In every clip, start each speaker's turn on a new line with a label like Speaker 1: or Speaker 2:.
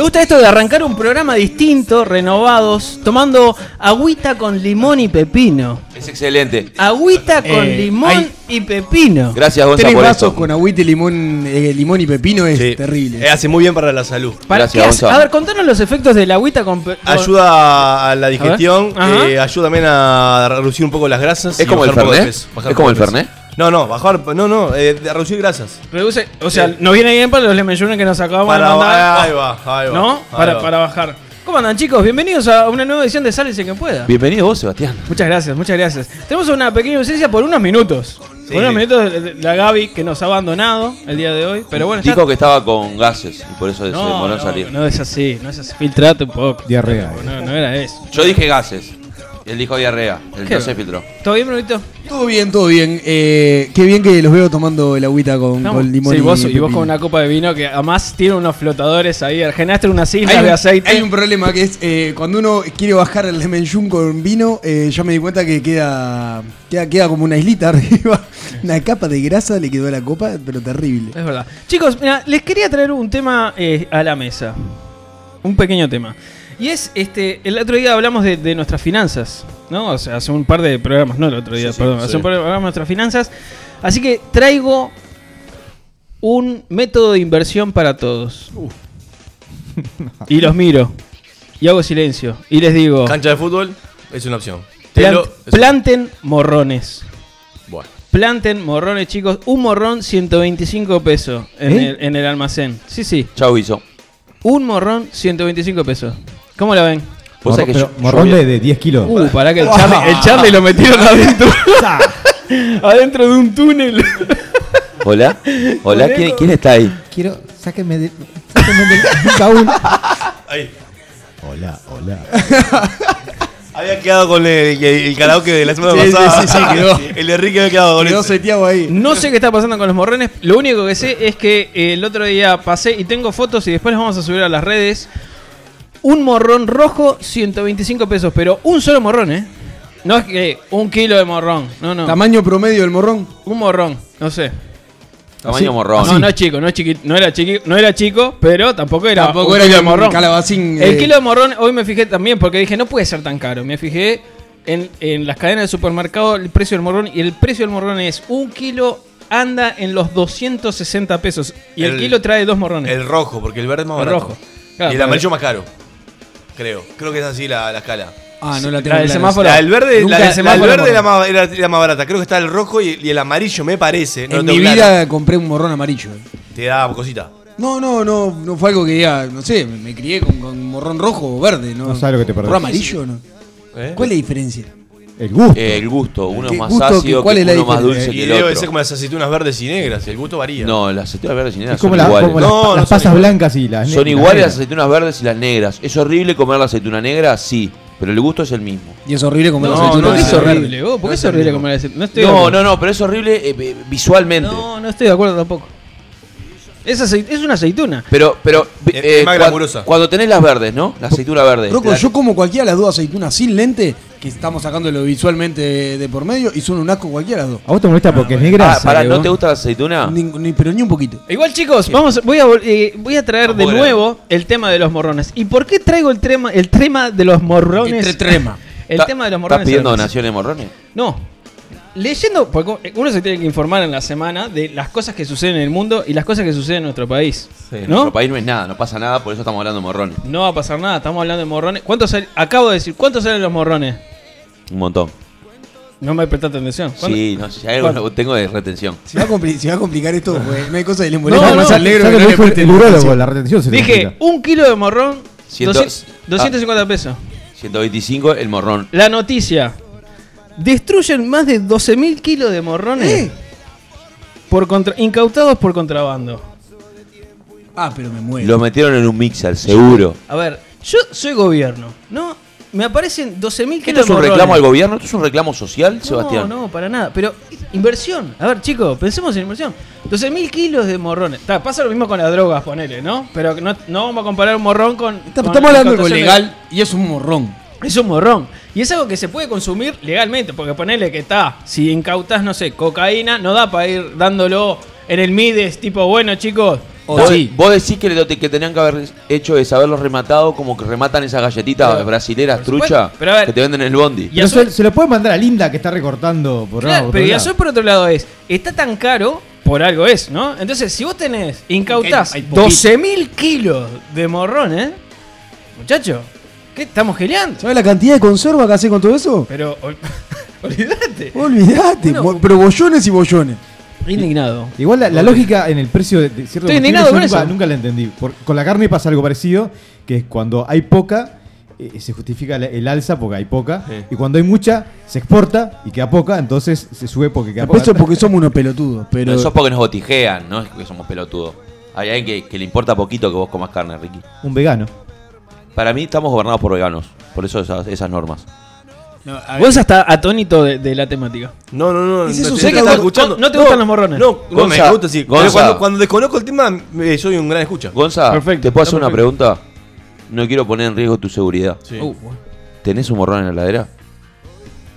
Speaker 1: gusta esto de arrancar un programa distinto, renovados, tomando agüita con limón y pepino.
Speaker 2: Es excelente.
Speaker 1: Agüita con
Speaker 3: Eh,
Speaker 1: limón
Speaker 3: ahí.
Speaker 1: y pepino.
Speaker 2: Gracias, Gonza,
Speaker 3: Tres
Speaker 2: por
Speaker 3: vasos
Speaker 2: esto.
Speaker 3: con agüita y limón, eh, limón y pepino es
Speaker 4: Sí.
Speaker 3: terrible.
Speaker 4: Eh, hace muy bien para la salud.
Speaker 1: ¿Para
Speaker 2: Gracias,
Speaker 1: qué hace?
Speaker 2: Gonzalo.
Speaker 1: A ver, contanos los efectos del agüita con pe- con-
Speaker 4: Ayuda a la digestión,
Speaker 1: Ajá.
Speaker 4: eh, ayuda también a reducir un poco las grasas.
Speaker 2: ¿Es
Speaker 4: y
Speaker 2: como el
Speaker 4: bajar un poco de
Speaker 2: Fernet?
Speaker 4: peso, bajar
Speaker 2: ¿Es
Speaker 4: un
Speaker 2: como
Speaker 4: poco
Speaker 2: el
Speaker 4: de peso.
Speaker 2: Fernet?
Speaker 4: No, no, bajar, no, no, eh, de- reducir grasas. Eh.
Speaker 1: Reduce, o sea, nos viene bien para los lemellunes que nos acabamos de mandar.
Speaker 4: ahí va, ahí va.
Speaker 1: ¿No?
Speaker 4: ahí
Speaker 1: Para,
Speaker 4: va.
Speaker 1: para bajar. ¿Cómo andan, chicos? Bienvenidos a una nueva edición de Sales que pueda.
Speaker 2: Bienvenido vos, Sebastián.
Speaker 1: Muchas gracias, muchas gracias. Tenemos una pequeña ausencia por unos minutos.
Speaker 4: Sí.
Speaker 1: Por unos minutos de- de- la Gaby que nos ha abandonado el día de hoy. Pero bueno, está-
Speaker 2: Dijo que estaba con gases y por eso se
Speaker 1: no,
Speaker 2: demoró en
Speaker 1: no,
Speaker 2: salir.
Speaker 1: no es así, no es así. Filtrate un poco.
Speaker 3: Diarrea.
Speaker 1: No, no era eso.
Speaker 2: Yo dije gases. Él dijo diarrea. Él
Speaker 1: ¿Qué?
Speaker 2: no se filtró.
Speaker 1: ¿Todo bien, Brunito?
Speaker 3: Todo bien, todo bien. Eh, qué bien que los veo tomando el agüita con,
Speaker 1: ¿Estamos?
Speaker 3: con limón
Speaker 1: Sí,
Speaker 3: y
Speaker 1: vos, y
Speaker 3: pepino.
Speaker 1: vos con una copa de vino que además tiene unos flotadores ahí. Generaste unas islas
Speaker 3: hay,
Speaker 1: de
Speaker 3: un-
Speaker 1: aceite.
Speaker 3: hay un problema que es eh, cuando uno quiere bajar el lemon yum con vino, eh, yo me di cuenta que queda, queda queda como una islita arriba, una capa de grasa le quedó a la copa, pero terrible.
Speaker 1: Es verdad. Chicos, mira, les quería traer un tema eh, a la mesa. Un pequeño tema. Y es, este, el otro día hablamos de, de nuestras finanzas, ¿no? O sea, hace un par de programas, no el otro día,
Speaker 4: Sí, sí,
Speaker 1: perdón,
Speaker 4: sí.
Speaker 1: hace un par de programas de nuestras finanzas. Así que traigo un método de inversión para todos. y los miro. Y hago silencio. Y les digo,
Speaker 4: Cancha de fútbol es una opción.
Speaker 1: "Plant-
Speaker 4: Telo es-
Speaker 1: planten morrones.
Speaker 4: Bueno.
Speaker 1: Planten morrones, chicos. Un morrón, 125 pesos en,
Speaker 3: ¿Eh?
Speaker 1: el, en el almacén. Sí, sí.
Speaker 2: Chau, hizo.
Speaker 1: Un morrón, 125 pesos. ¿Cómo la ven?
Speaker 2: Vos
Speaker 5: Morro-
Speaker 2: sabés que
Speaker 5: pero
Speaker 2: yo- yo
Speaker 5: morrón
Speaker 2: vi-
Speaker 5: de, de 10 kilos.
Speaker 1: Uh, pará que el Charlie, el Charlie lo metieron adentro. adentro de un túnel.
Speaker 2: Hola, hola, ¿quién, quién está ahí?
Speaker 5: Quiero, sáquenme de, sáquenme del baúl.
Speaker 4: Ahí.
Speaker 5: Hola, hola.
Speaker 4: Había quedado con el, el, el karaoke de la semana
Speaker 3: Sí, sí,
Speaker 4: pasada.
Speaker 3: sí, sí, quedó.
Speaker 4: El de Enrique había quedado con
Speaker 3: Quedó
Speaker 4: eso.
Speaker 3: seteado ahí.
Speaker 1: No sé qué está pasando con los morrones. Lo único que sé es que eh, el otro día pasé y tengo fotos y después las vamos a subir a las redes. Un morrón rojo, 125 pesos. Pero un solo morrón, ¿eh? No es que un kilo de morrón. No, no.
Speaker 3: Tamaño promedio del morrón.
Speaker 1: Un morrón, no sé.
Speaker 2: Tamaño morrón.
Speaker 1: No, no es chico, no es chiqui- no era chiqui, no era chico, pero tampoco era
Speaker 3: Tampoco
Speaker 1: un
Speaker 3: era
Speaker 1: kilo de
Speaker 3: un
Speaker 1: morrón.
Speaker 3: calabacín,
Speaker 1: El
Speaker 3: eh.
Speaker 1: kilo de morrón hoy me fijé también porque dije, no puede ser tan caro. Me fijé en, en las cadenas de supermercado el precio del morrón y el precio del morrón es un kilo anda en los 260 pesos y el,
Speaker 4: El-
Speaker 1: kilo trae dos morrones.
Speaker 4: El rojo, porque el verde es más
Speaker 1: El
Speaker 4: barato.
Speaker 1: rojo. Claro,
Speaker 4: y el
Speaker 1: para-
Speaker 4: amarillo más caro. Creo. Creo que es así la, la escala.
Speaker 3: Ah, no
Speaker 1: la del
Speaker 3: clara
Speaker 1: semáforo.
Speaker 4: La del verde,
Speaker 1: Nunca
Speaker 4: la,
Speaker 1: se me
Speaker 4: la del
Speaker 1: acuerdo.
Speaker 4: verde era, más, era la más barata. Creo que está el rojo y, y el amarillo, me parece. No
Speaker 3: esa. En
Speaker 4: lo
Speaker 3: mi
Speaker 4: tengo
Speaker 3: vida
Speaker 4: claro.
Speaker 3: compré un morrón amarillo.
Speaker 4: Te da cosita.
Speaker 3: No, no, no, no fue algo que diga, no sé, me, me crié con, con morrón rojo o verde, ¿no?
Speaker 5: No sabes lo que te perdés.
Speaker 3: ¿Morrón amarillo o no?
Speaker 4: ¿Eh?
Speaker 3: ¿Cuál es la diferencia?
Speaker 5: El gusto.
Speaker 2: Eh, el gusto, uno es
Speaker 3: ¿Qué
Speaker 2: más
Speaker 3: gusto?
Speaker 2: ácido,
Speaker 3: ¿Cuál
Speaker 2: que
Speaker 3: es la
Speaker 2: uno más
Speaker 3: diferencia?
Speaker 2: dulce
Speaker 4: Y
Speaker 2: que el
Speaker 4: debe ser
Speaker 2: otro.
Speaker 4: como las aceitunas verdes y negras. El gusto varía.
Speaker 2: No, las aceitunas verdes y negras
Speaker 5: es como,
Speaker 2: son
Speaker 5: la-
Speaker 2: iguales.
Speaker 5: como las,
Speaker 4: No,
Speaker 5: las
Speaker 4: no son
Speaker 5: pasas
Speaker 4: iguales.
Speaker 5: blancas y las
Speaker 2: son
Speaker 5: ne-
Speaker 2: iguales las
Speaker 5: negras.
Speaker 2: aceitunas verdes y las negras. ¿Es horrible comer la aceituna negra? Sí, pero el gusto es el mismo.
Speaker 3: Y es horrible como
Speaker 1: No,
Speaker 3: las
Speaker 1: no,
Speaker 3: aceitunas.
Speaker 1: no es
Speaker 4: es
Speaker 1: horrible.
Speaker 4: horrible.
Speaker 1: vos, ¿Por
Speaker 4: No
Speaker 1: qué
Speaker 4: es
Speaker 1: es horrible
Speaker 4: horrible.
Speaker 1: comer ese- No estoy de
Speaker 2: No,
Speaker 1: acuerdo.
Speaker 2: no, no, pero es horrible eh, eh, visualmente.
Speaker 1: No, no estoy de acuerdo tampoco. Es, acei- es una aceituna.
Speaker 2: Pero, pero
Speaker 4: Es- es más
Speaker 2: cua-
Speaker 4: glamurosa.
Speaker 2: cuando tenés las verdes, ¿no? La aceituna verde.
Speaker 3: Roco,
Speaker 2: Te la-
Speaker 3: yo como cualquiera de las dos aceitunas sin lente, que estamos sacándolo visualmente de, de por medio, y son un asco cualquiera de las dos.
Speaker 5: ¿A vos te molesta porque es negra?
Speaker 2: Ah, pará, ¿no
Speaker 5: Diego?
Speaker 2: te gusta la aceituna?
Speaker 3: Ni- ni- pero ni un poquito.
Speaker 1: Igual chicos, vamos, voy, a, vol- eh, voy a
Speaker 2: Ah,
Speaker 1: traer de
Speaker 4: Vamos a ver.
Speaker 1: nuevo el tema de los morrones. ¿Y por qué traigo el tema, el tema de los morrones?
Speaker 3: El tre- trema.
Speaker 1: El
Speaker 2: Ta-
Speaker 1: tema de los morrones.
Speaker 2: ¿Estás pidiendo
Speaker 1: a la mesa?
Speaker 2: donaciones de morrones?
Speaker 1: No. Leyendo, porque uno se tiene que informar en la semana de las cosas que suceden en el mundo y las cosas que suceden en nuestro país.
Speaker 2: En
Speaker 1: ¿No?
Speaker 2: nuestro país no es nada, no pasa nada, por eso estamos hablando de morrones.
Speaker 1: No va a pasar nada, estamos hablando de morrones. ¿Cuántos sal- acabo de decir, ¿cuántos salen los morrones?
Speaker 2: Un montón.
Speaker 1: No me prestaste atención. ¿Cuánto-
Speaker 2: Sí, no sé, si hay algo
Speaker 1: ¿Cuándo?
Speaker 2: que tengo de retención.
Speaker 3: Se va a, compli- se va a complicar esto, porque no hay cosa que le moleste
Speaker 1: No,
Speaker 3: más
Speaker 1: no,
Speaker 3: al negro
Speaker 5: ¿Sabes lo que
Speaker 3: que no le
Speaker 5: dijo el-
Speaker 3: preste
Speaker 5: el urólogo? La retención se te
Speaker 1: Dije,
Speaker 5: complica.
Speaker 1: un kilo de morrón,
Speaker 2: Ciento-
Speaker 1: 200
Speaker 2: ah.
Speaker 1: 250 pesos.
Speaker 2: 125, el morrón.
Speaker 1: La noticia. Destruyen más de 12.000 kilos de morrones
Speaker 3: ¿Eh?
Speaker 1: por contra- incautados por contrabando.
Speaker 3: Ah, pero me muero.
Speaker 2: Lo metieron en un mixer, seguro.
Speaker 1: A ver, yo soy gobierno, ¿no? Me aparecen 12.000 kilos
Speaker 2: ¿Esto es
Speaker 1: de
Speaker 2: un
Speaker 1: morrones.
Speaker 2: reclamo al gobierno? ¿Esto es un reclamo social, Sebastián?
Speaker 1: No, no, para nada. Pero inversión. A ver, chicos, pensemos en inversión. 12.000 kilos de morrones. Ta, pasa lo mismo con las drogas, ponele, ¿no? Pero no, no vamos a comparar un morrón con... con
Speaker 3: Estamos hablando de algo
Speaker 1: incautación de-
Speaker 3: legal y es un morrón.
Speaker 1: Es un morrón. Y es algo que se puede consumir legalmente, porque ponele que está, si incautas, no sé, cocaína, no da para ir dándolo en el Mides, tipo, bueno chicos, O
Speaker 2: vos,
Speaker 1: sí.
Speaker 2: vos decís que lo te- que tenían que haber hecho es haberlos rematado como que rematan esas galletitas
Speaker 1: Pero-
Speaker 2: brasileras
Speaker 1: por supuesto,
Speaker 2: trucha
Speaker 1: pero a ver.
Speaker 2: que te venden en el bondi.
Speaker 1: Y
Speaker 5: Pero
Speaker 1: Azul-
Speaker 5: se, se lo puede mandar a Linda que está recortando por
Speaker 1: Claro, pero
Speaker 5: ya
Speaker 1: Iazú por otro lado es, está tan caro, por algo es, ¿no? Entonces, si vos tenés, incautás
Speaker 6: Hay- hay poquito.
Speaker 1: 12.000 kilos de morrón, ¿eh? Muchacho, ¿qué estamos geleando?
Speaker 3: ¿Sabes la cantidad de conserva que hace con todo eso?
Speaker 1: Pero, ol- olvídate.
Speaker 3: Olvídate,
Speaker 1: Bueno,
Speaker 3: bo- pero bollones y bollones.
Speaker 1: Indignado.
Speaker 5: Igual la, la lógica en el precio de, de cierto
Speaker 1: Estoy
Speaker 5: combustible
Speaker 1: indignado
Speaker 5: yo
Speaker 1: con
Speaker 5: nunca,
Speaker 1: eso.
Speaker 5: nunca la entendí. Por- con la carne pasa algo parecido, que es cuando hay poca, eh, se justifica la- el alza porque hay poca, y cuando hay mucha, se exporta y queda poca, entonces se sube porque queda
Speaker 3: El
Speaker 5: poca.
Speaker 3: peso porque somos unos pelotudos, pero.
Speaker 2: Pero eso es porque nos botijean, no es que somos pelotudos. Hay alguien que, que le importa poquito que vos comas carne, Ricky.
Speaker 5: Un vegano.
Speaker 2: Para mí estamos gobernados por veganos, por eso esas, esas normas.
Speaker 6: No, a ver,
Speaker 1: Vos hasta atónito de, de la temática.
Speaker 4: No, no, no.
Speaker 3: Ese
Speaker 4: no
Speaker 3: es
Speaker 4: te-
Speaker 3: un
Speaker 4: te
Speaker 3: secado.
Speaker 4: estaba
Speaker 1: No- no te gustan los morrones.
Speaker 4: No, no
Speaker 2: Gonza,
Speaker 4: me gusta, sí. Pero
Speaker 2: Gonza.
Speaker 4: cuando, cuando desconozco el tema, eh, soy un gran escucha.
Speaker 2: Gonza,
Speaker 1: Perfecto,
Speaker 2: Ah, ¿te puedo hacer
Speaker 1: está
Speaker 2: una pregunta? No quiero poner en riesgo tu seguridad.
Speaker 4: Sí.
Speaker 1: Uh, bueno.
Speaker 2: ¿Tenés un morrón en la heladera?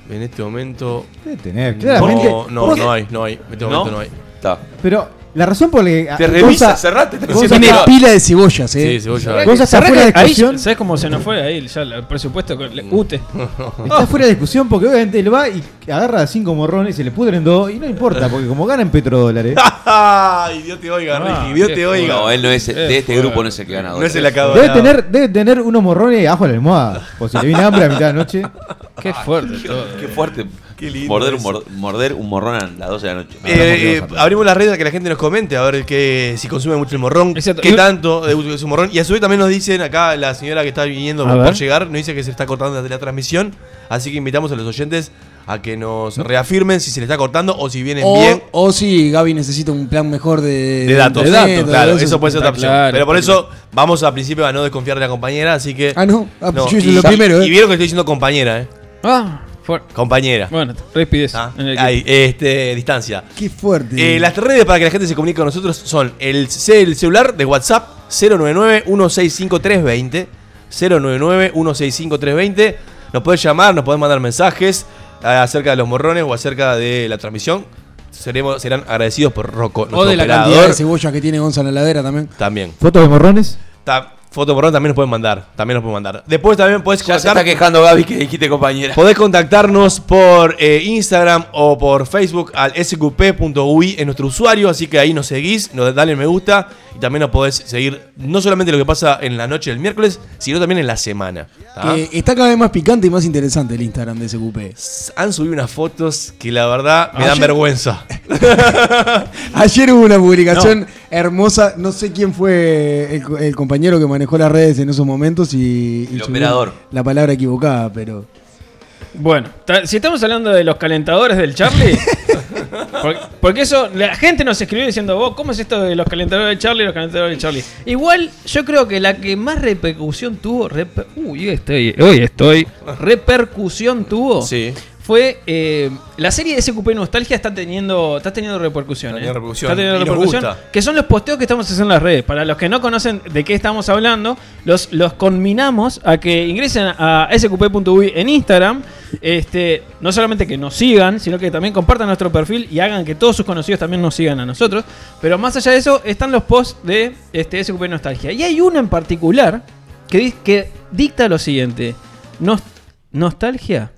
Speaker 4: En este momento.
Speaker 5: Debe tener, claramente.
Speaker 4: No, no,
Speaker 5: Vos-
Speaker 4: no hay, no hay. En este momento no, hay.
Speaker 2: Está.
Speaker 5: Pero la razón por la que.
Speaker 2: Te
Speaker 5: Gonza-
Speaker 2: revisas, cerrate. te
Speaker 5: Gonza-
Speaker 2: decía,
Speaker 3: Tiene
Speaker 2: mirá.
Speaker 3: pila de cebollas, eh.
Speaker 4: Sí, cebolla.
Speaker 5: Gonza está
Speaker 1: Cerrá
Speaker 5: fuera de
Speaker 1: que ahí,
Speaker 5: discusión.
Speaker 1: ¿Sabés cómo se nos fue ahí ya el presupuesto? Con, le- ute.
Speaker 5: Está fuera de discusión porque obviamente él va y agarra cinco morrones, se le pudren dos y no importa, porque como ganan petrodólares.
Speaker 2: Ah,
Speaker 4: Ay, Dios te oiga,
Speaker 1: Ah,
Speaker 4: Ricky. Dios
Speaker 1: qué
Speaker 4: te oiga.
Speaker 2: No, él no es, de este grupo no es el que gana.
Speaker 4: No es el acabado.
Speaker 5: Eh, Debe tener, debe tener unos morrones abajo de la almohada. Por si le viene hambre a mitad de la noche.
Speaker 1: Qué fuerte todo.
Speaker 2: Qué fuerte.
Speaker 4: Qué lindo
Speaker 2: morder, un
Speaker 4: eso.
Speaker 2: mor- morder un morrón a las 12 de la noche.
Speaker 4: Eh, eh, abrimos las redes a que la gente nos comente a ver que, si consume mucho el morrón,
Speaker 1: Exacto.
Speaker 4: qué
Speaker 1: Y-
Speaker 4: tanto es un morrón. Y a su vez también nos dicen acá la señora que está viniendo
Speaker 1: A
Speaker 4: por
Speaker 1: ver.
Speaker 4: llegar, nos dice que se está cortando desde la transmisión. Así que invitamos a los oyentes a que nos reafirmen si se le está cortando o si vienen
Speaker 3: O,
Speaker 4: bien
Speaker 3: o si Gaby necesita un plan mejor de,
Speaker 4: de datos.
Speaker 3: de
Speaker 4: claro,
Speaker 3: de
Speaker 4: eso, puede ser otra opción.
Speaker 1: claro,
Speaker 4: Pero por eso vamos al principio a no desconfiar de la compañera, así que.
Speaker 3: Ah, no. Ah, pues yo hice
Speaker 4: y-
Speaker 3: lo
Speaker 4: y-
Speaker 3: primero,
Speaker 4: Y
Speaker 3: eh.
Speaker 4: vieron que estoy diciendo compañera, ¿eh?
Speaker 1: Ah, fuerte.
Speaker 4: Compañera.
Speaker 1: Bueno, respidez.
Speaker 4: Ah,
Speaker 1: en el
Speaker 4: ahí, este, distancia.
Speaker 3: Qué fuerte.
Speaker 4: Eh, las redes para que la gente se comunique con nosotros son el, ce- el celular de WhatsApp 099-165-320. 099-165-320. Nos podés llamar, nos podés mandar mensajes eh, acerca de los morrones o acerca de la transmisión. Seremos, serán agradecidos por Rocco, nuestro
Speaker 3: o de la
Speaker 4: operador.
Speaker 3: cantidad de cebollas que tiene Gonzalo en la ladera también.
Speaker 4: También.
Speaker 5: ¿Fotos de morrones?
Speaker 4: Ta- foto morrón también nos pueden mandar. También nos pueden mandar. Después también podés
Speaker 2: ya se
Speaker 4: contactar-
Speaker 2: está quejando Gaby que dijiste compañera.
Speaker 4: Podés contactarnos por eh, Instagram o por Facebook al sqp.ui es nuestro usuario, así que ahí nos seguís, nos dale me gusta y también nos podés seguir no solamente lo que pasa en la noche del miércoles, sino también en la semana. ¿tá?
Speaker 3: Que está cada vez más picante y más interesante el Instagram de ese cupé.
Speaker 4: S- Han subido unas fotos que la verdad me
Speaker 1: Ah,
Speaker 4: dan
Speaker 1: yo-
Speaker 4: vergüenza.
Speaker 3: Ayer hubo una publicación hermosa, no sé quién fue el, co- el compañero que manejó las redes en esos momentos y... y
Speaker 2: El
Speaker 3: subió
Speaker 2: operador.
Speaker 3: La palabra equivocada, pero...
Speaker 1: Bueno, ta- si estamos hablando de los calentadores del Charlie, por- porque eso, la gente nos escribió diciendo, vos, ¿cómo es esto de los calentadores del Charlie y los calentadores del Charlie? Igual, yo creo que la que más repercusión tuvo, reper- uy, hoy estoy, hoy estoy, repercusión tuvo,
Speaker 4: Sí.
Speaker 1: fue eh, la serie de SQP Nostalgia está teniendo, está teniendo repercusión.
Speaker 4: Está
Speaker 1: eh.
Speaker 4: teniendo repercusión,
Speaker 1: Está teniendo
Speaker 4: y nos
Speaker 1: repercusión,
Speaker 4: gusta.
Speaker 1: que son los posteos que estamos haciendo en las redes. Para los que no conocen de qué estamos hablando, los, los conminamos a que ingresen a sqp.uy en Instagram. Este, no solamente que nos sigan, sino que también compartan nuestro perfil y hagan que todos sus conocidos también nos sigan a nosotros. Pero más allá de eso, están los posts de este, SQP Nostalgia. Y hay uno en particular que, di- que dicta lo siguiente. Nos- nostalgia,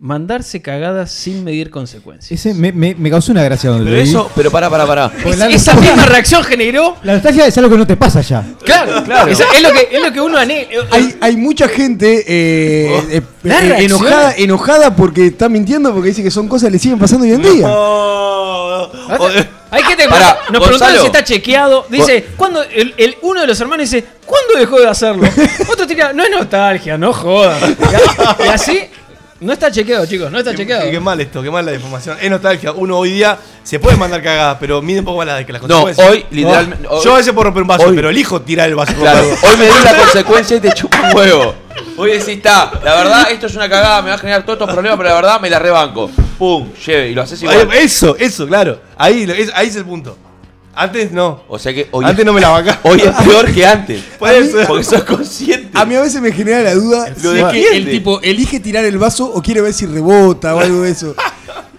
Speaker 1: mandarse cagadas sin medir consecuencias.
Speaker 5: Ese me, me- me causó una gracia donde
Speaker 2: Pero
Speaker 5: lo vi.
Speaker 2: eso, pero pará, pará, pará.
Speaker 1: Pues
Speaker 5: Porque la,
Speaker 1: Esa misma reacción generó
Speaker 5: la nostalgia es algo que no te pasa ya.
Speaker 1: Claro, claro. Es, es lo que, es lo que uno
Speaker 2: eh,
Speaker 1: anhela.
Speaker 3: Hay, hay mucha gente eh,
Speaker 2: Oh.
Speaker 3: eh,
Speaker 1: Las
Speaker 3: eh,
Speaker 1: reacciones.
Speaker 3: enojada, enojada porque está mintiendo, porque dice que son cosas que le siguen pasando hoy en día.
Speaker 1: Hay gente que
Speaker 2: Pará,
Speaker 1: nos preguntaron
Speaker 2: Gonzalo.
Speaker 1: si está chequeado. Dice, ¿cuándo? El, el- uno de los hermanos dice, ¿cuándo dejó de hacerlo? Otro tira, no es nostalgia, no jodas. Y, a- y así, no está chequeado, chicos, no está
Speaker 4: Qué,
Speaker 1: chequeado.
Speaker 4: qué- qué mal esto, qué mal la información. Es nostalgia. Uno hoy día se puede mandar cagadas, pero mide un poco más las que las
Speaker 2: No,
Speaker 4: consecuencias.
Speaker 2: hoy, literalmente-
Speaker 4: No.
Speaker 2: hoy-
Speaker 4: Yo a veces puedo romper un vaso,
Speaker 2: hoy-
Speaker 4: pero elijo tirar el vaso.
Speaker 2: Claro, hoy me di la consecuencia y te chupo un huevo. Hoy decís, está, la verdad, esto es una cagada, me va a generar todos estos problemas, pero la verdad me la rebanco. Pum, lleve, y lo haces igual.
Speaker 4: Ahí- Eso, eso, claro. Ahí, lo- es, ahí es el punto. Antes no.
Speaker 2: O sea que hoy,
Speaker 4: Antes no me la bancaba.
Speaker 2: hoy es peor que antes.
Speaker 4: Puede ser.
Speaker 2: Porque sos consciente.
Speaker 3: A mí a veces me genera la duda
Speaker 2: Lo
Speaker 3: si es que
Speaker 2: defiende.
Speaker 3: el tipo elige tirar el vaso o quiere ver si rebota o algo de eso.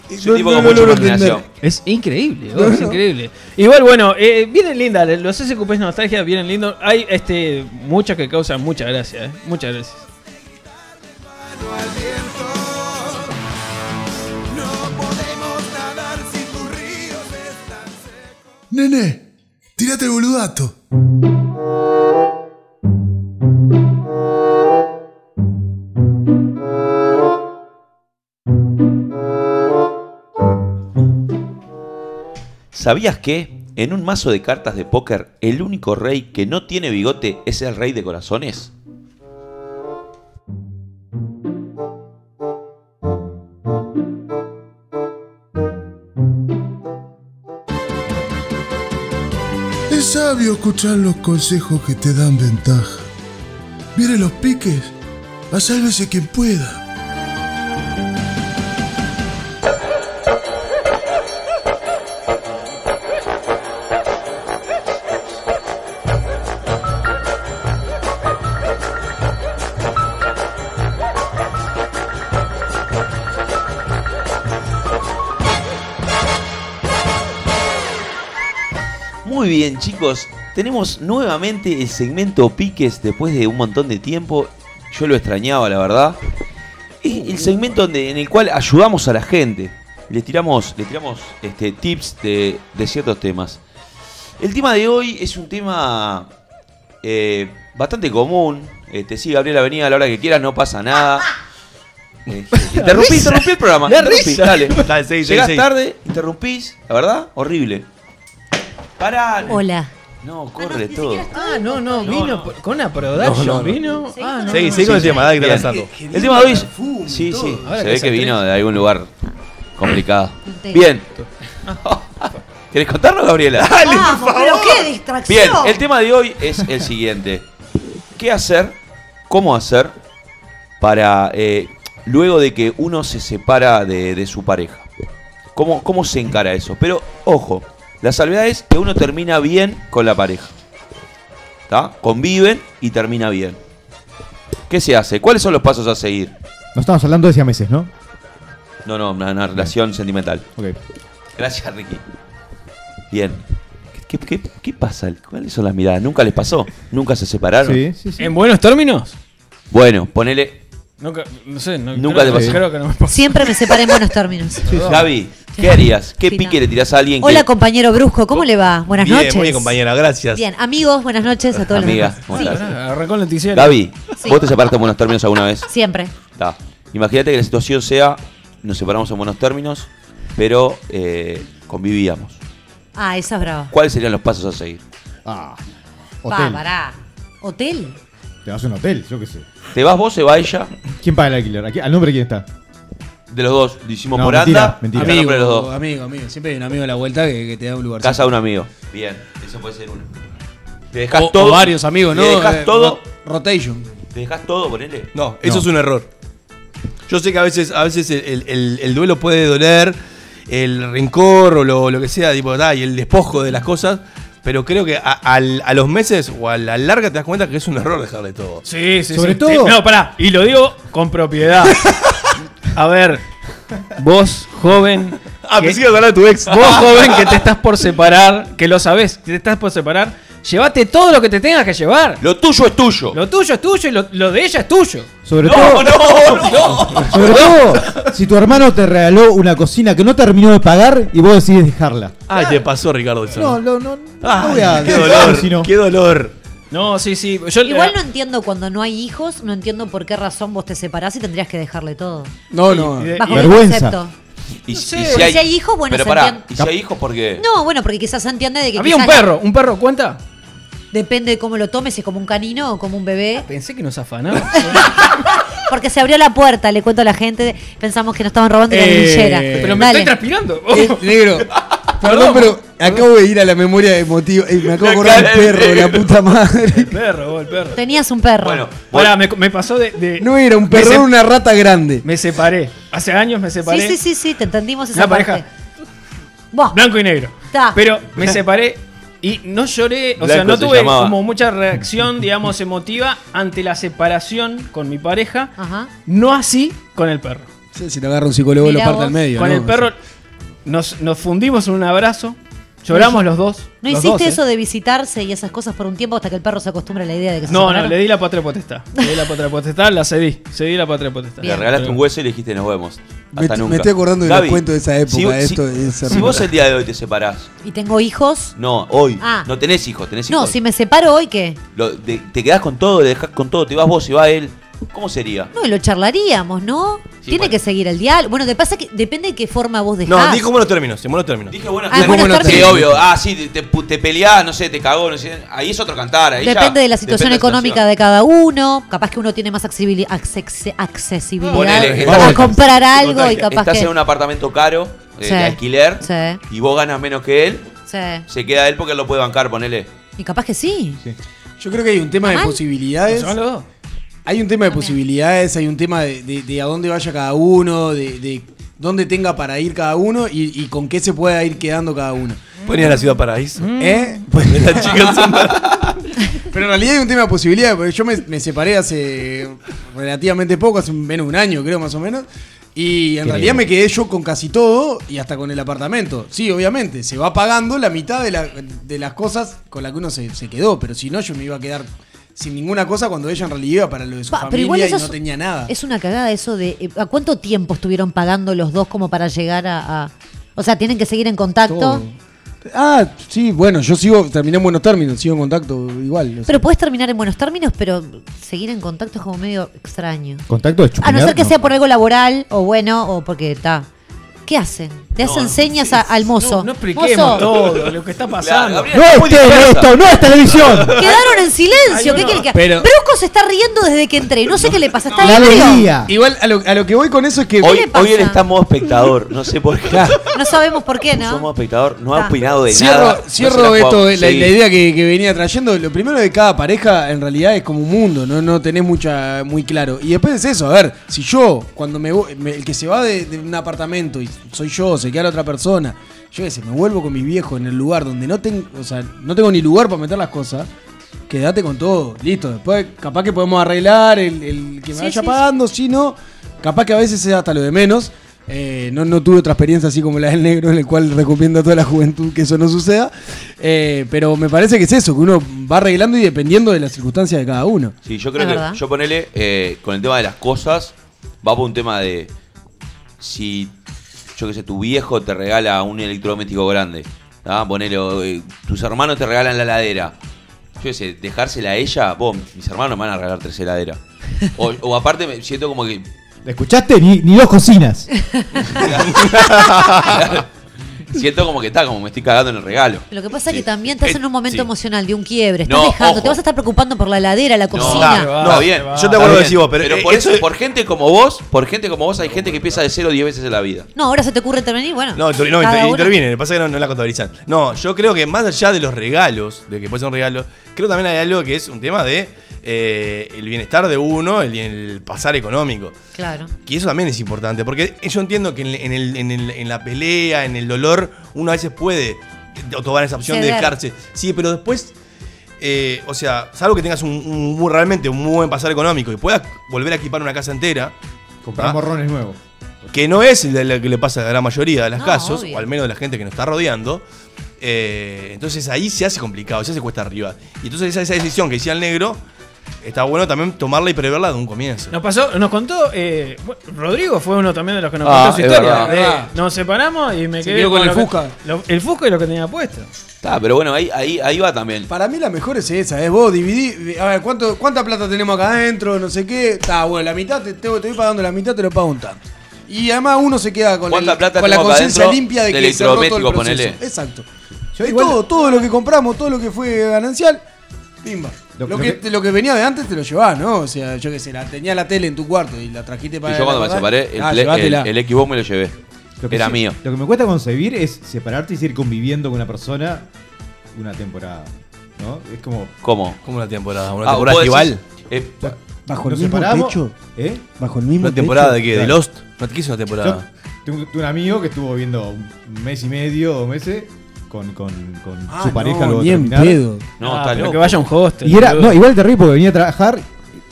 Speaker 2: Es
Speaker 3: No,
Speaker 2: un tipo
Speaker 3: no,
Speaker 2: con
Speaker 3: no
Speaker 2: mucha
Speaker 3: logro entender.
Speaker 2: imaginación.
Speaker 1: Es increíble,
Speaker 3: No,
Speaker 1: oh, es
Speaker 3: no.
Speaker 1: increíble. Igual, bueno, eh, vienen lindas, los SQPs nostalgia vienen lindos. Hay este muchas que causan mucha gracia, eh. Muchas gracias.
Speaker 6: Nene, tírate el boludato.
Speaker 2: ¿Sabías que en un mazo de cartas de póker el único rey que no tiene bigote es el rey de corazones?
Speaker 6: Es sabio escuchar los consejos que te dan ventaja. Vienen los piques, a sálvese quien pueda.
Speaker 2: Muy bien, chicos. Tenemos nuevamente el segmento Piques después de un montón de tiempo. Yo lo extrañaba, la verdad. Es el segmento donde- en el cual ayudamos a la gente. Le tiramos, le tiramos este, tips de, de ciertos temas. El tema de hoy es un tema eh, bastante común. Este, sí, Gabriela, vení a la hora que quieras, no pasa nada. Este, interrumpí,
Speaker 1: risa.
Speaker 2: interrumpí el programa.
Speaker 1: La
Speaker 2: interrumpí,
Speaker 1: risa.
Speaker 2: dale.
Speaker 4: Dale, seguí, seguí,
Speaker 2: Llegás
Speaker 4: seguí.
Speaker 2: tarde, interrumpís, la verdad, horrible. Pará.
Speaker 7: Hola.
Speaker 2: No, corre todo.
Speaker 1: Ah, no, no,
Speaker 2: No,
Speaker 1: vino
Speaker 2: no.
Speaker 1: por- con una production,
Speaker 4: No, no, no.
Speaker 1: vino. Ah, no.
Speaker 4: Seguí,
Speaker 1: no,
Speaker 4: seguí con el tema, dale que te
Speaker 2: Bien.
Speaker 4: lanzando.
Speaker 2: El tema de hoy es.
Speaker 6: Perfume,
Speaker 2: Sí,
Speaker 6: todo.
Speaker 2: sí.
Speaker 1: Ahora
Speaker 2: Se
Speaker 1: que
Speaker 2: ve
Speaker 1: se
Speaker 2: que vino de algún lugar complicado.
Speaker 7: Sí.
Speaker 2: Bien. ¿Querés contarlo, Gabriela?
Speaker 7: Vamos, pero qué distracción.
Speaker 2: Bien, el tema de hoy es el siguiente: ¿Qué hacer? ¿Cómo hacer? Para. eh, luego de que uno se separa de, de su pareja. ¿Cómo, ¿Cómo se encara eso? Pero, ojo, la salvedad es que uno termina bien con la pareja. ¿Está? Conviven y termina bien. ¿Qué se hace? ¿Cuáles son los pasos a seguir?
Speaker 5: No estamos hablando de siameses, ¿no?
Speaker 2: No, no, una, una relación sentimental.
Speaker 5: Ok.
Speaker 2: Gracias, Ricky. Bien. ¿Qué, qué- qué- qué pasa? ¿Cuáles son las miradas? ¿Nunca les pasó? ¿Nunca se separaron?
Speaker 5: Sí, sí, sí.
Speaker 1: ¿En buenos términos?
Speaker 2: Bueno, ponele.
Speaker 1: Nunca, no sé, no,
Speaker 2: Nunca
Speaker 1: creo
Speaker 2: te
Speaker 1: que-
Speaker 2: pasó.
Speaker 1: Creo que no me pasó.
Speaker 7: Siempre me separé en buenos términos.
Speaker 2: Gaby, ¿qué harías? ¿Qué
Speaker 7: Sí,
Speaker 2: pique
Speaker 7: no.
Speaker 2: le tirás a alguien?
Speaker 7: Hola,
Speaker 2: que...
Speaker 7: compañero Brusco, ¿cómo le va? Buenas
Speaker 4: Bien,
Speaker 7: noches.
Speaker 4: muy bien, compañera, gracias.
Speaker 7: Bien, amigos, buenas noches a todos
Speaker 2: Amiga,
Speaker 7: los
Speaker 2: ¿cómo
Speaker 7: demás.
Speaker 2: estás?
Speaker 1: Ah, Arrancó el noticiero.
Speaker 2: Gaby,
Speaker 7: Sí.
Speaker 2: ¿vos te separaste en buenos términos alguna vez?
Speaker 7: Sí, siempre.
Speaker 2: Está. Imagínate que la situación sea, nos separamos en buenos términos, pero eh, convivíamos.
Speaker 7: Ah, esa es brava.
Speaker 2: ¿Cuáles serían los pasos a seguir?
Speaker 5: Ah,
Speaker 7: Va,
Speaker 5: hotel.
Speaker 7: pará. ¿Hotel?
Speaker 5: Te vas a un hotel, yo qué sé.
Speaker 2: ¿Te vas vos, se va ella?
Speaker 5: ¿Quién paga el alquiler? ¿Aquí- ¿Al nombre de quién está?
Speaker 2: De los dos, lo hicimos
Speaker 5: No,
Speaker 2: por
Speaker 5: mentira,
Speaker 2: anda.
Speaker 5: mentira.
Speaker 2: está el nombre de los
Speaker 3: Amigo,
Speaker 2: dos.
Speaker 3: amigo, amigo. Siempre hay un amigo a la vuelta que, que te da un lugar.
Speaker 2: Casa de un amigo. Bien, eso puede ser uno. Te dejas
Speaker 3: O- o
Speaker 2: todo.
Speaker 3: varios amigos, ¿no?
Speaker 2: Te dejas
Speaker 3: Eh,
Speaker 2: todo.
Speaker 3: ro- Rotation.
Speaker 2: Te dejas todo, ponele.
Speaker 4: No, eso
Speaker 5: No.
Speaker 4: es un error. Yo sé que a veces, a veces el, el- el- el duelo puede doler, el rencor o lo, lo que sea, tipo, ah, y el despojo de las cosas, pero creo que a, al- a los meses o a la larga te das cuenta que es un error dejarle todo.
Speaker 1: Sí, sí,
Speaker 5: Sobre
Speaker 1: sí.
Speaker 5: todo-
Speaker 1: No, pará. Y lo digo con propiedad. A ver, vos, joven.
Speaker 4: Ah,
Speaker 1: que-
Speaker 4: pensé que hablar de tu ex.
Speaker 1: Vos, joven, que te estás por separar, que lo sabés, que te estás por separar, llévate todo lo que te tengas que llevar.
Speaker 2: Lo tuyo es tuyo.
Speaker 1: Lo tuyo es tuyo y lo, lo de ella es tuyo.
Speaker 5: Sobre
Speaker 2: no,
Speaker 5: todo,
Speaker 2: no.
Speaker 5: sobre todo, si tu hermano te regaló una cocina que no terminó de pagar y vos decides dejarla.
Speaker 4: Ay, te pasó, Ricardo. eso.
Speaker 5: No, no, no.
Speaker 4: Ay,
Speaker 5: no voy a
Speaker 4: qué dolor,
Speaker 5: si no.
Speaker 4: qué dolor.
Speaker 1: No, sí, sí. Yo, eh,
Speaker 7: Igual no entiendo cuando no hay hijos, no entiendo por qué razón vos te separás y tendrías que dejarle todo.
Speaker 3: No, no.
Speaker 1: y de-
Speaker 7: Bajo
Speaker 5: Vergüenza.
Speaker 7: qué concepto.
Speaker 2: Y,
Speaker 1: sé.
Speaker 2: y
Speaker 7: Porque si hay hijos, bueno,
Speaker 2: Pero
Speaker 7: se
Speaker 2: pará,
Speaker 7: entiende.
Speaker 2: ¿y si hay hijos por qué?
Speaker 7: No, bueno, porque quizás se entiende de que
Speaker 1: Había un
Speaker 7: quizás
Speaker 1: perro. ¿Un perro cuenta?
Speaker 7: depende de cómo lo tomes, si es como un canino o como un bebé.
Speaker 1: Pensé que nos afanaba.
Speaker 7: Porque se abrió la puerta, le cuento a la gente, pensamos que nos estaban robando la
Speaker 1: Eh,
Speaker 7: liguillera.
Speaker 1: pero me
Speaker 7: Dale.
Speaker 1: estoy transpirando.
Speaker 3: Eh, negro. Perdón, pero acabo de ir a la memoria emotiva. eh, me acabo de acordar
Speaker 2: cara
Speaker 3: del
Speaker 2: del
Speaker 3: perro, la
Speaker 2: negro.
Speaker 3: puta madre.
Speaker 1: El perro, vos, el perro.
Speaker 7: Tenías un perro.
Speaker 2: Bueno,
Speaker 1: Pará, me, me pasó de. de-
Speaker 3: No era un
Speaker 1: me
Speaker 3: perro,
Speaker 1: se-
Speaker 3: era una rata grande.
Speaker 1: Me separé. Hace años me
Speaker 7: sí,
Speaker 1: separé.
Speaker 7: sí, sí, sí, te entendimos esa
Speaker 1: Una
Speaker 7: parte.
Speaker 1: pareja.
Speaker 7: Buah,
Speaker 1: Blanco y negro.
Speaker 7: Ta.
Speaker 1: Pero me separé y no lloré, o
Speaker 2: Blanco
Speaker 1: sea, no
Speaker 2: se
Speaker 1: tuve
Speaker 2: llamaba.
Speaker 1: como mucha reacción, digamos, emotiva ante la separación con mi pareja.
Speaker 7: Ajá.
Speaker 1: No así con el perro.
Speaker 3: Sí, si lo agarra un psicólogo
Speaker 7: Mirá
Speaker 3: lo parte
Speaker 7: vos.
Speaker 3: al medio.
Speaker 1: Con
Speaker 3: ¿no?
Speaker 1: el perro nos, nos fundimos en un abrazo, lloramos los dos.
Speaker 7: ¿No
Speaker 1: los
Speaker 7: hiciste
Speaker 1: dos, ¿eh?
Speaker 7: eso de visitarse y esas cosas por un tiempo hasta que el perro se acostumbra a la idea de que se
Speaker 1: No, no,
Speaker 7: separaron?
Speaker 1: le di la patria potestad. Le di la patria potestad, la cedí. Cedí la patria potestad.
Speaker 7: Bien.
Speaker 2: Le regalaste un hueso y le dijiste nos vemos. Hasta
Speaker 3: Me estoy-
Speaker 2: nunca.
Speaker 3: me estoy acordando de los cuentos de esa época,
Speaker 2: vos-
Speaker 3: esto es
Speaker 2: si
Speaker 3: hermoso.
Speaker 2: vos el día de hoy te separás,
Speaker 7: ¿Y tengo hijos?
Speaker 2: no, hoy,
Speaker 7: Ah.
Speaker 2: no tenés hijos, tenés hijos.
Speaker 7: No, si me separo hoy, ¿qué?
Speaker 2: Lo- de- te quedás con todo, le dejás con todo, te vas vos, se va él. ¿Cómo sería?
Speaker 7: No, y lo charlaríamos, ¿no?
Speaker 2: Sí,
Speaker 7: Tiene
Speaker 2: bueno.
Speaker 7: que seguir el diálogo. Bueno, te pasa que depende de qué forma vos dejás.
Speaker 4: No, dijo buenos términos, en buenos términos.
Speaker 2: Dije buenas
Speaker 7: Ah, buenas
Speaker 2: Sí,
Speaker 7: tardes.
Speaker 2: obvio. Ah, sí, te- te, pu- te peleás, no sé, te cagó, no sé. Ahí es otro cantar. Ahí ya-
Speaker 7: Depende de la situación
Speaker 2: depende de la
Speaker 7: económica de cada uno. Capaz que uno tiene más accesibili- accex- accesibilidad
Speaker 2: Ponele,
Speaker 7: para
Speaker 2: estás-
Speaker 7: comprar algo y
Speaker 2: situación.
Speaker 7: capaz
Speaker 2: Estás
Speaker 7: que.
Speaker 2: en un apartamento caro, eh,
Speaker 7: Sí.
Speaker 2: de alquiler,
Speaker 7: Sí,
Speaker 2: y vos ganas menos que él,
Speaker 7: sí.
Speaker 2: se queda él porque él lo puede bancar, ponele.
Speaker 7: Y capaz que sí.
Speaker 3: Yo creo que hay un tema de
Speaker 7: ¿Mal?
Speaker 1: ¿Nos
Speaker 3: posibilidades.
Speaker 1: llamás los dos?
Speaker 3: Hay un tema de
Speaker 7: También.
Speaker 3: posibilidades, hay un tema de, de- de a dónde vaya cada uno, de, de dónde tenga para ir cada uno y, y con qué se pueda ir quedando cada uno.
Speaker 4: Pueden ir a la ciudad paraíso.
Speaker 3: ¿Eh?
Speaker 4: Las chicas son-
Speaker 3: Pero en realidad hay un tema de posibilidades, porque yo me, me separé hace relativamente poco, hace menos de un año creo más o menos, y en
Speaker 5: Qué
Speaker 3: realidad
Speaker 5: lindo.
Speaker 3: me quedé yo con casi todo y hasta con el apartamento. Sí, obviamente, se va pagando la mitad de, la- de las cosas con las que uno se, se quedó, pero si no yo me iba a quedar sin ninguna cosa cuando ella en realidad iba para lo de su
Speaker 7: Pa, pero
Speaker 3: familia
Speaker 7: igual
Speaker 3: y
Speaker 7: eso
Speaker 3: no
Speaker 7: es-
Speaker 3: tenía
Speaker 5: Ah.
Speaker 3: nada.
Speaker 7: Es una cagada eso de. eh, ¿A cuánto tiempo estuvieron pagando los dos como para llegar a. a- O sea, tienen que seguir en contacto.
Speaker 5: Todo.
Speaker 3: Ah, sí, bueno, yo sigo, terminé en buenos términos, sigo en contacto igual. o sea.
Speaker 7: Pero puedes terminar en buenos términos, pero seguir en contacto es como medio extraño.
Speaker 5: Contacto de
Speaker 7: A
Speaker 5: chupinar,
Speaker 7: no ser que sea por algo laboral o bueno, o porque está. ¿Qué hacen? Te hacen señas a- al mozo.
Speaker 1: No, no expliquemos
Speaker 7: Mozo,
Speaker 1: todo lo que está
Speaker 2: Claro,
Speaker 1: pasando.
Speaker 2: Gabriela
Speaker 5: No
Speaker 2: está muy
Speaker 5: es tele
Speaker 2: dispersa.
Speaker 5: esto, no es televisión.
Speaker 7: Quedaron en silencio.
Speaker 1: Hay
Speaker 7: ¿Qué
Speaker 1: uno-
Speaker 7: quiere que
Speaker 3: pero-
Speaker 7: Brusco se está riendo desde que entré. No sé qué le pasa. Está
Speaker 5: La
Speaker 7: ebrio.
Speaker 5: alegría.
Speaker 3: Igual a lo, a lo que voy con eso es que...
Speaker 2: Hoy,
Speaker 7: le pasa?
Speaker 2: hoy él está en modo espectador, no sé por qué.
Speaker 7: No sabemos por qué,
Speaker 2: Puso modo
Speaker 7: ¿no?
Speaker 2: espectador, no ha
Speaker 7: Ah.
Speaker 2: opinado de
Speaker 3: Cierro,
Speaker 2: nada. no
Speaker 3: cierro
Speaker 2: se la
Speaker 3: esto,
Speaker 2: jugamos.
Speaker 3: de la,
Speaker 2: Sí.
Speaker 3: la idea que, que venía trayendo. Lo primero de cada pareja en realidad es como un mundo, no, no tenés mucha muy claro. Y después es eso, a ver, si yo, cuando me, voy- me- el que se va de, de un apartamento y soy yo, se queda la otra persona, yo qué sé, me vuelvo con mis viejos en el lugar donde no tengo, o sea, no tengo ni lugar para meter las cosas. Quédate con todo, listo. Después, capaz que podemos arreglar el, el que me
Speaker 7: Sí,
Speaker 3: vaya
Speaker 7: sí,
Speaker 3: pagando, si no, capaz que a veces es hasta lo de menos. Eh, no, no tuve otra experiencia así como la del negro, en el cual recomiendo a toda la juventud que eso no suceda. Eh, pero me parece que es eso, que uno va arreglando y dependiendo de las circunstancias de cada uno.
Speaker 2: Sí, yo creo
Speaker 7: Es
Speaker 2: que
Speaker 7: verdad.
Speaker 2: yo ponele eh, con el tema de las cosas, va por un tema de si yo qué sé, tu viejo te regala un electrodoméstico grande, ¿tá? ponele o, eh, tus hermanos te regalan la heladera. Yo qué sé, dejársela a ella, vos, mis hermanos me van a regalar tres heladeras. O, o aparte me siento como que
Speaker 5: ¿Escuchaste? Ni, ni dos cocinas.
Speaker 2: siento como que está, como me estoy cagando en el regalo.
Speaker 7: Lo que pasa es
Speaker 2: Sí.
Speaker 7: que también estás
Speaker 2: Eh,
Speaker 7: en un momento
Speaker 2: sí.
Speaker 7: emocional de un quiebre. Estás
Speaker 2: No,
Speaker 7: dejando,
Speaker 2: ojo.
Speaker 7: te vas a estar preocupando por la heladera, la
Speaker 2: No,
Speaker 7: cocina.
Speaker 1: claro.
Speaker 2: está bien.
Speaker 1: va.
Speaker 4: Yo te
Speaker 2: Está
Speaker 4: acuerdo que
Speaker 2: bien.
Speaker 4: decís vos, pero,
Speaker 2: Pero
Speaker 4: eh,
Speaker 2: por
Speaker 4: eso
Speaker 2: eso,
Speaker 4: es-
Speaker 2: por gente como vos, por gente como vos, hay gente que empieza de cero diez veces en la vida.
Speaker 7: No, ahora se te ocurre intervenir, bueno.
Speaker 4: No, inter- no,
Speaker 7: cada
Speaker 4: inter-
Speaker 7: uno-
Speaker 4: interviene, lo que pasa es que no, no la contabilizan. No, yo creo que más allá de los regalos, de que puede ser un regalo, creo también hay algo que es un tema de eh, el bienestar de uno, el, el pasar económico.
Speaker 7: Claro.
Speaker 4: Que eso también es importante, porque yo entiendo que en, en el- en el- en la pelea, en el dolor, uno a veces puede o tomar esa opción de
Speaker 7: Ceder.
Speaker 4: dejarse. Sí, pero después, eh, o sea, salvo que tengas un, un muy- realmente un muy buen pasar económico y puedas volver a equipar una casa entera,
Speaker 5: Comprar
Speaker 4: Ah.
Speaker 5: morrones nuevos.
Speaker 4: que no es el- lo que le pasa a la mayoría de las
Speaker 7: No,
Speaker 4: casos,
Speaker 7: obvio.
Speaker 4: o al menos de la gente que nos está rodeando, eh, entonces ahí se hace complicado, se hace cuesta arriba. Y entonces esa, esa decisión que decía el negro, está bueno también tomarla y preverla de un comienzo.
Speaker 1: Nos pasó, nos contó, eh, bueno, Rodrigo fue uno también de los que nos
Speaker 2: Ah,
Speaker 1: contó su
Speaker 2: es
Speaker 1: historia.
Speaker 2: verdad.
Speaker 1: de,
Speaker 3: Verdad.
Speaker 1: nos separamos y me
Speaker 3: Ah. Se
Speaker 1: quedé
Speaker 3: quedó con el
Speaker 1: lo que-
Speaker 3: Fusca.
Speaker 1: lo- el Fusca y lo que tenía puesto.
Speaker 2: Está, pero bueno, ahí, ahí, ahí va también.
Speaker 3: Para mí la mejor es esa, es vos dividí, a ver, ¿cuánto, ¿cuánta plata tenemos acá adentro? No sé qué. Está, bueno, la mitad te, te, te voy pagando, la mitad te lo pago un tanto. Y además uno se queda con,
Speaker 2: ¿Cuánta
Speaker 3: el-
Speaker 2: plata
Speaker 3: con la
Speaker 2: tengo acá
Speaker 3: conciencia
Speaker 2: adentro
Speaker 3: limpia de
Speaker 2: de
Speaker 3: que cerró todo el proceso.
Speaker 2: electrodoméstico, ponele?
Speaker 3: Exacto.
Speaker 5: Yo
Speaker 3: Y
Speaker 5: igual-
Speaker 3: todo, todo lo que compramos, todo lo que fue ganancial, pimba. Lo,
Speaker 5: Lo- lo
Speaker 3: que,
Speaker 5: que-
Speaker 3: lo que venía de antes te lo llevás, ¿no? O sea, yo qué sé, la, tenía la tele en tu cuarto y la trajiste
Speaker 2: Y
Speaker 3: para
Speaker 2: yo cuando me
Speaker 3: la-
Speaker 2: separé, el,
Speaker 3: Ah,
Speaker 2: play- el,
Speaker 3: llévatela.
Speaker 2: el Xbox me lo llevé.
Speaker 5: Lo que
Speaker 2: Era
Speaker 5: sí-
Speaker 2: mío.
Speaker 5: Lo que me cuesta concebir es separarte y seguir conviviendo con una persona una temporada. ¿No? Es como.
Speaker 2: ¿Cómo?
Speaker 4: Como una temporada, una
Speaker 2: Ah,
Speaker 4: temporada
Speaker 2: vos decís,
Speaker 4: igual.
Speaker 2: eh,
Speaker 3: Bajo el
Speaker 5: nos
Speaker 3: mismo
Speaker 5: separamos,
Speaker 3: techo.
Speaker 5: ¿Eh?
Speaker 3: Bajo el mismo
Speaker 4: ¿Una temporada de
Speaker 3: techo.
Speaker 4: qué? ¿De
Speaker 5: Claro.
Speaker 4: Lost? ¿No te quiso una
Speaker 5: Yo
Speaker 4: temporada?
Speaker 5: tengo, tengo un amigo que estuvo viendo un mes y medio, dos meses, con, con- con
Speaker 3: Ah,
Speaker 5: su pareja
Speaker 3: no,
Speaker 5: luego de
Speaker 3: ni en
Speaker 5: terminar.
Speaker 3: pedo.
Speaker 2: no,
Speaker 1: Ah,
Speaker 2: está
Speaker 1: pero
Speaker 2: loco.
Speaker 1: que vaya a un hostel.
Speaker 5: Y era,
Speaker 1: boludo.
Speaker 5: no, igual terrible porque venía a trabajar,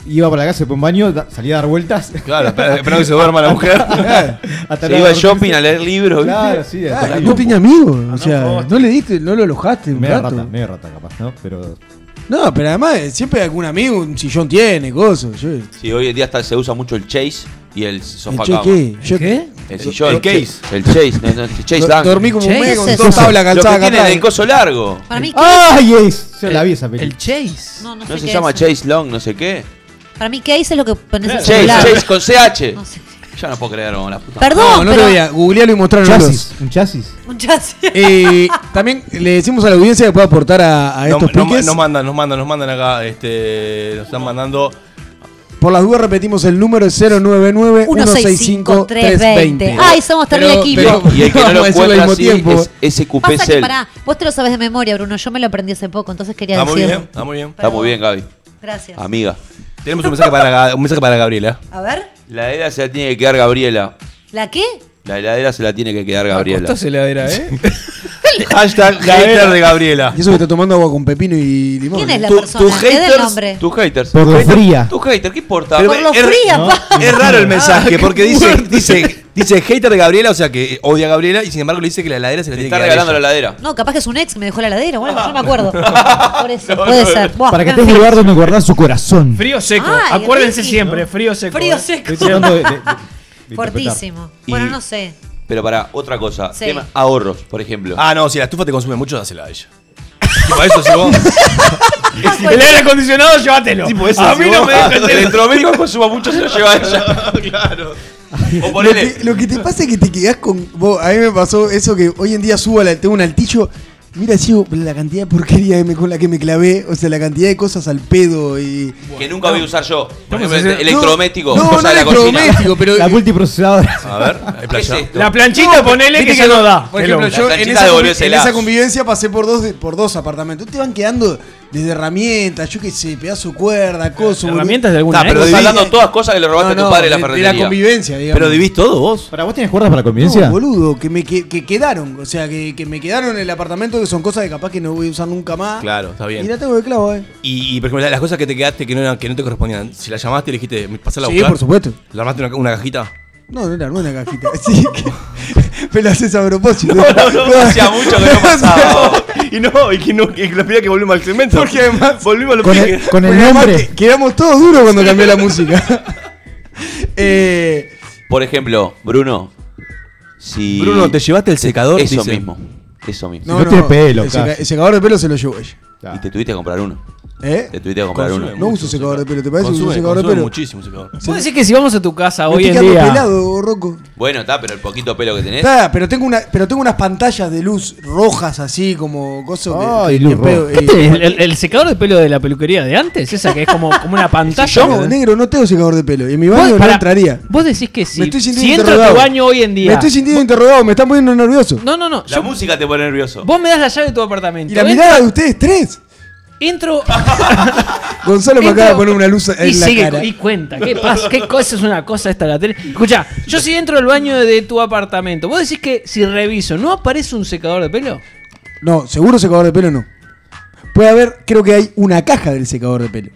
Speaker 5: iba para la casa, se ponía un baño, da- salía a dar vueltas.
Speaker 4: Claro, espera espera que se duerma la mujer.
Speaker 3: Eh.
Speaker 5: Hasta
Speaker 2: Se
Speaker 5: la-
Speaker 2: iba a shopping a leer libros. ¿viste?
Speaker 5: Claro, sí, hasta
Speaker 3: Claro,
Speaker 5: la-
Speaker 3: no tenía amigos. O
Speaker 5: no,
Speaker 3: sea, no,
Speaker 5: no.
Speaker 3: le diste, no lo alojaste un
Speaker 5: Medio
Speaker 3: rato.
Speaker 5: rata, medio rata capaz, ¿no? Pero
Speaker 3: No, pero además eh, siempre algún amigo, un sillón tiene, cosas. Yo,
Speaker 2: Sí, hoy en día hasta se usa mucho el chase y el sofá
Speaker 3: che,
Speaker 2: cama.
Speaker 3: ¿qué? Yo-
Speaker 1: ¿Qué?
Speaker 2: El sillón.
Speaker 4: El case.
Speaker 2: El chase. no, no, el chase
Speaker 3: do-
Speaker 2: down.
Speaker 3: dormí como un
Speaker 1: Che,
Speaker 3: mes con
Speaker 7: ¿qué es
Speaker 3: dos
Speaker 7: eso?
Speaker 3: tablas
Speaker 2: Lo
Speaker 3: calzadas
Speaker 2: que tiene
Speaker 3: acá.
Speaker 2: el coso largo.
Speaker 7: Para mí, ¿qué
Speaker 5: ¡Ay, es! Yo la vi esa
Speaker 1: El
Speaker 5: película.
Speaker 1: Chase.
Speaker 7: es? No, no sé
Speaker 2: No se
Speaker 7: qué
Speaker 2: llama
Speaker 7: es.
Speaker 2: chase long, no sé qué.
Speaker 7: Para mí, ¿qué es? Es lo que pones en el
Speaker 2: Chase,
Speaker 7: celular.
Speaker 2: chase con CH.
Speaker 7: No sé.
Speaker 2: Yo no puedo creer, como la puta.
Speaker 7: Perdón,
Speaker 3: No, no
Speaker 7: pero...
Speaker 3: lo veía. Googlealo y mostrarlo
Speaker 5: Chasis, un chasis.
Speaker 7: Un chasis.
Speaker 3: Eh, también le decimos a la audiencia que pueda aportar a, a
Speaker 4: No-
Speaker 3: estos
Speaker 4: no-
Speaker 3: piques.
Speaker 4: nos mandan, nos mandan, nos mandan acá. Este, nos están mandando.
Speaker 3: Por las dudas repetimos el número es 099 165 320.
Speaker 7: 165-320. Ay, somos tan un equipo.
Speaker 3: pero-
Speaker 2: Y el que no
Speaker 3: Vamos
Speaker 2: lo
Speaker 3: a decirlo
Speaker 2: encuentra
Speaker 3: al mismo
Speaker 2: así
Speaker 3: tiempo.
Speaker 2: es ese coupé
Speaker 7: Pasa que
Speaker 2: cel.
Speaker 7: pará, vos te lo sabes de memoria, Bruno. Yo me lo aprendí hace poco, entonces quería
Speaker 4: Está muy
Speaker 7: decirlo.
Speaker 4: bien, está muy bien.
Speaker 2: Está muy bien, Gaby.
Speaker 7: Gracias.
Speaker 2: Amiga.
Speaker 4: Tenemos un mensaje para, Ga- un mensaje para Gabriela.
Speaker 7: A ver,
Speaker 2: La heladera se la tiene que quedar Gabriela.
Speaker 7: ¿la qué?
Speaker 2: La heladera se la tiene que quedar Gabriela.
Speaker 1: Costó heladera, ¿eh?
Speaker 4: Hashtag hater de Gabriela.
Speaker 3: Y eso que está tomando agua con pepino y limón.
Speaker 7: ¿Quién
Speaker 3: ¿eh?
Speaker 7: es la
Speaker 2: Tu-
Speaker 7: persona?
Speaker 2: tus
Speaker 7: ¿Qué del
Speaker 2: haters,
Speaker 7: nombre?
Speaker 2: tus haters.
Speaker 5: Por lo
Speaker 2: Tus haters-
Speaker 5: fría.
Speaker 2: Tus haters, ¿qué importa?
Speaker 4: Pero
Speaker 7: Por lo
Speaker 4: es-
Speaker 7: fría,
Speaker 5: ¿no?
Speaker 7: pa.
Speaker 4: Es raro el
Speaker 1: Ah,
Speaker 4: mensaje
Speaker 1: qué
Speaker 4: porque dice,
Speaker 1: fuerte.
Speaker 4: dice, dice hater de Gabriela, o sea que odia a Gabriela y sin embargo le dice que la heladera se la
Speaker 2: Te
Speaker 4: tiene
Speaker 2: está
Speaker 4: que
Speaker 2: regalando la
Speaker 4: quedar. ella.
Speaker 2: heladera.
Speaker 7: No, capaz que es un ex que me dejó la heladera. Bueno, yo no me acuerdo. Por eso, puede ser. Buah,
Speaker 5: Para que
Speaker 7: en
Speaker 5: tenga un
Speaker 7: fin.
Speaker 5: lugar donde guardar su corazón.
Speaker 1: Frío seco.
Speaker 7: Ay,
Speaker 1: Acuérdense
Speaker 7: riquísimo.
Speaker 1: siempre, frío seco.
Speaker 7: Frío
Speaker 1: ¿eh?
Speaker 7: seco.
Speaker 5: Estoy tratando de- de- de interpretar.
Speaker 7: Fuertísimo.
Speaker 2: Y-
Speaker 7: Bueno, no sé.
Speaker 2: Pero para otra cosa,
Speaker 7: Sí.
Speaker 2: tema ahorros, por ejemplo.
Speaker 4: Ah, no, si la estufa te consume mucho, dásela a ella. tipo, eso si vos.
Speaker 1: El aire acondicionado, llévatelo.
Speaker 4: Tipo, eso
Speaker 1: a
Speaker 4: sí,
Speaker 1: mí no
Speaker 4: vos.
Speaker 1: me dejan
Speaker 2: el electrodoméstico que consuma mucho se lo lleva ella. claro. O
Speaker 3: Lo
Speaker 2: ponele.
Speaker 3: que, lo que te pasa es que te quedás con. vos, a mí me pasó eso que hoy en día subo, a la, tengo un altillo. Mira, chico, la cantidad de porquería que me- con la que me clavé. O sea, la cantidad de cosas al pedo y.
Speaker 2: Que nunca voy a usar yo. Por ejemplo,
Speaker 1: haciendo-
Speaker 2: electrodoméstico.
Speaker 3: No,
Speaker 2: cosa
Speaker 3: no,
Speaker 2: de la cocina.
Speaker 3: electrodoméstico, pero.
Speaker 5: La multiprocesadora.
Speaker 4: A ver, el
Speaker 2: ¿Qué es
Speaker 4: playa.
Speaker 2: esto?
Speaker 1: La planchita, ponele
Speaker 3: Viste
Speaker 1: que ya
Speaker 3: yo,
Speaker 1: no da.
Speaker 3: Por ejemplo,
Speaker 1: el hombre.
Speaker 3: yo
Speaker 2: La
Speaker 3: en
Speaker 2: planchita
Speaker 3: esa, convi-
Speaker 2: devolvió
Speaker 3: en
Speaker 2: ese
Speaker 3: esa
Speaker 2: lazo.
Speaker 3: convivencia pasé por dos, de- por dos apartamentos. Te van quedando desde herramientas, yo qué sé, pedazo de cuerda, coso. boludo.
Speaker 1: Herramientas de alguna
Speaker 4: Ah, pero
Speaker 1: época.
Speaker 2: Estás
Speaker 4: divide-
Speaker 2: hablando todas cosas que le
Speaker 3: No,
Speaker 2: robaste a
Speaker 3: no,
Speaker 2: tu padre en la
Speaker 3: de-
Speaker 2: ferretería.
Speaker 3: De la convivencia, digamos.
Speaker 4: Pero vivís todo vos.
Speaker 5: ¿Para vos tenés cuerdas para la convivencia?
Speaker 3: No, boludo, que me que, que quedaron. O sea, que, que me quedaron en el apartamento que son cosas que capaz que no voy a usar nunca más.
Speaker 4: Claro, está
Speaker 3: Y
Speaker 4: bien.
Speaker 3: la tengo de clavo, eh.
Speaker 4: Y, y, por ejemplo, las cosas que te quedaste que no, eran- que no te correspondían. Si la llamaste y le dijiste, pasala a
Speaker 3: Sí,
Speaker 4: buscar.
Speaker 3: por supuesto.
Speaker 4: ¿Le armaste una, una cajita?
Speaker 3: No, no la armé en la cajita. Así que. Me lo haces a propósito.
Speaker 2: No, no, no, hacía mucho que no pasaba.
Speaker 4: y no, y que no, que la pida que volvimos al segmento. Porque además volvimos a los
Speaker 5: Con el, con el
Speaker 3: Porque además
Speaker 5: nombre.
Speaker 3: que- Quedamos todos duros cuando cambié la música. eh.
Speaker 2: Por ejemplo, Bruno. Si
Speaker 4: Bruno, te llevaste el secador.
Speaker 2: Eso
Speaker 4: Dice,
Speaker 2: mismo. Eso mismo.
Speaker 5: no tiene pelo,
Speaker 3: El,
Speaker 5: casi.
Speaker 3: seca- el secador de pelo se lo llevo ella.
Speaker 2: Y te tuviste que comprar uno.
Speaker 3: ¿Eh?
Speaker 2: Te tuviste que comprar
Speaker 4: Consume
Speaker 2: uno.
Speaker 3: No uso secador de pelo, ¿te parece que uso
Speaker 4: Consume,
Speaker 3: secador de
Speaker 4: consume
Speaker 3: pelo?
Speaker 4: muchísimo secador.
Speaker 1: Vos decís que si vamos a tu casa
Speaker 3: Me
Speaker 1: hoy
Speaker 3: estoy
Speaker 1: en
Speaker 3: quedando
Speaker 1: día.
Speaker 3: pelado, Rocco.
Speaker 2: Bueno, está, pero el poquito pelo que tenés.
Speaker 3: Está, pero tengo una, pero tengo unas pantallas de luz rojas así como cosas
Speaker 5: Ay, luz roja.
Speaker 1: ¿Qué tenés? Este ¿El, el- el secador de pelo de la peluquería de antes? Esa que es como, como una pantalla.
Speaker 3: No, negro, no tengo secador de pelo. Y en mi
Speaker 1: ¿Eh? Vos-
Speaker 3: baño no
Speaker 1: pará,
Speaker 3: entraría.
Speaker 1: Vos decís que si,
Speaker 3: me estoy sintiendo
Speaker 1: si entro a
Speaker 3: interrogado.
Speaker 1: tu baño hoy en día.
Speaker 3: Me estoy sintiendo interrogado, me están poniendo nervioso.
Speaker 1: No, no, no.
Speaker 2: La
Speaker 1: yo-
Speaker 2: música te pone nervioso.
Speaker 1: vos me das la llave de tu apartamento.
Speaker 3: Y la
Speaker 1: Ent-
Speaker 3: mirada de ustedes tres.
Speaker 1: Entro.
Speaker 3: Gonzalo me
Speaker 1: entro-
Speaker 3: acaba de poner una luz en
Speaker 1: y
Speaker 3: la
Speaker 1: sigue,
Speaker 3: cara.
Speaker 1: Y cuenta. ¿Qué pasa? ¿Qué cosa es una cosa esta la tele? Escucha, yo si entro al baño de tu apartamento. Vos decís que si reviso, ¿no aparece un secador de pelo?
Speaker 3: No, seguro secador de pelo no. Puede haber, creo que hay una caja del secador de pelo.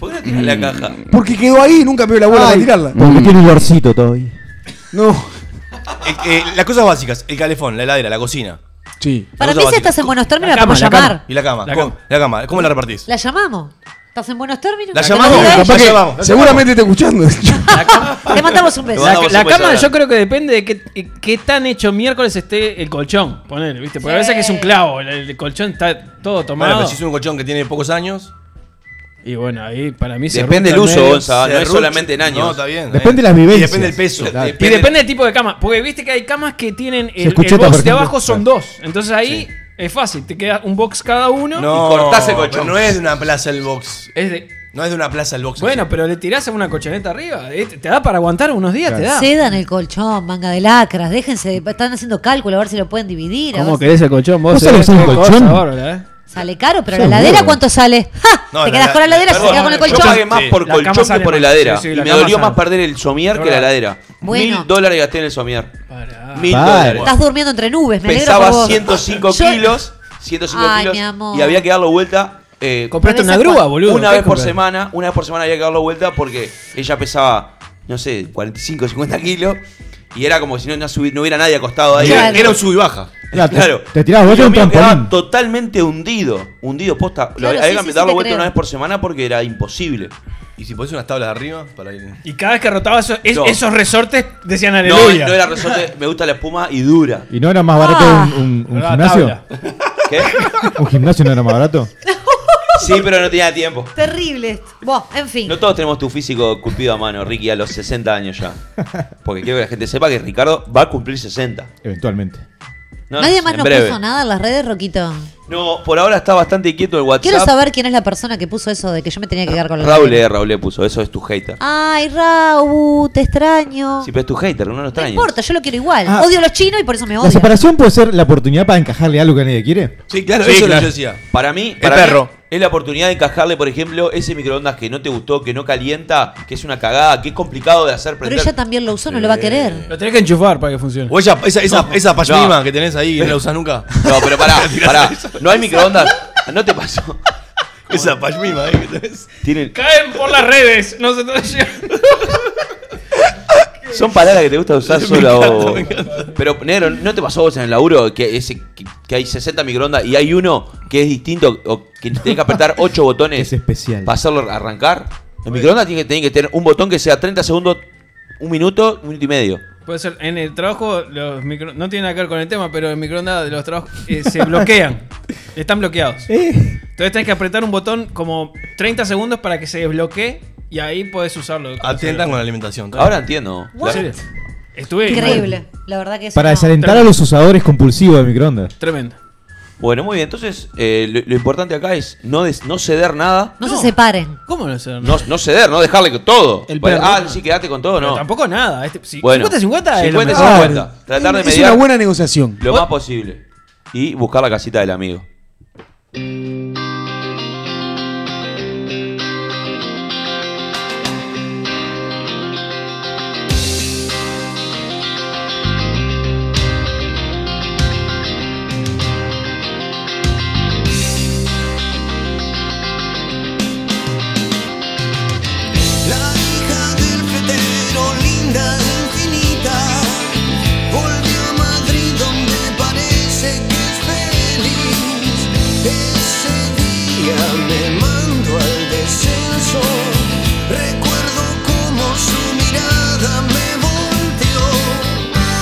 Speaker 2: ¿Por qué no tirás la caja?
Speaker 3: Porque quedó ahí y nunca me dio la bola para tirarla.
Speaker 5: Porque tiene un gorcito todavía.
Speaker 3: No.
Speaker 4: Eh, eh, las cosas básicas: el calefón, la heladera, la cocina
Speaker 3: Sí.
Speaker 7: Para
Speaker 4: Nosotros
Speaker 7: mí, si
Speaker 4: básico.
Speaker 7: estás en buenos términos, la,
Speaker 1: cama,
Speaker 7: podemos
Speaker 1: la cama.
Speaker 7: llamar.
Speaker 4: y la cama.
Speaker 1: La
Speaker 4: ¿Cómo,
Speaker 1: cama.
Speaker 4: la cama, ¿cómo la repartís?
Speaker 7: La llamamos. ¿Estás en buenos términos?
Speaker 4: La
Speaker 7: ¿Te
Speaker 4: llamamos,
Speaker 7: diga
Speaker 4: capaz
Speaker 7: ella?
Speaker 4: que- llamamos, ya
Speaker 3: Seguramente te escuchando.
Speaker 7: Te mandamos un beso.
Speaker 2: Lo
Speaker 1: La,
Speaker 2: mandamos
Speaker 1: la
Speaker 2: un beso
Speaker 1: cama
Speaker 2: ahora.
Speaker 1: yo creo que depende de qué, eh, qué tan hecho miércoles esté el colchón. Poner, ¿viste? Porque a veces
Speaker 7: Sí.
Speaker 1: que es un clavo. El, el colchón está todo
Speaker 4: Bueno,
Speaker 1: tomado.
Speaker 4: pero si es un colchón que tiene pocos años.
Speaker 1: Y bueno, ahí para mí se rompe
Speaker 2: Depende el
Speaker 1: al
Speaker 2: uso,
Speaker 1: medio.
Speaker 2: Gonza. No es
Speaker 4: serrucho.
Speaker 2: solamente en años.
Speaker 4: No, está bien. está
Speaker 5: Depende de
Speaker 4: bien.
Speaker 5: las vivencias.
Speaker 4: Y depende del peso.
Speaker 5: Claro.
Speaker 1: Y depende del tipo de cama. Porque viste que hay camas que tienen el, el
Speaker 5: escucheta, por
Speaker 1: box de
Speaker 5: ejemplo.
Speaker 1: abajo son dos. Entonces ahí es fácil. Te queda un box cada uno.
Speaker 4: No,
Speaker 2: Y cortás el colchón.
Speaker 4: pero No es de una plaza el box.
Speaker 1: Es de-
Speaker 4: No es de una plaza el box.
Speaker 1: Bueno, pero le tirás a una colchoneta arriba. eh, te- Te da para aguantar unos días, te da.
Speaker 7: Cedan el colchón, manga de lacras, déjense, de- están haciendo cálculo a ver si lo pueden dividir. a ver si-
Speaker 1: querés el colchón?
Speaker 5: ¿Vos sabés
Speaker 1: eh?
Speaker 5: usar un
Speaker 1: Qué
Speaker 5: colchón?
Speaker 1: cosa, bárbara, eh.
Speaker 7: Sale caro, pero
Speaker 5: Yo
Speaker 7: la heladera
Speaker 5: seguro.
Speaker 7: cuánto sale? ¡Ja!
Speaker 4: No,
Speaker 7: te
Speaker 4: la-
Speaker 7: quedás con la
Speaker 4: la-
Speaker 7: heladera, se
Speaker 2: Perdón,
Speaker 7: queda con el
Speaker 1: no,
Speaker 2: yo
Speaker 7: colchón.
Speaker 2: pagué más
Speaker 4: Sí,
Speaker 2: por
Speaker 1: la cama
Speaker 2: colchón que
Speaker 1: sale
Speaker 2: por
Speaker 1: más.
Speaker 2: heladera.
Speaker 1: Sí, sí,
Speaker 2: y
Speaker 1: la
Speaker 2: me
Speaker 1: cama
Speaker 2: dolió
Speaker 1: sale.
Speaker 2: más perder el somier que la
Speaker 1: Verdad.
Speaker 2: heladera.
Speaker 7: Bueno.
Speaker 2: Mil dólares gasté en el somier.
Speaker 1: Pará.
Speaker 2: Mil
Speaker 5: Pará.
Speaker 2: dólares.
Speaker 7: Estás durmiendo entre nubes, me alegro por
Speaker 2: Pesaba
Speaker 7: vos.
Speaker 2: 105
Speaker 7: Yo-
Speaker 2: kilos. 105
Speaker 7: Ay, mi
Speaker 2: kilos.
Speaker 7: amor.
Speaker 2: Y había que darlo vuelta eh,
Speaker 1: Compraste
Speaker 7: Con
Speaker 1: una
Speaker 7: esas
Speaker 1: grúa,
Speaker 7: cuatro.
Speaker 1: boludo.
Speaker 2: una
Speaker 1: ¿qué
Speaker 2: vez por
Speaker 1: compras?
Speaker 2: semana, una vez por semana había que darlo vuelta porque ella pesaba, no sé, 45, 50 kilos. Y era como si no, no, subi- no hubiera nadie acostado ahí.
Speaker 7: Claro.
Speaker 4: Era un sub y baja.
Speaker 5: Claro, te-
Speaker 2: Claro.
Speaker 5: te tirabas vos
Speaker 2: Y lo
Speaker 5: de un
Speaker 2: mío
Speaker 5: trampolín.
Speaker 2: quedaba totalmente hundido. Hundido posta.
Speaker 7: Claro,
Speaker 2: lo,
Speaker 7: sí,
Speaker 2: había que
Speaker 7: sí, sí,
Speaker 2: darlo
Speaker 7: te
Speaker 2: vuelta
Speaker 7: creo.
Speaker 2: una vez por semana porque era imposible.
Speaker 4: Y si pones unas tablas de arriba para ir.
Speaker 1: Y cada vez que rotaba eso- es-
Speaker 2: No.
Speaker 1: esos resortes decían
Speaker 2: No,
Speaker 1: aleluya.
Speaker 2: no era resorte, me gusta la espuma y dura.
Speaker 5: ¿Y no era más barato
Speaker 7: Ah.
Speaker 5: un, un- un
Speaker 1: Era la
Speaker 5: gimnasio?
Speaker 1: tabla.
Speaker 2: ¿Qué?
Speaker 5: ¿Un gimnasio no era más barato?
Speaker 2: Sí, pero no tenía tiempo.
Speaker 7: Terrible. esto. Buah, en fin.
Speaker 2: No todos tenemos tu físico cumplido a mano, Ricky, a los 60 años ya. Porque quiero que la gente sepa que Ricardo va a cumplir 60.
Speaker 5: Eventualmente.
Speaker 2: No,
Speaker 7: Nadie
Speaker 2: en
Speaker 7: más nos
Speaker 2: breve.
Speaker 7: puso nada en las redes, Roquito.
Speaker 2: No, por ahora está bastante quieto el WhatsApp.
Speaker 7: Quiero saber quién es la persona que puso eso de que yo me tenía que quedar con la
Speaker 2: Raúl, eh, Raúl le puso, eso es tu hater.
Speaker 7: Ay, Raúl, te extraño.
Speaker 2: Sí, pero es tu hater, uno no
Speaker 7: no
Speaker 2: extraña.
Speaker 7: importa, yo lo quiero igual.
Speaker 5: Ah.
Speaker 7: Odio a los chinos y por eso me
Speaker 5: ¿La
Speaker 7: odio.
Speaker 5: separación puede ser la oportunidad para encajarle algo que nadie quiere?
Speaker 4: Sí, claro,
Speaker 1: Sí,
Speaker 4: eso
Speaker 1: claro.
Speaker 4: es lo que yo decía.
Speaker 2: Para mí,
Speaker 4: El
Speaker 2: para
Speaker 4: perro.
Speaker 2: mí es la oportunidad de encajarle, por ejemplo, ese microondas que no te gustó, que no calienta, que es una cagada, que es complicado de hacer
Speaker 7: Pero
Speaker 2: prender.
Speaker 7: ella también lo usó, no lo va a querer.
Speaker 1: Lo tenés que enchufar para que funcione.
Speaker 4: O esa, esa, esa, esa pashmima
Speaker 2: No.
Speaker 4: que tenés ahí que no la usás nunca.
Speaker 2: No, pero pará, pará. No hay microondas. No te pasó.
Speaker 4: Esa pashmima eh. ahí que tenés.
Speaker 2: Tienen-
Speaker 1: Caen por las redes. No se te
Speaker 2: son palabras que te gusta usar solo a vos. Pero, negro, ¿no te pasó a vos en el laburo que, ese, que, que hay 60 microondas y hay uno que es distinto o que tenés que apretar 8 botones
Speaker 5: Es especial.
Speaker 2: para hacerlo arrancar? El microondas tiene que, tiene que tener un botón que sea 30 segundos, un minuto, un minuto y medio.
Speaker 1: Puede ser, en el trabajo, los micro- no tiene nada que ver con el tema, pero el microondas de los trabajos eh, se bloquean. Están bloqueados.
Speaker 4: Eh.
Speaker 1: Entonces tenés que apretar un botón como 30 segundos para que se desbloquee y ahí podés usarlo.
Speaker 4: Atentan con la alimentación.
Speaker 2: Ahora entiendo.
Speaker 1: ¿En serio? Estuve
Speaker 7: Increíble. La verdad que es
Speaker 5: Para
Speaker 7: una-
Speaker 5: desalentar a los usadores compulsivos de microondas.
Speaker 1: Tremendo.
Speaker 2: Bueno, muy bien. Entonces, eh, lo, lo importante acá es no, des- no ceder nada.
Speaker 7: No,
Speaker 1: No.
Speaker 7: se separen.
Speaker 1: ¿Cómo no se
Speaker 2: No, no ceder, no dejarle con todo.
Speaker 1: El
Speaker 2: Vale,
Speaker 1: perro,
Speaker 2: ah,
Speaker 1: ¿no?
Speaker 2: sí, quedate con todo, no.
Speaker 1: Tampoco nada. Este, si-
Speaker 2: Bueno,
Speaker 1: 50-50 es lo
Speaker 2: 50
Speaker 1: mejor.
Speaker 5: mejor.
Speaker 2: 50. Tratar de
Speaker 3: es
Speaker 2: mediar
Speaker 3: una buena negociación.
Speaker 2: lo más posible. Y buscar la casita del amigo.
Speaker 8: La hija del fetero, linda, infinita, volvió a Madrid donde parece que es feliz. Ese día me mando al descenso, recuerdo cómo su mirada me volteó.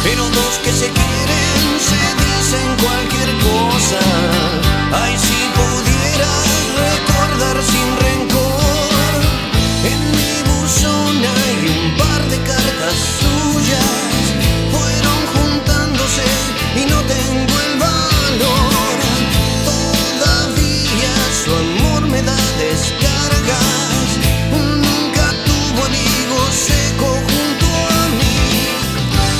Speaker 8: Pero dos que se quieren se dicen cualquier cosa. Ay, si pudiera recordar sin rencor. En mi buzón hay un par de cartas suyas, fueron juntándose y no tengo el valor. Todavía su amor me da descargas, nunca tuvo amigo seco junto a mí.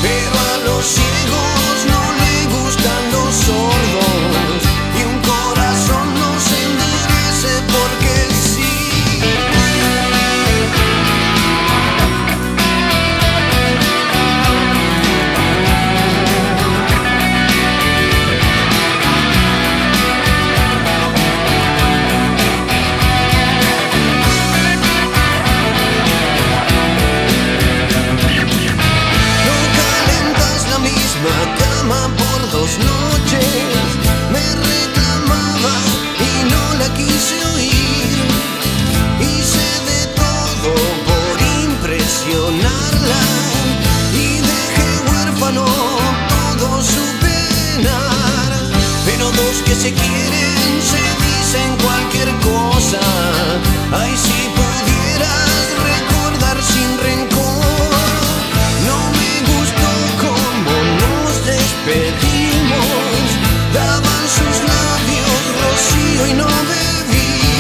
Speaker 8: Pero a los ciegos no le gustan los sordos y un corazón no se endurece porque sí. No calentas la misma cama por dos noches. Me reclamaba y no la quise oír. Hice de todo por impresionarla y dejé huérfano todo su penar. Pero dos que se quieren se dicen cualquier cosa. Ay, si pudieras recordar sin rencor. No me gustó como nos despedimos. Daban sus labios rocío y no bebí.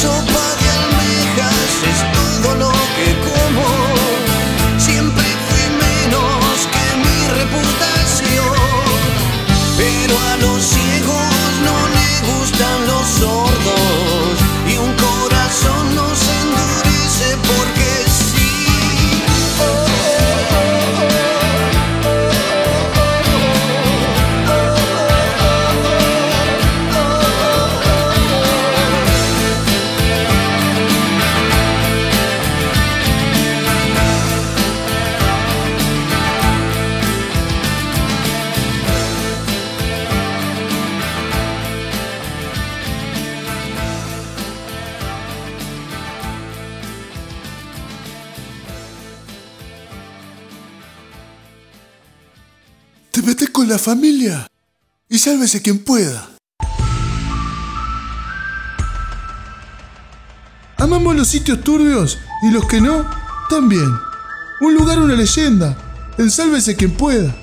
Speaker 8: Sopa de almejas es todo lo que como. Siempre fui menos que mi reputación. Pero a los ciegos
Speaker 6: se mete con la familia. Y sálvese quien pueda. Amamos los sitios turbios y los que no, también. Un lugar, una leyenda. El sálvese quien pueda.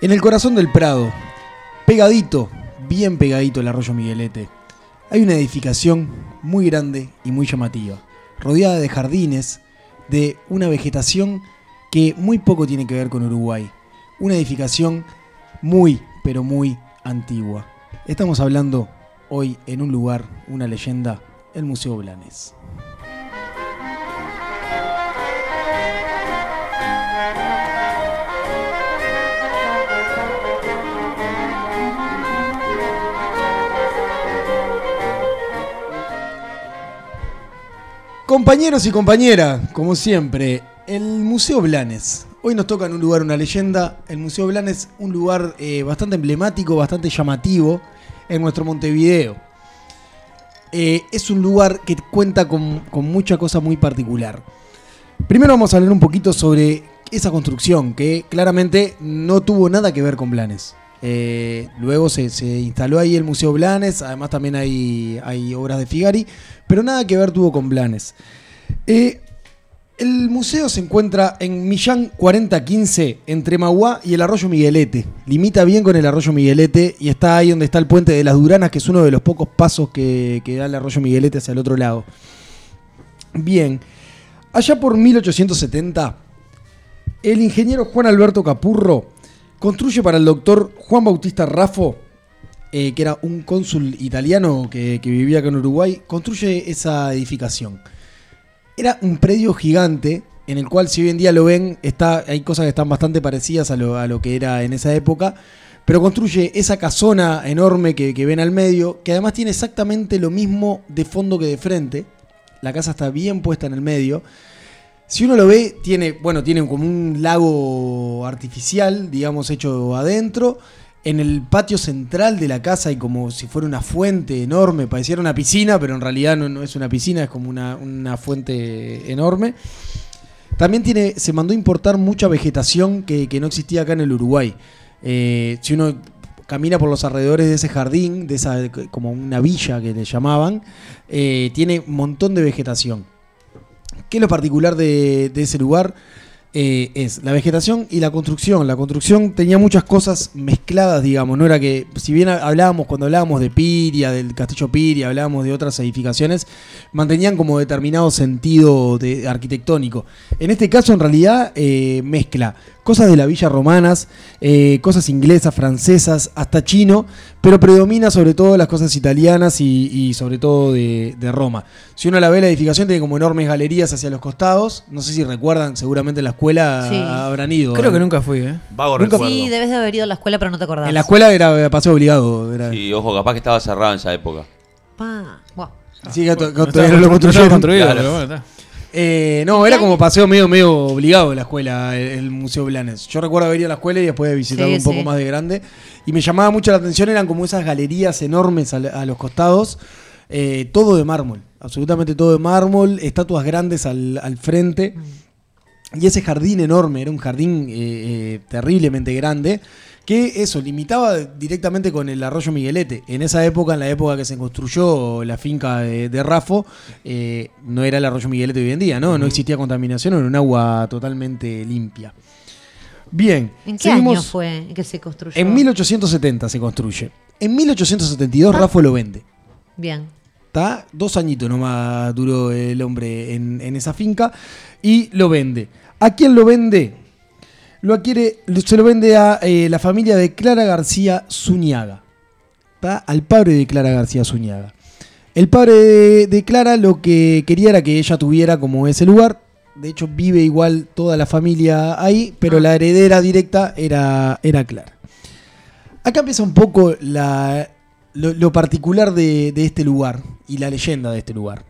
Speaker 3: En el corazón del Prado, pegadito, bien pegadito el arroyo Miguelete, hay una edificación muy grande y muy llamativa, rodeada de jardines, de una vegetación que muy poco tiene que ver con Uruguay. Una edificación muy, pero muy antigua. Estamos hablando hoy en un lugar, una leyenda, el Museo Blanes. Compañeros y compañeras, como siempre, el Museo Blanes. Hoy nos toca en un lugar una leyenda. El Museo Blanes, un lugar eh, bastante emblemático, bastante llamativo en nuestro Montevideo. Eh, es un lugar que cuenta con, con mucha cosa muy particular. Primero vamos a hablar un poquito sobre esa construcción que claramente no tuvo nada que ver con Blanes. Eh, luego se, se instaló ahí el Museo Blanes, además también hay, hay obras de Figari, pero nada que ver tuvo con Blanes. Eh, el museo se encuentra en Millán 4015, entre Maguá y el arroyo Miguelete. Limita bien con el arroyo Miguelete y está ahí donde está el puente de las Duranas, que es uno de los pocos pasos que, que da el arroyo Miguelete hacia el otro lado. Bien, allá por 1870, el ingeniero Juan Alberto Capurro construye para el doctor Juan Bautista Raffo, eh, que era un cónsul italiano que, que vivía acá en Uruguay, construye esa edificación. Era un predio gigante en el cual si hoy en día lo ven, está, hay cosas que están bastante parecidas a lo, a lo que era en esa época, pero construye esa casona enorme que, que ven al medio, que además tiene exactamente lo mismo de fondo que de frente. La casa está bien puesta en el medio. Si uno lo ve, tiene, bueno, tiene como un lago artificial, digamos, hecho adentro. En el patio central de la casa hay como si fuera una fuente enorme, pareciera una piscina, pero en realidad no, no es una piscina, es como una, una fuente enorme. También tiene, se mandó a importar mucha vegetación que, que no existía acá en el Uruguay. Eh, si uno camina por los alrededores de ese jardín, de esa como una villa que le llamaban, eh, tiene un montón de vegetación. ¿Qué es lo particular de, de ese lugar? Eh, es la vegetación y la construcción. La construcción tenía muchas cosas mezcladas, digamos. No era que, si bien hablábamos, cuando hablábamos de Piria, del castillo Piria, hablábamos de otras edificaciones, mantenían como determinado sentido de- arquitectónico. En este caso, en realidad, eh, mezcla cosas de la villa romanas, eh, cosas inglesas, francesas, hasta chino, pero predomina sobre todo las cosas italianas y, y sobre todo de, de Roma. Si uno la ve, la edificación tiene como enormes galerías hacia los costados. No sé si recuerdan, seguramente en la escuela
Speaker 7: Sí.
Speaker 3: habrán ido.
Speaker 1: Creo que
Speaker 3: ¿eh?
Speaker 1: nunca fui, ¿eh?
Speaker 4: Vago
Speaker 3: Nunca-
Speaker 4: recuerdo.
Speaker 7: Sí, debes de haber ido a la escuela, pero no te acordás.
Speaker 3: En la escuela era paseo obligado. Era,
Speaker 2: Y ojo, capaz que estaba cerrado en esa época.
Speaker 7: Pa, guau.
Speaker 3: Sí, que to- que
Speaker 1: No
Speaker 3: todavía
Speaker 1: estaba-
Speaker 3: no
Speaker 1: no
Speaker 3: lo
Speaker 1: estaba
Speaker 3: construyeron.
Speaker 1: construido,
Speaker 2: Claro.
Speaker 1: pero bueno, está.
Speaker 3: Eh, no, era como paseo medio, medio obligado la escuela, el, el Museo Blanes. Yo recuerdo haber ido a la escuela y después de visitarlo
Speaker 7: Sí,
Speaker 3: un poco
Speaker 7: sí.
Speaker 3: más de grande. Y me llamaba mucho la atención, eran como esas galerías enormes al- a, los costados, eh, todo de mármol, absolutamente todo de mármol, estatuas grandes al, al frente. Y ese jardín enorme, era un jardín eh, eh, terriblemente grande, que eso, limitaba directamente con el arroyo Miguelete. En esa época, en la época que se construyó la finca de, de Rafo, eh, no era el arroyo Miguelete hoy en día, ¿no? No existía contaminación, era un agua totalmente limpia. Bien.
Speaker 7: ¿En qué
Speaker 3: seguimos-
Speaker 7: año fue que se construyó?
Speaker 3: En 1870 se construye. En 1872
Speaker 7: Ah.
Speaker 3: Rafo lo vende.
Speaker 7: Bien.
Speaker 3: ¿tá? Dos añitos nomás duró el hombre en, en esa finca y lo vende. ¿A quién lo vende? Lo adquiere, se lo vende a eh, la familia de Clara García Zuniaga. ¿tá? Al padre de Clara García Zuniaga. El padre de, de Clara lo que quería era que ella tuviera como ese lugar. De hecho, vive igual toda la familia ahí, pero la heredera directa era, era Clara. Acá empieza un poco la- lo, lo particular de, de este lugar y la leyenda de este lugar.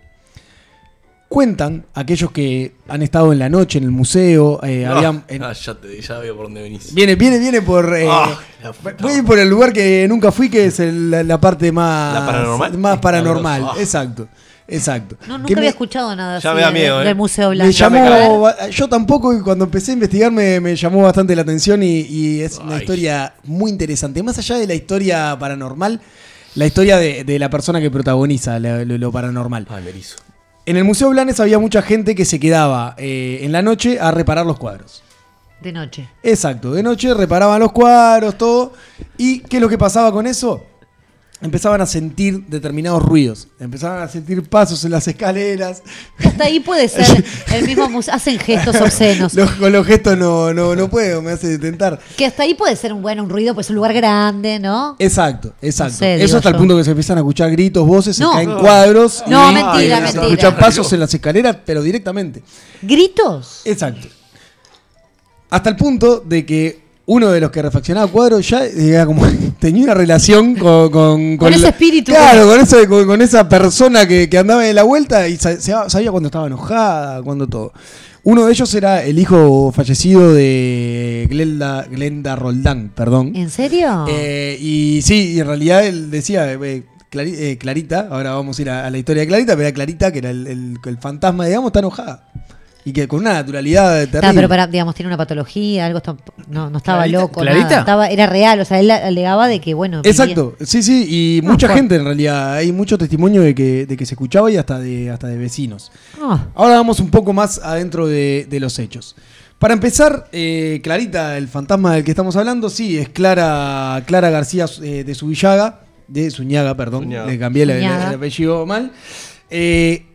Speaker 3: cuentan aquellos que han estado en la noche en el museo, eh, habían- en-
Speaker 9: Ah, ya, te, ya veo por dónde venís.
Speaker 3: Viene, viene, viene por. eh,
Speaker 9: Ah, la puta
Speaker 3: voy a ir por el lugar que nunca fui, que es el- la, la parte más.
Speaker 4: ¿La paranormal?
Speaker 3: Más paranormal,
Speaker 9: Ah.
Speaker 3: exacto. Exacto.
Speaker 7: No, nunca
Speaker 3: Que me-
Speaker 7: había escuchado nada
Speaker 4: Ya
Speaker 7: así
Speaker 4: me da
Speaker 7: de-
Speaker 4: miedo, ¿eh?
Speaker 7: del Museo Blanco.
Speaker 3: me llamó,
Speaker 7: A ver.
Speaker 3: ba- yo tampoco, y cuando empecé a investigar me, me llamó bastante la atención y, y es una
Speaker 9: Ay.
Speaker 3: historia muy interesante. Más allá de la historia paranormal, la historia de, de la persona que protagoniza la- lo- lo paranormal.
Speaker 9: Ay, Ah, me erizo.
Speaker 3: En el Museo Blanes había mucha gente que se quedaba eh, en la noche a reparar los cuadros.
Speaker 7: De noche.
Speaker 3: Exacto, de noche reparaban los cuadros, todo. ¿Y qué es lo que pasaba con eso? Empezaban a sentir determinados ruidos, empezaban a sentir pasos en las escaleras.
Speaker 7: Hasta ahí puede ser el mismo museo. Hacen gestos obscenos.
Speaker 3: Los- con los gestos no, no, no puedo, me hace tentar.
Speaker 7: Que hasta ahí puede ser un bueno, un ruido, pues es un lugar grande, ¿no?
Speaker 3: Exacto, exacto.
Speaker 7: No sé, digo
Speaker 3: eso hasta el
Speaker 7: yo.
Speaker 3: punto que se empiezan a escuchar gritos, voces,
Speaker 7: No.
Speaker 3: se caen cuadros.
Speaker 7: No, mentira,
Speaker 3: se
Speaker 7: mentira.
Speaker 3: escuchan pasos en las escaleras, pero directamente.
Speaker 7: ¿Gritos?
Speaker 3: Exacto. Hasta el punto de que uno de los que refaccionaba cuadros ya era como, tenía una relación con... Con,
Speaker 7: Con ese espíritu.
Speaker 3: Claro, con, ese- con- con esa persona que, que andaba de la vuelta y sa- se- sabía cuando estaba enojada, cuando todo. Uno de ellos era el hijo fallecido de Glenda, Glenda Roldán, perdón.
Speaker 7: ¿En serio?
Speaker 3: Eh, y sí, y en realidad él decía, eh, Clari- eh, Clarita, ahora vamos a ir a, a la historia de Clarita, pero era Clarita, que era el, el- el fantasma, digamos, está enojada. Y que con una naturalidad terrible.
Speaker 7: Está, pero para, digamos, tiene una patología, algo está- no, no estaba
Speaker 1: ¿Clarita?
Speaker 7: loco,
Speaker 1: ¿Clarita?
Speaker 7: nada. Estaba, era real, o sea, él alegaba de que, bueno, vivía-
Speaker 3: Exacto, sí, sí, y
Speaker 7: No,
Speaker 3: mucha
Speaker 7: Juan.
Speaker 3: gente en realidad, hay mucho testimonio de que, de que se escuchaba y hasta de, hasta de vecinos.
Speaker 7: Ah,
Speaker 3: Ahora vamos un poco más adentro de, de los hechos. Para empezar, eh, Clarita, el fantasma del que estamos hablando, sí, es Clara, Clara García eh, de Subillaga, de Suñaga, perdón,
Speaker 4: Suñaga.
Speaker 3: le cambié la- la-
Speaker 7: Suñaga.
Speaker 3: el apellido mal. Eh,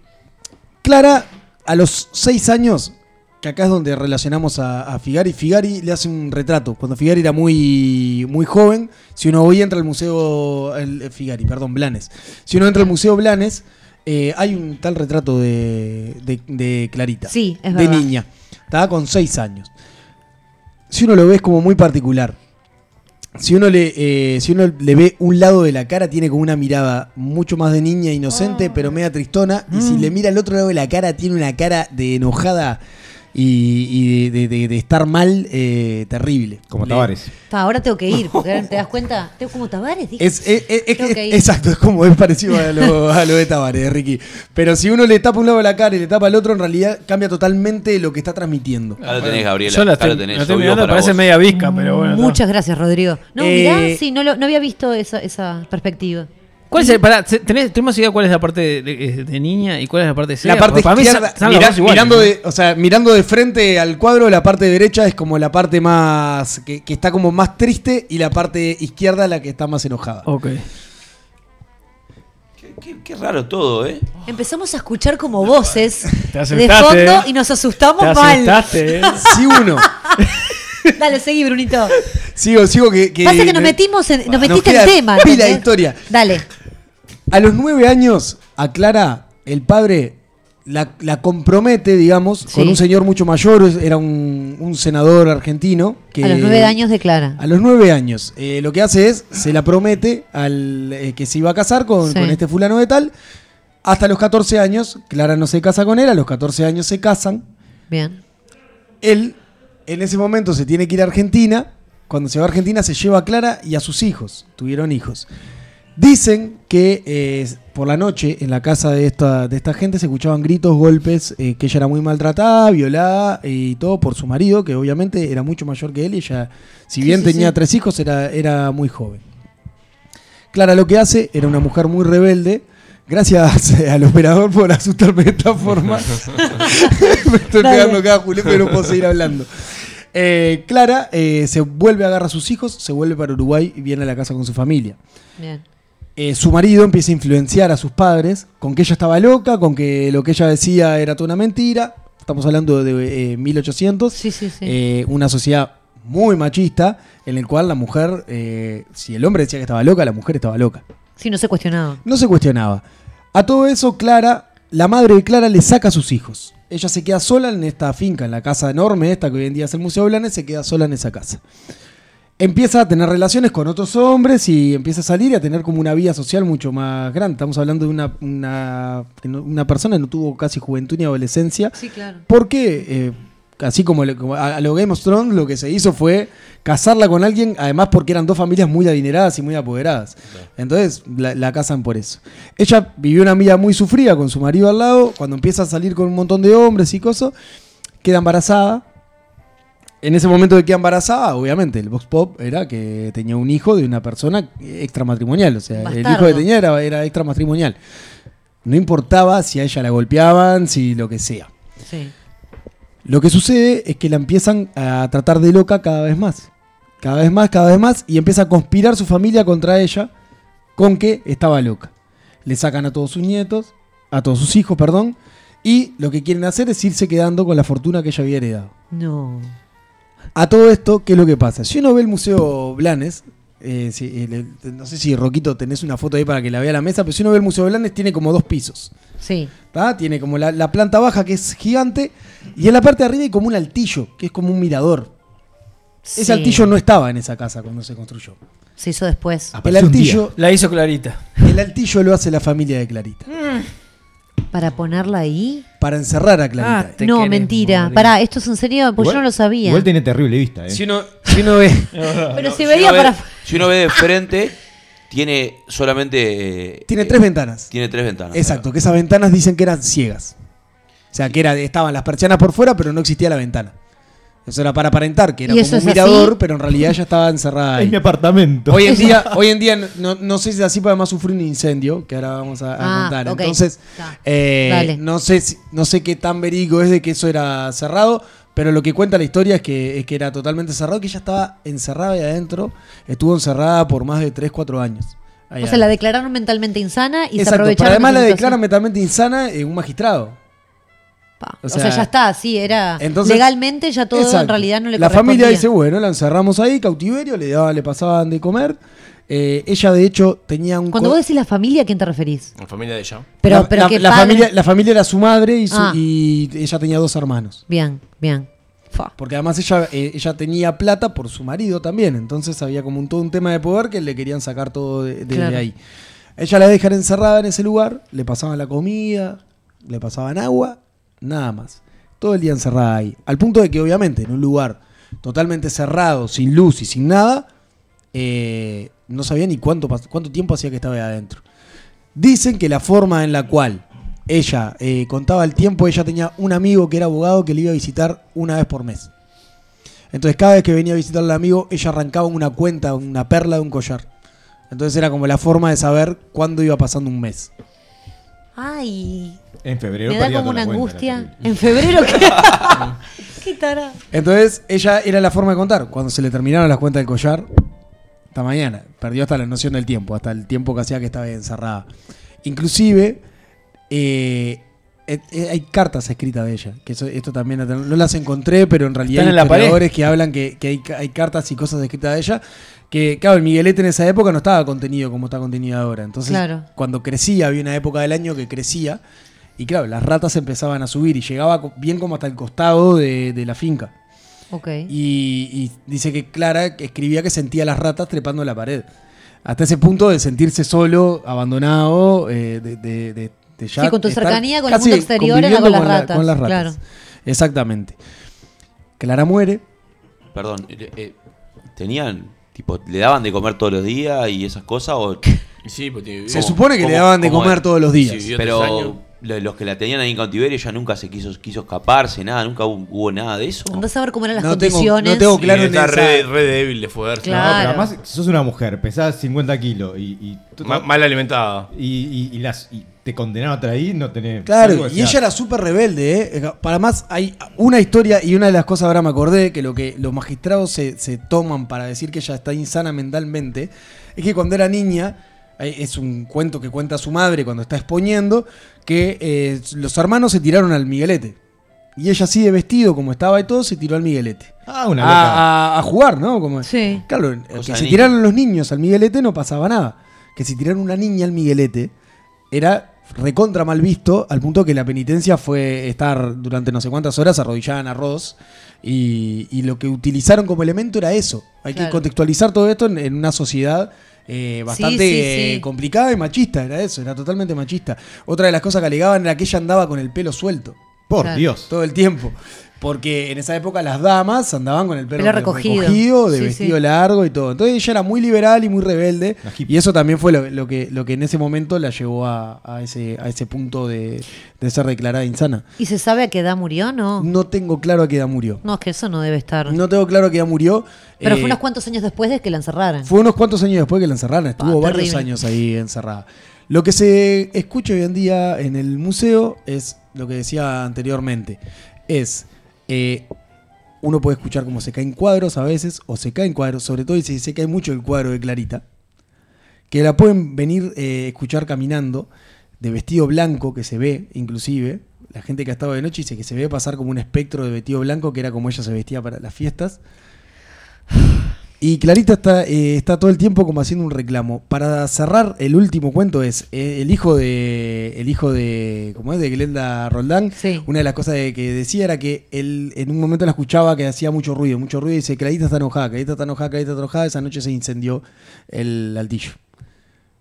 Speaker 3: Clara, a los seis años, que acá es donde relacionamos a, a Figari, Figari le hace un retrato. Cuando Figari era muy, muy joven, si uno hoy entra al museo, el- eh, Figari, perdón, Blanes, si uno entra al museo Blanes, eh, hay un tal retrato de, de- de Clarita.
Speaker 7: Sí, es
Speaker 3: De
Speaker 7: verdad.
Speaker 3: niña. Estaba con seis años. Si uno lo ve es como muy particular. Si uno, le, eh, si uno le ve un lado de la cara, tiene como una mirada mucho más de niña inocente, pero media tristona. Y si le mira el otro lado de la cara, tiene una cara de enojada y, y de, de- de- de estar mal eh, terrible.
Speaker 5: Como
Speaker 3: Le-
Speaker 5: Tavares.
Speaker 7: pa, ahora tengo que ir, porque ahora te das cuenta, tengo como Tabares, dije.
Speaker 3: Es, es- es- es-
Speaker 7: Tengo que ir.
Speaker 3: exacto, es como es parecido a lo, a lo de Tabares, de Ricky. Pero si uno le tapa un lado de la cara y le tapa el otro, en realidad cambia totalmente lo que está transmitiendo.
Speaker 2: Ahora lo tenés, Gabriela.
Speaker 1: Yo la
Speaker 2: ahora
Speaker 1: estoy,
Speaker 2: lo tenés.
Speaker 1: la estoy
Speaker 2: Yo vivo
Speaker 1: mirando,
Speaker 2: para
Speaker 1: parece
Speaker 2: vos.
Speaker 1: media visca, pero
Speaker 2: Mm,
Speaker 1: bueno. está.
Speaker 7: Muchas gracias, Rodrigo. No,
Speaker 3: Eh,
Speaker 7: mirá, sí, no, lo- no había visto esa, esa perspectiva.
Speaker 1: ¿Cuál es el- pará, ¿se- tenés- ¿Tenemos idea cuál es la parte de, de- de niña y cuál es la parte de
Speaker 3: La
Speaker 1: Sega? Porque
Speaker 3: parte
Speaker 1: pues, para mí
Speaker 3: izquierda,
Speaker 1: son- son las
Speaker 3: mira-
Speaker 1: dos iguales,
Speaker 3: mirando,
Speaker 1: ¿no?
Speaker 3: de, o sea, mirando de frente al cuadro, la parte derecha es como la parte más. Que, que está como más triste y la parte izquierda la que está más enojada.
Speaker 1: Ok.
Speaker 2: Qué, qué- qué raro todo, ¿eh?
Speaker 7: Empezamos a escuchar como voces de
Speaker 1: asustaste,
Speaker 7: fondo
Speaker 1: eh.
Speaker 7: y nos asustamos
Speaker 1: Te
Speaker 7: mal.
Speaker 1: asustaste, eh.
Speaker 3: Si uno.
Speaker 7: Dale, seguí, Brunito.
Speaker 3: sigo, sigo que.
Speaker 7: Pasa que nos
Speaker 3: me-
Speaker 7: metimos en, nos
Speaker 3: nos
Speaker 7: metiste
Speaker 3: queda
Speaker 7: en tema.
Speaker 3: pila de
Speaker 7: ¿entendés?
Speaker 3: historia.
Speaker 7: Dale.
Speaker 3: A los nueve años, a Clara, el padre la, la compromete, digamos,
Speaker 7: Sí.
Speaker 3: con un señor mucho mayor, era un, un senador argentino. Que,
Speaker 7: A los nueve años de Clara.
Speaker 3: A los nueve años, eh, lo que hace es, se la promete al eh, que se iba a casar con,
Speaker 7: Sí.
Speaker 3: con este fulano de tal. Hasta los 14 años, Clara no se casa con él, a los 14 años se casan.
Speaker 7: Bien.
Speaker 3: Él, en ese momento, se tiene que ir a Argentina. Cuando se va a Argentina, se lleva a Clara y a sus hijos. Tuvieron hijos. Dicen que eh, por la noche en la casa de esta, de esta gente se escuchaban gritos, golpes, eh, que ella era muy maltratada, violada y todo por su marido, que obviamente era mucho mayor que él y ella, si
Speaker 7: Sí,
Speaker 3: bien
Speaker 7: sí,
Speaker 3: tenía
Speaker 7: sí.
Speaker 3: tres hijos, era, era muy joven. Clara lo que hace era una mujer muy rebelde. Gracias al operador por asustarme de esta forma. Me estoy
Speaker 7: Dale.
Speaker 3: pegando cada Julio, pero no puedo seguir hablando. Eh, Clara eh, se vuelve a agarrar a sus hijos, se vuelve para Uruguay y viene a la casa con su familia.
Speaker 7: Bien.
Speaker 3: Eh, su marido empieza a influenciar a sus padres con que ella estaba loca, con que lo que ella decía era toda una mentira. Estamos hablando de eh, 1800,
Speaker 7: Sí, sí, sí.
Speaker 3: eh, una sociedad muy machista en el cual la mujer, eh, si el hombre decía que estaba loca, la mujer estaba loca.
Speaker 7: Sí, no se cuestionaba.
Speaker 3: No se cuestionaba. A todo eso, Clara, la madre de Clara le saca a sus hijos. Ella se queda sola en esta finca, en la casa enorme esta que hoy en día es el Museo Blanes, se queda sola en esa casa. empieza a tener relaciones con otros hombres y empieza a salir y a tener como una vida social mucho más grande. Estamos hablando de una, una, que no- una persona que no tuvo casi juventud ni adolescencia.
Speaker 7: Sí, claro.
Speaker 3: Porque, eh, así como, lo- como a, a lo Game of Thrones, lo que se hizo fue casarla con alguien, además porque eran dos familias muy adineradas y muy apoderadas. Entonces la, la casan por eso. Ella vivió una vida muy sufrida con su marido al lado, cuando empieza a salir con un montón de hombres y cosas, queda embarazada. En ese momento de que queda embarazada, obviamente, el box pop era que tenía un hijo de una persona extramatrimonial. O sea, el hijo que
Speaker 7: Bastardo.
Speaker 3: tenía era, era extramatrimonial. No importaba si a ella la golpeaban, si lo que sea.
Speaker 7: Sí.
Speaker 3: Lo que sucede es que la empiezan a tratar de loca cada vez más. Cada vez más, cada vez más. Y empieza a conspirar su familia contra ella con que estaba loca. Le sacan a todos sus nietos, a todos sus hijos, perdón. Y lo que quieren hacer es irse quedando con la fortuna que ella había heredado.
Speaker 7: No.
Speaker 3: A todo esto, ¿qué es lo que pasa? Si uno ve el Museo Blanes, eh, si- el- el- no sé si Roquito tenés una foto ahí para que la vea a la mesa, pero si uno ve el Museo Blanes tiene como dos pisos.
Speaker 7: Sí.
Speaker 3: ¿tá? Tiene como la, la planta baja que es gigante y en la parte de arriba hay como un altillo, que es como un mirador.
Speaker 7: Sí.
Speaker 3: Ese altillo no estaba en esa casa cuando se construyó.
Speaker 7: Se hizo después.
Speaker 3: El
Speaker 5: Apareció un
Speaker 3: altillo,
Speaker 1: La hizo Clarita.
Speaker 3: el altillo lo hace la familia de Clarita.
Speaker 7: Mm. Para ponerla ahí.
Speaker 3: Para encerrar a Clarita.
Speaker 1: Ah, Te
Speaker 7: no,
Speaker 1: querés
Speaker 7: mentira.
Speaker 1: morir.
Speaker 7: Pará, ¿esto es en serio? Porque Pues yo
Speaker 5: Igual-
Speaker 7: no lo sabía.
Speaker 5: Igual tenía terrible vista, eh.
Speaker 1: Si uno, si uno ve.
Speaker 7: Pero si
Speaker 2: Ah, Si
Speaker 7: veía
Speaker 2: uno ve-
Speaker 7: para.
Speaker 2: Si uno ve de frente, tiene solamente. eh,
Speaker 3: Tiene
Speaker 2: eh,
Speaker 3: tres ventanas.
Speaker 2: Tiene tres ventanas.
Speaker 3: Exacto, que esas ventanas dicen que eran ciegas. O sea, que era, estaban las persianas por fuera, pero no existía la ventana. Eso era para aparentar, que era
Speaker 7: ¿Y
Speaker 3: como
Speaker 7: eso
Speaker 3: un
Speaker 7: es
Speaker 3: mirador,
Speaker 7: así?
Speaker 3: pero en realidad ya estaba encerrada
Speaker 5: Es mi
Speaker 3: ahí.
Speaker 5: apartamento.
Speaker 3: Hoy en día, hoy en día no, no sé si es así, pero además sufrí un incendio, que ahora vamos a, a
Speaker 7: Ah,
Speaker 3: contar.
Speaker 7: ok.
Speaker 3: Entonces,
Speaker 7: Está.
Speaker 3: eh,
Speaker 7: Dale.
Speaker 3: no, sé si- no sé qué tan verídico es de que eso era cerrado, pero lo que cuenta la historia es que, es que era totalmente cerrado, que ella estaba encerrada ahí adentro, estuvo encerrada por más de 3, 4 años. Ahí
Speaker 7: O sea, la
Speaker 3: adentro.
Speaker 7: declararon mentalmente insana y se
Speaker 3: Exacto, pero
Speaker 7: aprovecharon.
Speaker 3: además
Speaker 7: de
Speaker 3: la
Speaker 7: su
Speaker 3: declaran
Speaker 7: situación.
Speaker 3: mentalmente insana en un magistrado.
Speaker 7: Pa.
Speaker 3: o
Speaker 7: O sea,
Speaker 3: sea,
Speaker 7: ya está, sí, era.
Speaker 3: Entonces,
Speaker 7: legalmente ya todo en
Speaker 3: Exacto.
Speaker 7: realidad no le
Speaker 3: La familia dice,
Speaker 7: correspondía.
Speaker 3: bueno, la encerramos ahí, cautiverio, le, daban- le pasaban de comer. Eh, ella, de hecho, tenía un...
Speaker 7: Cuando
Speaker 3: co-
Speaker 7: vos decís la familia, ¿a quién te referís?
Speaker 9: La familia de ella.
Speaker 7: Pero,
Speaker 3: la,
Speaker 7: pero
Speaker 3: la-
Speaker 7: que
Speaker 3: la
Speaker 7: padre-
Speaker 3: familia, la familia era su madre y, su-
Speaker 7: Ah.
Speaker 3: y ella tenía dos hermanos.
Speaker 7: Bien, bien. Fa.
Speaker 3: Porque además ella, eh, ella tenía plata por su marido también. Entonces había como un, todo un tema de poder que le querían sacar todo de, de- de
Speaker 7: Claro.
Speaker 3: ahí. Ella la dejan encerrada en ese lugar, le pasaban la comida, le pasaban agua, nada más. Todo el día encerrada ahí. Al punto de que obviamente en un lugar totalmente cerrado, sin luz y sin nada, eh, no sabía ni cuánto, pas- cuánto tiempo hacía que estaba ahí adentro. Dicen que la forma en la cual ella eh, contaba el tiempo, ella tenía un amigo que era abogado que le iba a visitar una vez por mes. Entonces cada vez que venía a visitar al amigo, ella arrancaba una cuenta, una perla de un collar. Entonces era como la forma de saber cuándo iba pasando un mes.
Speaker 7: Ay,
Speaker 5: En febrero
Speaker 7: me da
Speaker 5: perdía
Speaker 7: como una
Speaker 5: toda la cuenta, era
Speaker 7: angustia.
Speaker 5: terrible.
Speaker 7: En febrero, ¿qué? ¿Qué tará?
Speaker 3: Entonces ella era la forma de contar. Cuando se le terminaron las cuentas del collar, hasta mañana. Perdió hasta la noción del tiempo, hasta el tiempo que hacía que estaba encerrada. Inclusive, eh, eh, eh, hay cartas escritas de ella. Que eso- esto también la ten- no las encontré, pero en realidad
Speaker 1: Están
Speaker 3: hay
Speaker 1: en la pared.
Speaker 3: historiadores que hablan que, que hay, ca- hay cartas y cosas escritas de ella. Que, claro, el Miguelete en esa época no estaba contenido como está contenido ahora. Entonces,
Speaker 7: Claro.
Speaker 3: cuando crecía, había una época del año que crecía. Y claro, las ratas empezaban a subir y llegaba co- bien como hasta el costado de- de la finca.
Speaker 7: Ok.
Speaker 3: Y, y dice que Clara que escribía que sentía las ratas trepando la pared. Hasta ese punto de sentirse solo, abandonado, eh, de, de- de- de ya
Speaker 7: Sí, con tu
Speaker 3: estar
Speaker 7: cercanía con el
Speaker 3: casi
Speaker 7: mundo exterior era con
Speaker 3: conviviendo
Speaker 7: las
Speaker 3: la-
Speaker 7: ratas,
Speaker 3: con las ratas.
Speaker 7: claro.
Speaker 3: Exactamente. Clara muere.
Speaker 2: Perdón. eh, eh, ¿Tenían.? Tipo, ¿Le daban de comer todos los días y esas cosas? O,
Speaker 9: Y sí, pues, tiene-
Speaker 3: Se supone que le daban de
Speaker 2: cómo
Speaker 3: comer
Speaker 2: es?
Speaker 3: todos los días.
Speaker 9: Sí, yo- tres años.
Speaker 2: Pero lo- los que la tenían ahí en cautiverio ya nunca se quiso, quiso escaparse, nada, nunca hubo, hubo nada de eso.
Speaker 7: Andás a ver cómo eran las
Speaker 3: No tengo-
Speaker 7: condiciones.
Speaker 3: no tengo
Speaker 9: Y
Speaker 3: claro en
Speaker 9: está
Speaker 3: esa-
Speaker 9: re, re débil de fuerza.
Speaker 5: No,
Speaker 7: Claro.
Speaker 5: pero además, si sos una mujer, pesás 50 kilos y, y, tú-
Speaker 9: Ma- mal alimentada.
Speaker 5: y, y- y las, y te condenaron a traer, no tenés. algo
Speaker 3: Claro,
Speaker 5: que
Speaker 3: y ella
Speaker 5: sea-
Speaker 3: era súper rebelde, ¿eh? Para más, hay una historia y una de las cosas ahora me acordé que lo que los magistrados se, se toman para decir que ella está insana mentalmente es que cuando era niña. eh, Es un cuento que cuenta su madre cuando está exponiendo que eh, los hermanos se tiraron al Miguelete. Y ella así de vestido como estaba y todo se tiró al Miguelete.
Speaker 5: Ah, una loca.
Speaker 3: A, a- a jugar, ¿no? Como,
Speaker 7: Sí.
Speaker 3: Claro, que
Speaker 2: de
Speaker 3: si
Speaker 2: niño.
Speaker 3: tiraron los niños al Miguelete no pasaba nada. Que si tiraron una niña al Miguelete era recontra mal visto, al punto que la penitencia fue estar durante no sé cuántas horas arrodillada en arroz. Y, y lo que utilizaron como elemento era eso. Hay que
Speaker 7: Claro.
Speaker 3: contextualizar todo esto en, en una sociedad eh, bastante
Speaker 7: sí,
Speaker 3: eh,
Speaker 7: sí.
Speaker 3: complicada y machista, era eso, era totalmente machista. Otra de las cosas que alegaban era que ella andaba con el pelo suelto
Speaker 5: Por
Speaker 7: Claro.
Speaker 5: Dios.
Speaker 3: todo el tiempo. Porque en esa época las damas andaban con el pelo,
Speaker 7: Pelo recogido.
Speaker 3: de
Speaker 7: Sí,
Speaker 3: vestido
Speaker 7: sí.
Speaker 3: largo y todo. Entonces ella era muy liberal y muy rebelde.
Speaker 5: La hippie.
Speaker 3: Y eso también fue lo, lo que, lo que en ese momento la llevó a, a ese, a ese punto de, de ser declarada insana.
Speaker 7: ¿Y se sabe a qué edad murió? No. No,
Speaker 3: No tengo claro a qué edad murió.
Speaker 7: es que eso no debe estar.
Speaker 3: No tengo claro a qué edad murió.
Speaker 7: Pero
Speaker 3: Eh,
Speaker 7: fue unos cuantos años después de que la encerraran.
Speaker 3: fue unos cuantos años después que la encerraron. Estuvo
Speaker 7: Pa,
Speaker 3: varios
Speaker 7: terrible.
Speaker 3: años ahí encerrada. Lo que se escucha hoy en día en el museo es lo que decía anteriormente. Es. eh, uno puede escuchar cómo se caen cuadros a veces, o se caen cuadros, sobre todo si se cae mucho el cuadro de Clarita, que la pueden venir eh, escuchar caminando, de vestido blanco que se ve, inclusive. La gente que ha estado de noche dice que se ve pasar como un espectro de vestido blanco, que era como ella se vestía para las fiestas. Y Clarita está, eh, está todo el tiempo como haciendo un reclamo. Para cerrar, el último cuento es eh, el hijo de. El hijo de. ¿Cómo es? De Glenda Roldán.
Speaker 7: Sí.
Speaker 3: Una de las cosas de- que decía era que él en un momento la escuchaba que hacía mucho ruido, mucho ruido, y dice, Clarita está enojada, Clarita está enojada, Clarita está enojada, esa noche se incendió el altillo.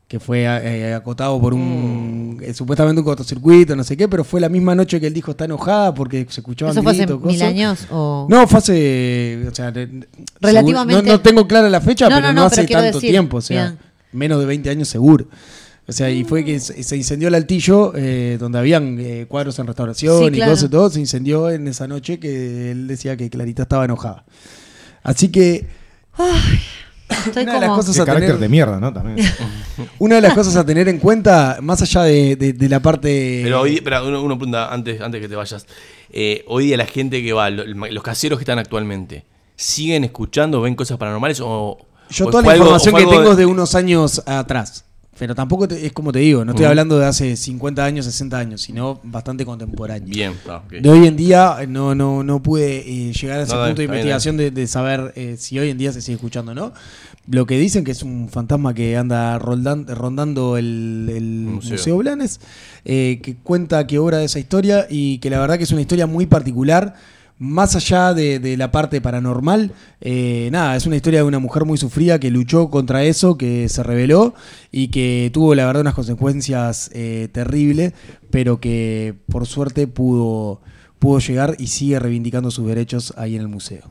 Speaker 3: Que fue eh, acotado por un.
Speaker 7: Mm.
Speaker 3: eh, supuestamente un cortocircuito, no sé qué, pero fue la misma noche que él dijo está enojada porque se escuchaba
Speaker 7: ¿Eso fue hace
Speaker 3: gritos,
Speaker 7: mil
Speaker 3: cosas.
Speaker 7: años? O...
Speaker 3: No, fue hace. O sea, de-
Speaker 7: Relativamente-
Speaker 3: seguro- No, no tengo clara la fecha,
Speaker 7: No,
Speaker 3: pero
Speaker 7: no,
Speaker 3: no,
Speaker 7: no,
Speaker 3: hace
Speaker 7: pero quiero
Speaker 3: tanto
Speaker 7: decir,
Speaker 3: tiempo. O sea,
Speaker 7: bien.
Speaker 3: menos de 20 años seguro. O sea, y fue que se se incendió el altillo, eh, donde habían eh, cuadros en restauración
Speaker 7: Sí,
Speaker 3: y
Speaker 7: claro.
Speaker 3: cosas y todo, se incendió en esa noche que él decía que Clarita estaba enojada. Así que
Speaker 7: Estoy
Speaker 3: una de las
Speaker 7: como.
Speaker 3: cosas
Speaker 5: Qué
Speaker 3: a
Speaker 5: carácter
Speaker 3: tener,
Speaker 5: de mierda, ¿no? También.
Speaker 3: una de las cosas a tener en cuenta, más allá de, de- de la parte
Speaker 4: Pero hoy, espera, uno, uno pregunta antes, antes que te vayas. Eh, hoy día la gente que va, lo- los caseros que están actualmente, ¿siguen escuchando, ven cosas paranormales o.?
Speaker 3: Yo
Speaker 4: o
Speaker 3: toda
Speaker 4: fue
Speaker 3: la
Speaker 4: algo-
Speaker 3: información
Speaker 4: o fue
Speaker 3: que
Speaker 4: algo
Speaker 3: tengo es de unos años atrás. Pero tampoco te- es como te digo, no estoy
Speaker 4: Ujú.
Speaker 3: hablando de hace 50 años, 60 años, sino bastante contemporáneo.
Speaker 4: Bien, ah, ok.
Speaker 3: De hoy en día eh, no, no, no pude eh, llegar a ese
Speaker 4: No,
Speaker 3: punto
Speaker 4: está
Speaker 3: de
Speaker 4: bien,
Speaker 3: investigación de, de saber eh, si hoy en día se sigue escuchando o no. Lo que dicen que es un fantasma que anda roldan- rondando el, el Museo,
Speaker 4: Museo.
Speaker 3: Blanes, eh, que cuenta que obra de esa historia y que la verdad que es una historia muy particular. Más allá de, de la parte paranormal, eh, nada, es una historia de una mujer muy sufrida que luchó contra eso, que se rebeló y que tuvo la verdad unas consecuencias eh, terribles, pero que por suerte pudo, pudo llegar y sigue reivindicando sus derechos ahí en el museo.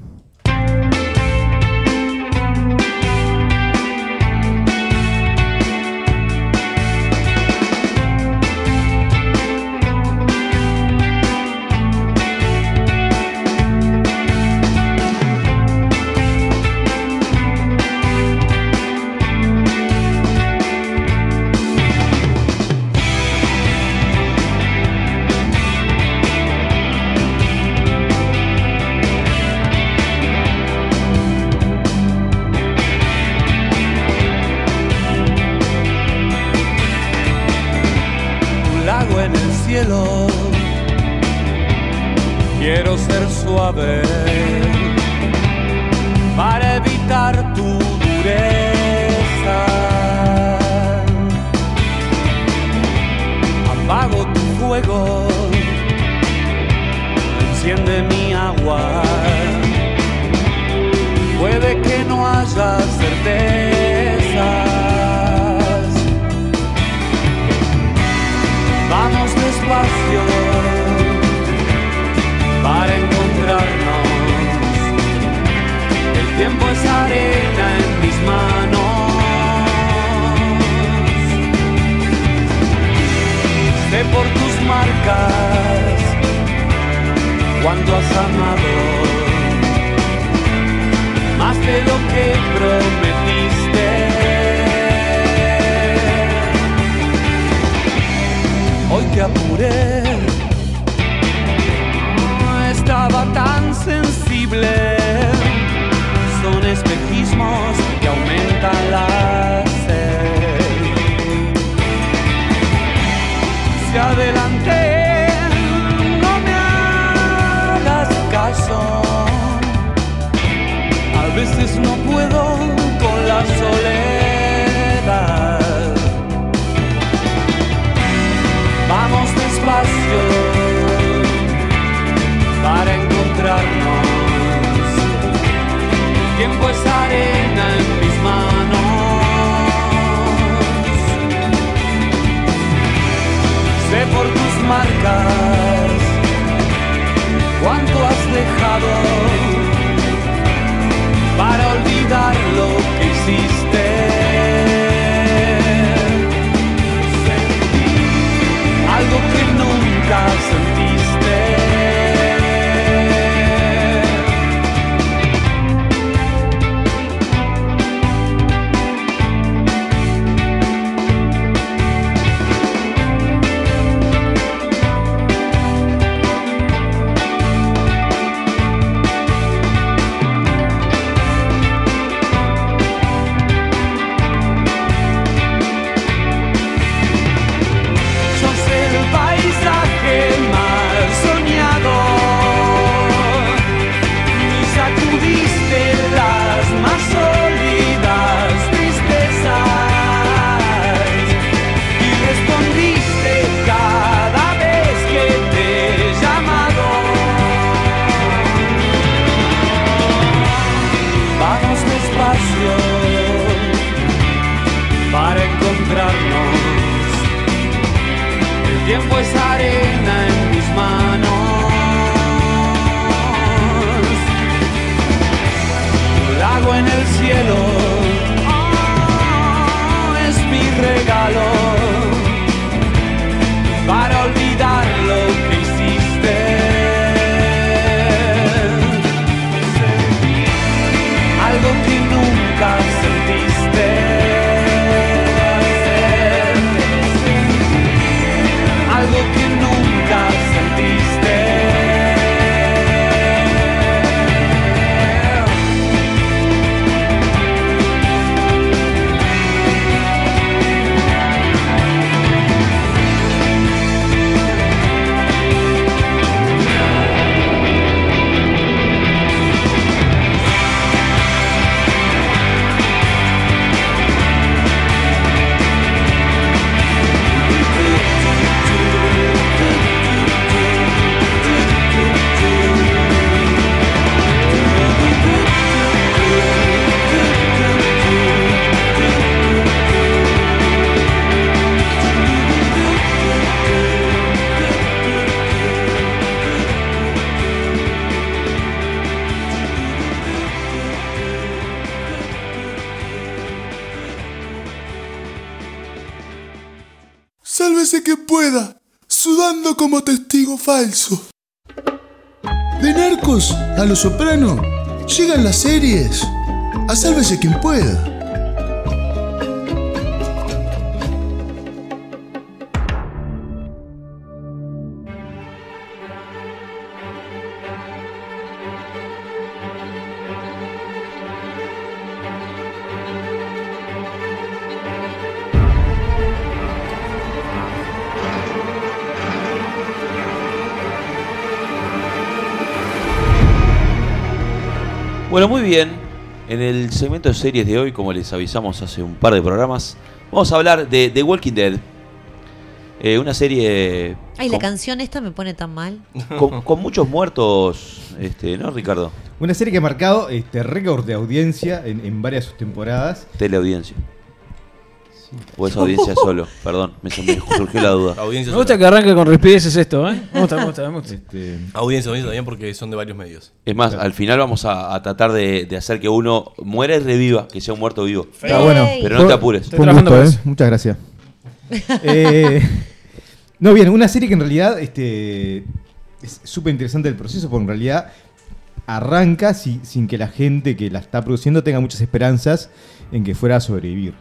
Speaker 9: un lago en el cielo. Quiero ser suave para evitar tu dureza. Apago tu fuego, enciende mi agua. Puede que no haya certezas. Vamos despacio para encontrarnos. El tiempo es arena en mis manos. Sé por tus marcas cuando has amado más de lo que prometiste. Hoy te apuré. No Estaba tan sensible. Son espejismos que aumentan la sed. Se adelanté. No me hagas caso. A veces no puedo con la soledad. marcas? ¿Cuánto has dejado para olvidar lo que hiciste? Sentí algo que nunca sentiste. Sos el paisaje más soñado y sacudiste las más sólidas tristezas y respondiste cada vez que te he llamado. Vamos despacio para encontrarnos. El tiempo es arena en mis manos. Un lago en el cielo oh, es mi regalo para olvidar lo que hiciste. Sentí Algo que nunca sentiste algo que nunca sentiste.
Speaker 6: Sálvese que pueda, sudando como testigo falso. De narcos a lo soprano, llegan las series. A sálvese quien pueda.
Speaker 2: Bueno, muy bien. En el segmento de series de hoy, como les avisamos hace un par de programas, vamos a hablar de The Walking Dead. Eh, una serie
Speaker 7: Ay, la canción esta me pone tan mal.
Speaker 2: con, con muchos muertos, este, ¿no, Ricardo?
Speaker 5: Una serie que ha marcado este récord de audiencia en, en varias sus temporadas.
Speaker 2: Teleaudiencia. O es audiencia solo, perdón, me me surgió la duda.
Speaker 4: Audiencia
Speaker 1: Me gusta que arranque con respideces esto, ¿eh? Me gusta, me gusta, me gusta.
Speaker 5: Este,
Speaker 4: Audiencia, audiencia también porque son de varios medios.
Speaker 2: Es más, al final vamos a, a tratar de, de hacer que uno muera y reviva, que sea un muerto vivo.
Speaker 5: Está bueno.
Speaker 7: Ey.
Speaker 2: Pero no te apures.
Speaker 5: Fue un
Speaker 1: trabajando
Speaker 5: gusto,
Speaker 1: por
Speaker 5: ¿eh?
Speaker 1: eso.
Speaker 5: Muchas gracias. Eh, no, bien, una serie que en realidad este, es súper interesante el proceso, porque en realidad arranca si- sin que la gente que la está produciendo tenga muchas esperanzas en que fuera a sobrevivir.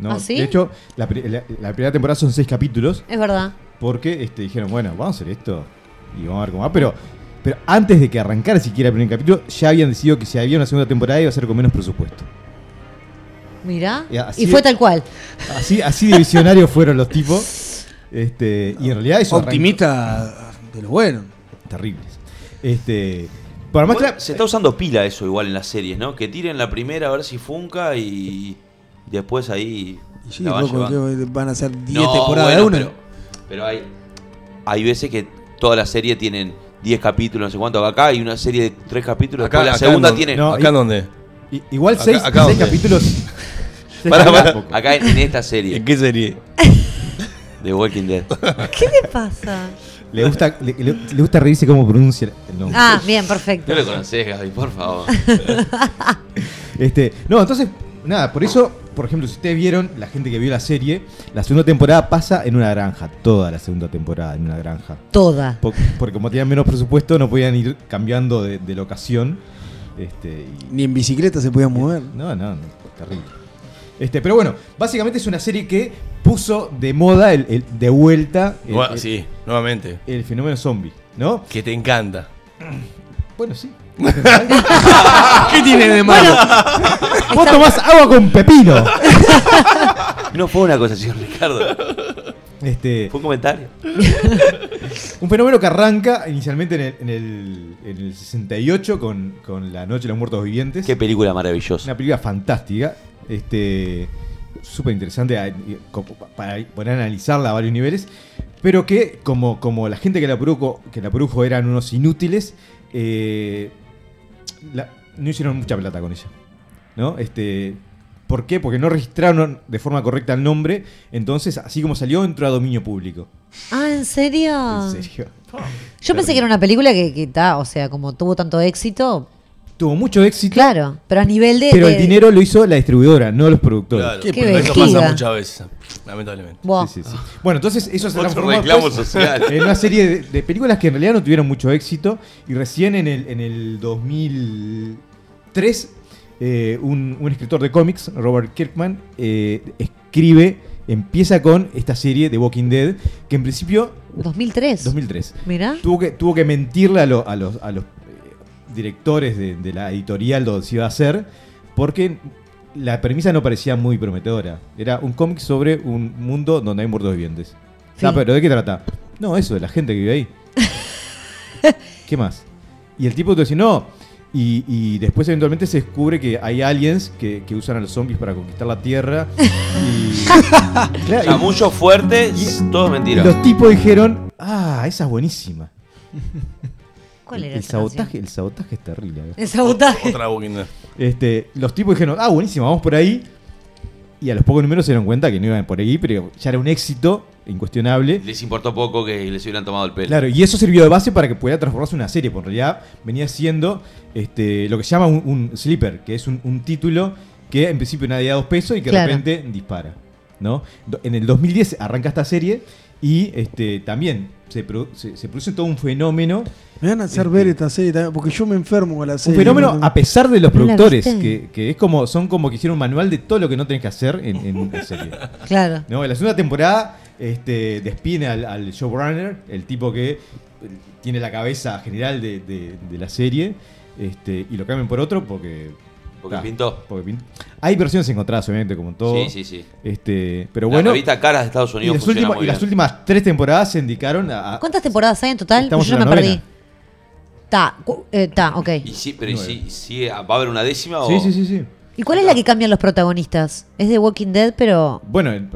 Speaker 5: ¿no?
Speaker 7: ¿Ah, sí? Eh.
Speaker 5: De hecho, la, pri- la- la primera temporada son seis capítulos,
Speaker 7: Es verdad.
Speaker 5: porque este, dijeron, bueno, vamos a hacer esto y vamos a ver cómo va, pero... Pero antes de que arrancara siquiera el primer capítulo, ya habían decidido que si había una segunda temporada iba a ser con menos presupuesto.
Speaker 7: Mirá.
Speaker 5: Y así
Speaker 7: Y fue
Speaker 5: es.
Speaker 7: tal cual.
Speaker 5: Así, así de visionarios fueron los tipos. Este, y en realidad eso arrancó-
Speaker 3: Optimista de lo bueno.
Speaker 5: terribles. Este, para más
Speaker 2: Igual
Speaker 5: tra-
Speaker 2: se está usando pila eso igual en las series, ¿no? Que tiren la primera a ver si funca y después ahí
Speaker 3: Y sí,
Speaker 2: la van
Speaker 3: loco,
Speaker 2: llevando.
Speaker 3: que van a ser 10
Speaker 2: No,
Speaker 3: temporadas
Speaker 2: bueno,
Speaker 3: de una.
Speaker 2: Pero, pero hay, hay veces que toda la serie tienen 10 capítulos, no sé cuánto. Acá hay una serie de 3 capítulos.
Speaker 4: Acá-
Speaker 2: después la
Speaker 4: acá
Speaker 2: segunda
Speaker 4: en donde-
Speaker 2: tiene...
Speaker 5: No,
Speaker 4: acá
Speaker 5: y-
Speaker 4: en donde.
Speaker 5: i- igual
Speaker 4: Acá-
Speaker 5: seis,
Speaker 4: acá
Speaker 5: seis
Speaker 4: dónde?
Speaker 5: capítulos. Seis
Speaker 2: Pará, pará,
Speaker 5: capítulos tampoco.
Speaker 2: acá en, en esta serie.
Speaker 4: qué serie?
Speaker 2: de Walking Dead.
Speaker 7: ¿Qué le pasa?
Speaker 5: Le gusta, le, le- le gusta reírse cómo pronuncia el nombre.
Speaker 7: Ah, bien, perfecto.
Speaker 2: No lo conoces, Gaby, por favor.
Speaker 5: Este, no, entonces, nada, por eso, por ejemplo, si ustedes vieron, la gente que vio la serie, la segunda temporada pasa en una granja, toda la segunda temporada en una granja.
Speaker 7: Toda.
Speaker 5: Por- porque como tenían menos presupuesto, no podían ir cambiando de, de locación. Este, y-
Speaker 3: Ni en bicicleta se podían mover.
Speaker 5: no, no, no, terrible. Este, pero bueno, básicamente es una serie que puso de moda el, el- de vuelta el,
Speaker 9: Bueno,
Speaker 5: el-
Speaker 9: sí, nuevamente.
Speaker 5: Eh, el fenómeno zombie, ¿no?
Speaker 9: Que te encanta.
Speaker 5: Bueno, sí.
Speaker 4: ¿Qué tiene de malo?
Speaker 5: Vos tomás agua con pepino.
Speaker 2: No fue una cosa, señor Ricardo.
Speaker 5: Este,
Speaker 2: Fue un comentario.
Speaker 5: Un fenómeno que arranca inicialmente en el, en el- en el 68 con, con La Noche de los Muertos Vivientes.
Speaker 2: Qué película maravillosa.
Speaker 5: Una película fantástica. Este. Súper interesante a- y- como pa- para poder analizarla a varios niveles. Pero que, como, como la gente que la produjo, que la produjo eran unos inútiles, eh, la- no hicieron mucha plata con ella. ¿No? Este. ¿Por qué? Porque no registraron de forma correcta el nombre. Entonces, así como salió, entró a dominio público.
Speaker 7: Ah, ¿en serio?
Speaker 5: En serio.
Speaker 7: Yo pensé que era una película que, que ta, o sea, como tuvo tanto éxito.
Speaker 5: Tuvo mucho éxito.
Speaker 7: Claro, pero a nivel de.
Speaker 5: Pero
Speaker 7: de-
Speaker 5: el dinero lo hizo la distribuidora, no los productores.
Speaker 9: Claro.
Speaker 7: Qué
Speaker 9: Pero eso
Speaker 7: vejiga.
Speaker 9: pasa muchas veces, lamentablemente.
Speaker 7: Buah.
Speaker 5: Sí, sí, sí. Bueno, entonces eso se
Speaker 2: Otro
Speaker 5: transformó
Speaker 2: reclamo
Speaker 5: después
Speaker 2: social.
Speaker 5: en una serie de, de películas que en realidad no tuvieron mucho éxito y recién en el, en el 2003 eh, un, un escritor de cómics, Robert Kirkman, eh, escribe, empieza con esta serie de Walking Dead que en principio
Speaker 7: 2003.
Speaker 5: 2003
Speaker 7: Mirá.
Speaker 5: tuvo que, tuvo que mentirle a, lo- a los, a los eh, directores de, de la editorial donde se iba a hacer, porque la premisa no parecía muy prometedora. Era un cómic sobre un mundo donde hay muertos vivientes.
Speaker 7: Sí.
Speaker 5: Ah, pero ¿de qué trata? No, eso, de la gente que vive ahí. ¿Qué más? Y el tipo te dice, no. Y, y después eventualmente se descubre que hay aliens que, que usan a los zombies para conquistar la Tierra. Y,
Speaker 2: O
Speaker 5: Claro,
Speaker 2: sea,
Speaker 5: y-
Speaker 2: mucho fuerte,
Speaker 5: y-
Speaker 2: todo mentira.
Speaker 5: los tipos dijeron, ah, esa es buenísima.
Speaker 7: ¿Cuál era
Speaker 5: el,
Speaker 7: esa
Speaker 5: sabotaje,
Speaker 7: canción?
Speaker 5: el sabotaje es terrible. ¿eh?
Speaker 7: El sabotaje.
Speaker 9: Otra Walking Dead.
Speaker 5: Este, los tipos dijeron, ah, buenísimo, vamos por ahí. Y a los pocos números se dieron cuenta que no iban por ahí, pero ya era un éxito incuestionable.
Speaker 2: Les importó poco que les hubieran tomado el pelo.
Speaker 5: Claro, y eso sirvió de base para que pudiera transformarse en una serie, porque en realidad venía siendo este, lo que se llama un, un slipper, que es un, un título que en principio nadie da dos pesos y que
Speaker 7: Claro.
Speaker 5: de repente dispara. ¿no? Do- En el 2010 arranca esta serie y este, también se, produ- se- se produce todo un fenómeno
Speaker 3: Me van a hacer ver esta serie también, porque yo me enfermo con la
Speaker 5: Un
Speaker 3: serie.
Speaker 5: fenómeno a pesar de los
Speaker 7: ¿No la
Speaker 5: productores,
Speaker 7: viste?
Speaker 5: que, que es como, son como que hicieron un manual de todo lo que no tenés que hacer en, en una serie.
Speaker 7: Claro.
Speaker 5: ¿No? En la segunda temporada este, despiden al, al showrunner, el tipo que eh, tiene la cabeza general de, de- de la serie, este, y lo cambian por otro porque...
Speaker 2: Porque
Speaker 5: ta,
Speaker 2: pintó.
Speaker 5: porque pin- Hay versiones encontradas, obviamente, como en todo.
Speaker 2: Sí, sí, sí.
Speaker 5: Este, pero
Speaker 2: La
Speaker 5: bueno...
Speaker 2: revista Caras de Estados
Speaker 5: Y,
Speaker 2: Unidos
Speaker 5: las
Speaker 2: funciona
Speaker 5: últimas,
Speaker 2: muy
Speaker 5: y las
Speaker 2: bien.
Speaker 5: últimas tres temporadas se indicaron a... a-
Speaker 7: ¿Cuántas temporadas hay en total?
Speaker 5: Estamos
Speaker 7: yo
Speaker 5: en
Speaker 7: ya
Speaker 5: la
Speaker 7: me
Speaker 5: novena.
Speaker 7: perdí. Ta, cu- eh, ta, ok.
Speaker 2: Y sí, pero y sí, y sí, ¿va a haber una décima o...?
Speaker 5: eh. Sí, sí, sí, sí.
Speaker 7: ¿Y cuál es la que cambian los protagonistas? Es de Walking Dead, pero.
Speaker 5: Bueno, en-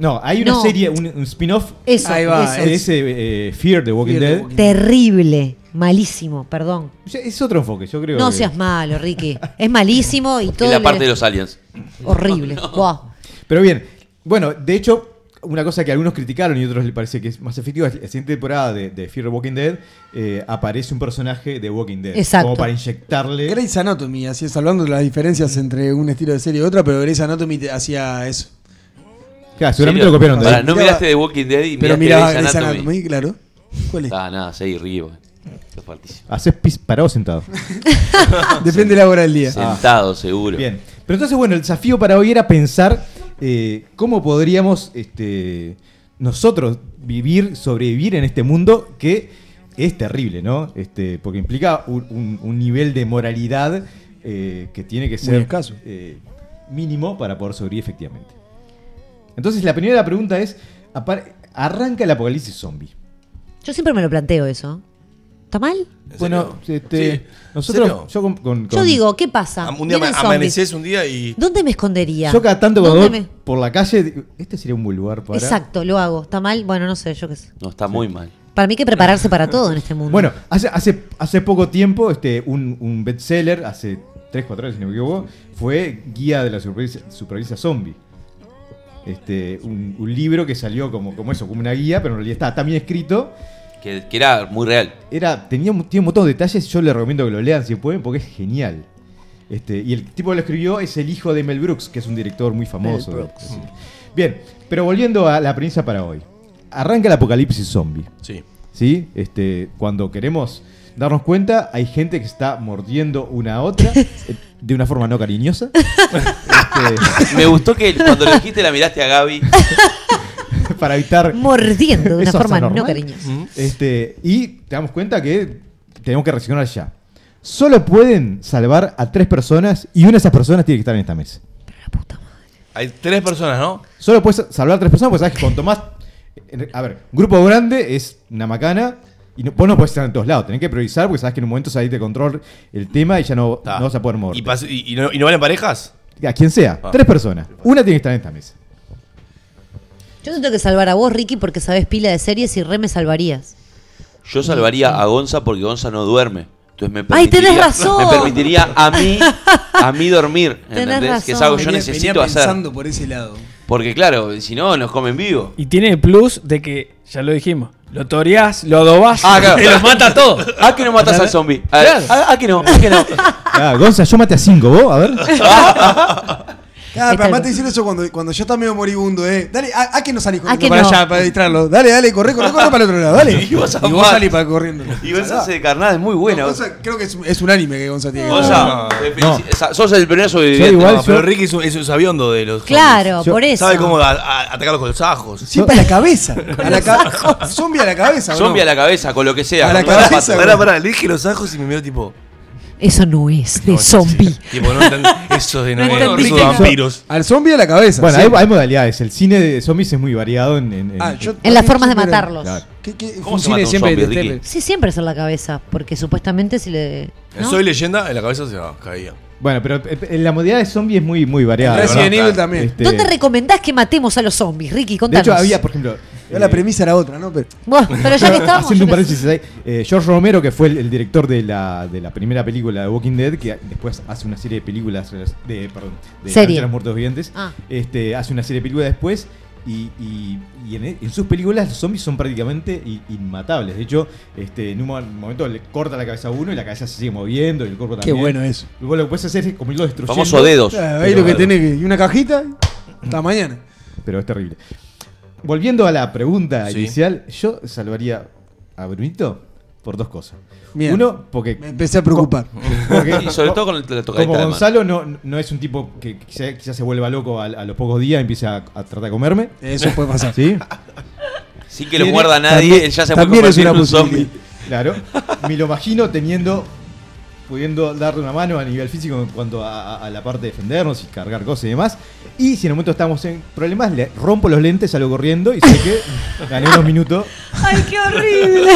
Speaker 5: no, hay una
Speaker 7: No.
Speaker 5: serie, un, un spin-off
Speaker 7: Eso,
Speaker 3: Ahí va,
Speaker 7: eso.
Speaker 5: ese eh, Fear the Walking
Speaker 3: Fear the
Speaker 5: Dead.
Speaker 3: Walking
Speaker 7: Terrible. Malísimo, perdón.
Speaker 5: Ya, Es otro enfoque, yo creo.
Speaker 7: No
Speaker 5: que-
Speaker 7: seas malo, Ricky. Es malísimo y todo.
Speaker 2: En la
Speaker 7: le-
Speaker 2: parte de los aliens.
Speaker 7: Horrible. Buah.
Speaker 5: Pero bien, bueno, de hecho, una cosa que algunos criticaron y otros les parece que es más efectiva es la siguiente temporada de, de Fear the Walking Dead. eh, aparece un personaje de Walking Dead.
Speaker 7: Exacto.
Speaker 5: Como para inyectarle.
Speaker 3: Grey's Anatomy, así salvando las diferencias entre un estilo de serie y otra, pero Grey's Anatomy te hacía eso.
Speaker 5: Claro, seguramente
Speaker 2: ¿Serio?
Speaker 5: lo copiaron ¿eh? de
Speaker 2: Pará,
Speaker 5: ahí.
Speaker 2: no miraste The Walking Dead y
Speaker 3: Pero
Speaker 2: miraste
Speaker 3: miraba
Speaker 2: Grey's
Speaker 3: Grey's
Speaker 2: Anatomy.
Speaker 3: Anatomy, claro. ¿Cuál es?
Speaker 2: Ah, nada, seguí Rigo. Esto es fuertísimo.
Speaker 5: Haces pis parado sentado.
Speaker 3: Depende de la hora del día.
Speaker 2: Sentado, seguro.
Speaker 5: Ah. Bien. Pero entonces, bueno, el desafío para hoy era pensar eh, cómo podríamos este, nosotros vivir, sobrevivir en este mundo que es terrible, ¿no? Este, porque implica un, un- un nivel de moralidad eh, que tiene que ser
Speaker 3: escaso.
Speaker 5: eh, mínimo para poder sobrevivir efectivamente. Entonces, la primera pregunta es: apar- arranca el apocalipsis zombie.
Speaker 7: Yo siempre me lo planteo eso. ¿Está mal?
Speaker 9: ¿En
Speaker 5: Bueno,
Speaker 9: serio?
Speaker 5: este,
Speaker 9: Sí.
Speaker 5: nosotros,
Speaker 9: ¿En serio?
Speaker 5: yo, con- con-
Speaker 7: Yo
Speaker 5: con-
Speaker 7: digo, ¿qué pasa?
Speaker 9: Am- Un día ama-
Speaker 7: Vienen zombies.
Speaker 9: amaneces un día y.
Speaker 7: ¿Dónde me escondería?
Speaker 5: yo cada tanto cuando
Speaker 7: ¿Dónde
Speaker 5: voy
Speaker 7: me-
Speaker 5: por la calle, digo, este sería un buen lugar para.
Speaker 7: Exacto, lo hago. ¿Está mal? Bueno, no sé, yo qué sé.
Speaker 2: No, está muy mal.
Speaker 7: Para mí hay que prepararse para todo en este mundo.
Speaker 5: Bueno, hace, hace, hace poco tiempo, este, un, un bestseller, hace 3, 4 años si no me equivoco, fue Guía de la Supervivencia, supervivencia Zombie. este, un, un libro que salió como, como eso, como una guía, pero en realidad está también escrito.
Speaker 2: Que, que era muy real.
Speaker 5: Era, tenía, un- tiene un montón de detalles, yo les recomiendo que lo lean si pueden, porque es genial. Este, y el tipo que lo escribió es el hijo de Mel Brooks, que es un director muy famoso.
Speaker 7: Mel Brooks.
Speaker 5: Sí. Bien, pero volviendo a la premisa para hoy. Arranca el apocalipsis zombie.
Speaker 9: Sí.
Speaker 5: ¿Sí? Este, cuando queremos darnos cuenta, hay gente que está mordiendo una a otra eh, de una forma no cariñosa. Este,
Speaker 2: Me gustó que cuando lo dijiste la miraste a Gaby.
Speaker 5: para evitar
Speaker 7: Mordiendo de una
Speaker 5: Eso
Speaker 7: forma
Speaker 5: está
Speaker 7: no
Speaker 5: normal.
Speaker 7: cariñosa.
Speaker 5: Este, y te damos cuenta que tenemos que reaccionar ya. Solo pueden salvar a tres personas y una de esas personas tiene que estar en esta mesa.
Speaker 9: Hay tres personas, ¿no?
Speaker 5: Solo puedes salvar a tres personas, pues sabes que cuanto más. en- A ver, grupo grande es una macana. Y no, vos no podés estar en todos lados, tenés que priorizar porque sabes que en un momento salís de control el tema y ya no,
Speaker 9: Ta.
Speaker 5: no vas a poder mover.
Speaker 9: ¿Y, pas- y- y no, y no valen parejas?
Speaker 5: A quien sea,
Speaker 9: Ah.
Speaker 5: tres personas. Una tiene que estar en esta mesa.
Speaker 7: Yo te tengo que salvar a vos, Ricky, porque sabés pila de series y re me salvarías.
Speaker 2: Yo salvaría a Gonza porque Gonza no duerme. Entonces me
Speaker 7: Ay,
Speaker 2: permitiría-
Speaker 7: tenés razón.
Speaker 2: Me permitiría a mí, a mí dormir.
Speaker 7: Tenés
Speaker 2: ¿Entendés? Que es
Speaker 7: razón.
Speaker 2: algo que yo
Speaker 3: Venía-
Speaker 2: necesito
Speaker 3: venía
Speaker 2: hacer.
Speaker 3: pensando por ese lado.
Speaker 2: Porque claro, si no, nos comen vivo.
Speaker 1: Y tiene el plus de que, ya lo dijimos, lo toreás, lo adobás,
Speaker 2: Ah, claro.
Speaker 1: te los mata a todos.
Speaker 2: Ah, que no matas al zombie. Ah,
Speaker 1: Claro.
Speaker 2: ah, ah, que no, ah, que no.
Speaker 5: Ah, Gonza, yo mate a cinco, vos, a ver.
Speaker 7: Ahí
Speaker 3: Claro,
Speaker 7: está
Speaker 3: Ah, pero además
Speaker 7: el-
Speaker 3: te dicen eso cuando, cuando ya está medio moribundo, eh. Dale, ¿a, a que no salís corriendo
Speaker 7: que
Speaker 3: para
Speaker 7: no?
Speaker 3: allá para distraerlo? Dale, dale, corre, corre, corre para el otro lado, dale.
Speaker 2: Y vos
Speaker 3: y vos
Speaker 2: amás.
Speaker 3: salís para corriendo.
Speaker 2: Y Gonza
Speaker 3: Salvá.
Speaker 2: hace de carnada, es muy buena.
Speaker 3: No, Gonza, creo que es, es un anime que Gonza tiene. que ver.
Speaker 2: Gonza, te felici- sa- sos el primer
Speaker 5: Yo
Speaker 2: sobreviviente.
Speaker 5: igual-
Speaker 9: No, pero Ricky es un, es un sabiondo de los.
Speaker 7: Claro,
Speaker 5: Yo-
Speaker 7: por
Speaker 9: zombies.
Speaker 7: eso.
Speaker 9: Sabe cómo a- a- atacarlos con los ajos.
Speaker 3: Siempre a la cabeza. A la ca- zombie a la cabeza, ¿o no?
Speaker 2: Zombie a la cabeza, con lo que sea.
Speaker 3: A la
Speaker 2: con una
Speaker 3: cabeza,
Speaker 2: pata.
Speaker 3: güey.
Speaker 9: Pará, pará, le dije los ajos y me miró tipo.
Speaker 7: Eso no es de
Speaker 9: no,
Speaker 7: zombie.
Speaker 9: Tipo, no entend- Eso de no,
Speaker 7: No
Speaker 9: esos
Speaker 7: entendí.
Speaker 9: vampiros.
Speaker 3: Al zombie a la cabeza.
Speaker 5: Bueno, hay,
Speaker 3: siempre.
Speaker 5: hay modalidades. El cine de zombies es muy variado en. en- en-
Speaker 3: Ah, yo
Speaker 7: En las
Speaker 3: también
Speaker 7: formas de
Speaker 3: siempre-
Speaker 7: matarlos.
Speaker 5: Claro.
Speaker 3: ¿Qué- qué-
Speaker 2: ¿Cómo
Speaker 3: un
Speaker 2: se mata
Speaker 3: cine
Speaker 2: un
Speaker 3: siempre
Speaker 2: zombie,
Speaker 3: de
Speaker 2: Ricky?
Speaker 3: Tepe.
Speaker 7: Sí, siempre es en la cabeza, porque supuestamente si le.
Speaker 9: En
Speaker 7: ¿no?
Speaker 9: Soy leyenda, en la cabeza se va, caía.
Speaker 5: Bueno, pero eh, eh, la modalidad de zombie es muy, muy variada.
Speaker 3: Resident
Speaker 9: ¿verdad?
Speaker 3: Evil también.
Speaker 5: Este,
Speaker 7: ¿Dónde recomendás que matemos a los zombies, Ricky?
Speaker 5: De
Speaker 7: Contanos.
Speaker 5: hecho, había, por ejemplo.
Speaker 3: Yo
Speaker 5: eh,
Speaker 3: la premisa era otra, ¿no? Pero,
Speaker 7: Bueno, pero ya que estamos.
Speaker 5: Haciendo un
Speaker 7: yo qué sé.
Speaker 5: paréntesis ahí, eh, George Romero, que fue el, el director de la, de la primera película de Walking Dead, que después hace una serie de películas, de, perdón, de
Speaker 7: Serie.
Speaker 5: Noche de los Muertos Vivientes,
Speaker 7: Ah.
Speaker 5: este, hace una serie de películas después, y, y- y en, en sus películas los zombies son prácticamente i- inmatables. De hecho, este, en un mo- momento le corta la cabeza a uno y la cabeza se sigue moviendo, y el cuerpo
Speaker 3: qué
Speaker 5: también.
Speaker 3: bueno eso.
Speaker 5: Y vos lo que puedes hacer es como irlo destruyendo.
Speaker 2: Famoso dedos.
Speaker 3: Ah, ahí lo que tiene que. Y una cajita. Hasta mañana.
Speaker 5: Pero es terrible. Volviendo a la pregunta
Speaker 9: Sí.
Speaker 5: inicial, yo salvaría a Brunito por dos cosas.
Speaker 3: Bien.
Speaker 5: Uno, porque.
Speaker 3: Me empecé a preocupar.
Speaker 5: porque-
Speaker 2: Y sobre todo con el- la tocadita
Speaker 5: Como
Speaker 2: de mano.
Speaker 5: Gonzalo no, no es un tipo que quizá- quizás se vuelva loco a, a los pocos días y empieza a, a tratar de comerme.
Speaker 3: Eso puede pasar.
Speaker 5: ¿Sí?
Speaker 2: Sin que lo
Speaker 5: Tiene-
Speaker 2: muerda a nadie,
Speaker 5: también-
Speaker 2: él ya se puede
Speaker 3: también es
Speaker 2: convertir en
Speaker 3: una
Speaker 2: un zombie.
Speaker 3: posibilidad.
Speaker 5: Claro. Me lo imagino teniendo. Pudiendo darle una mano a nivel físico en cuanto a, a- a la parte de defendernos y cargar cosas y demás. Y si en un momento estamos en problemas, le rompo los lentes, salgo corriendo y sé que gané unos minutos.
Speaker 7: Ay, qué horrible.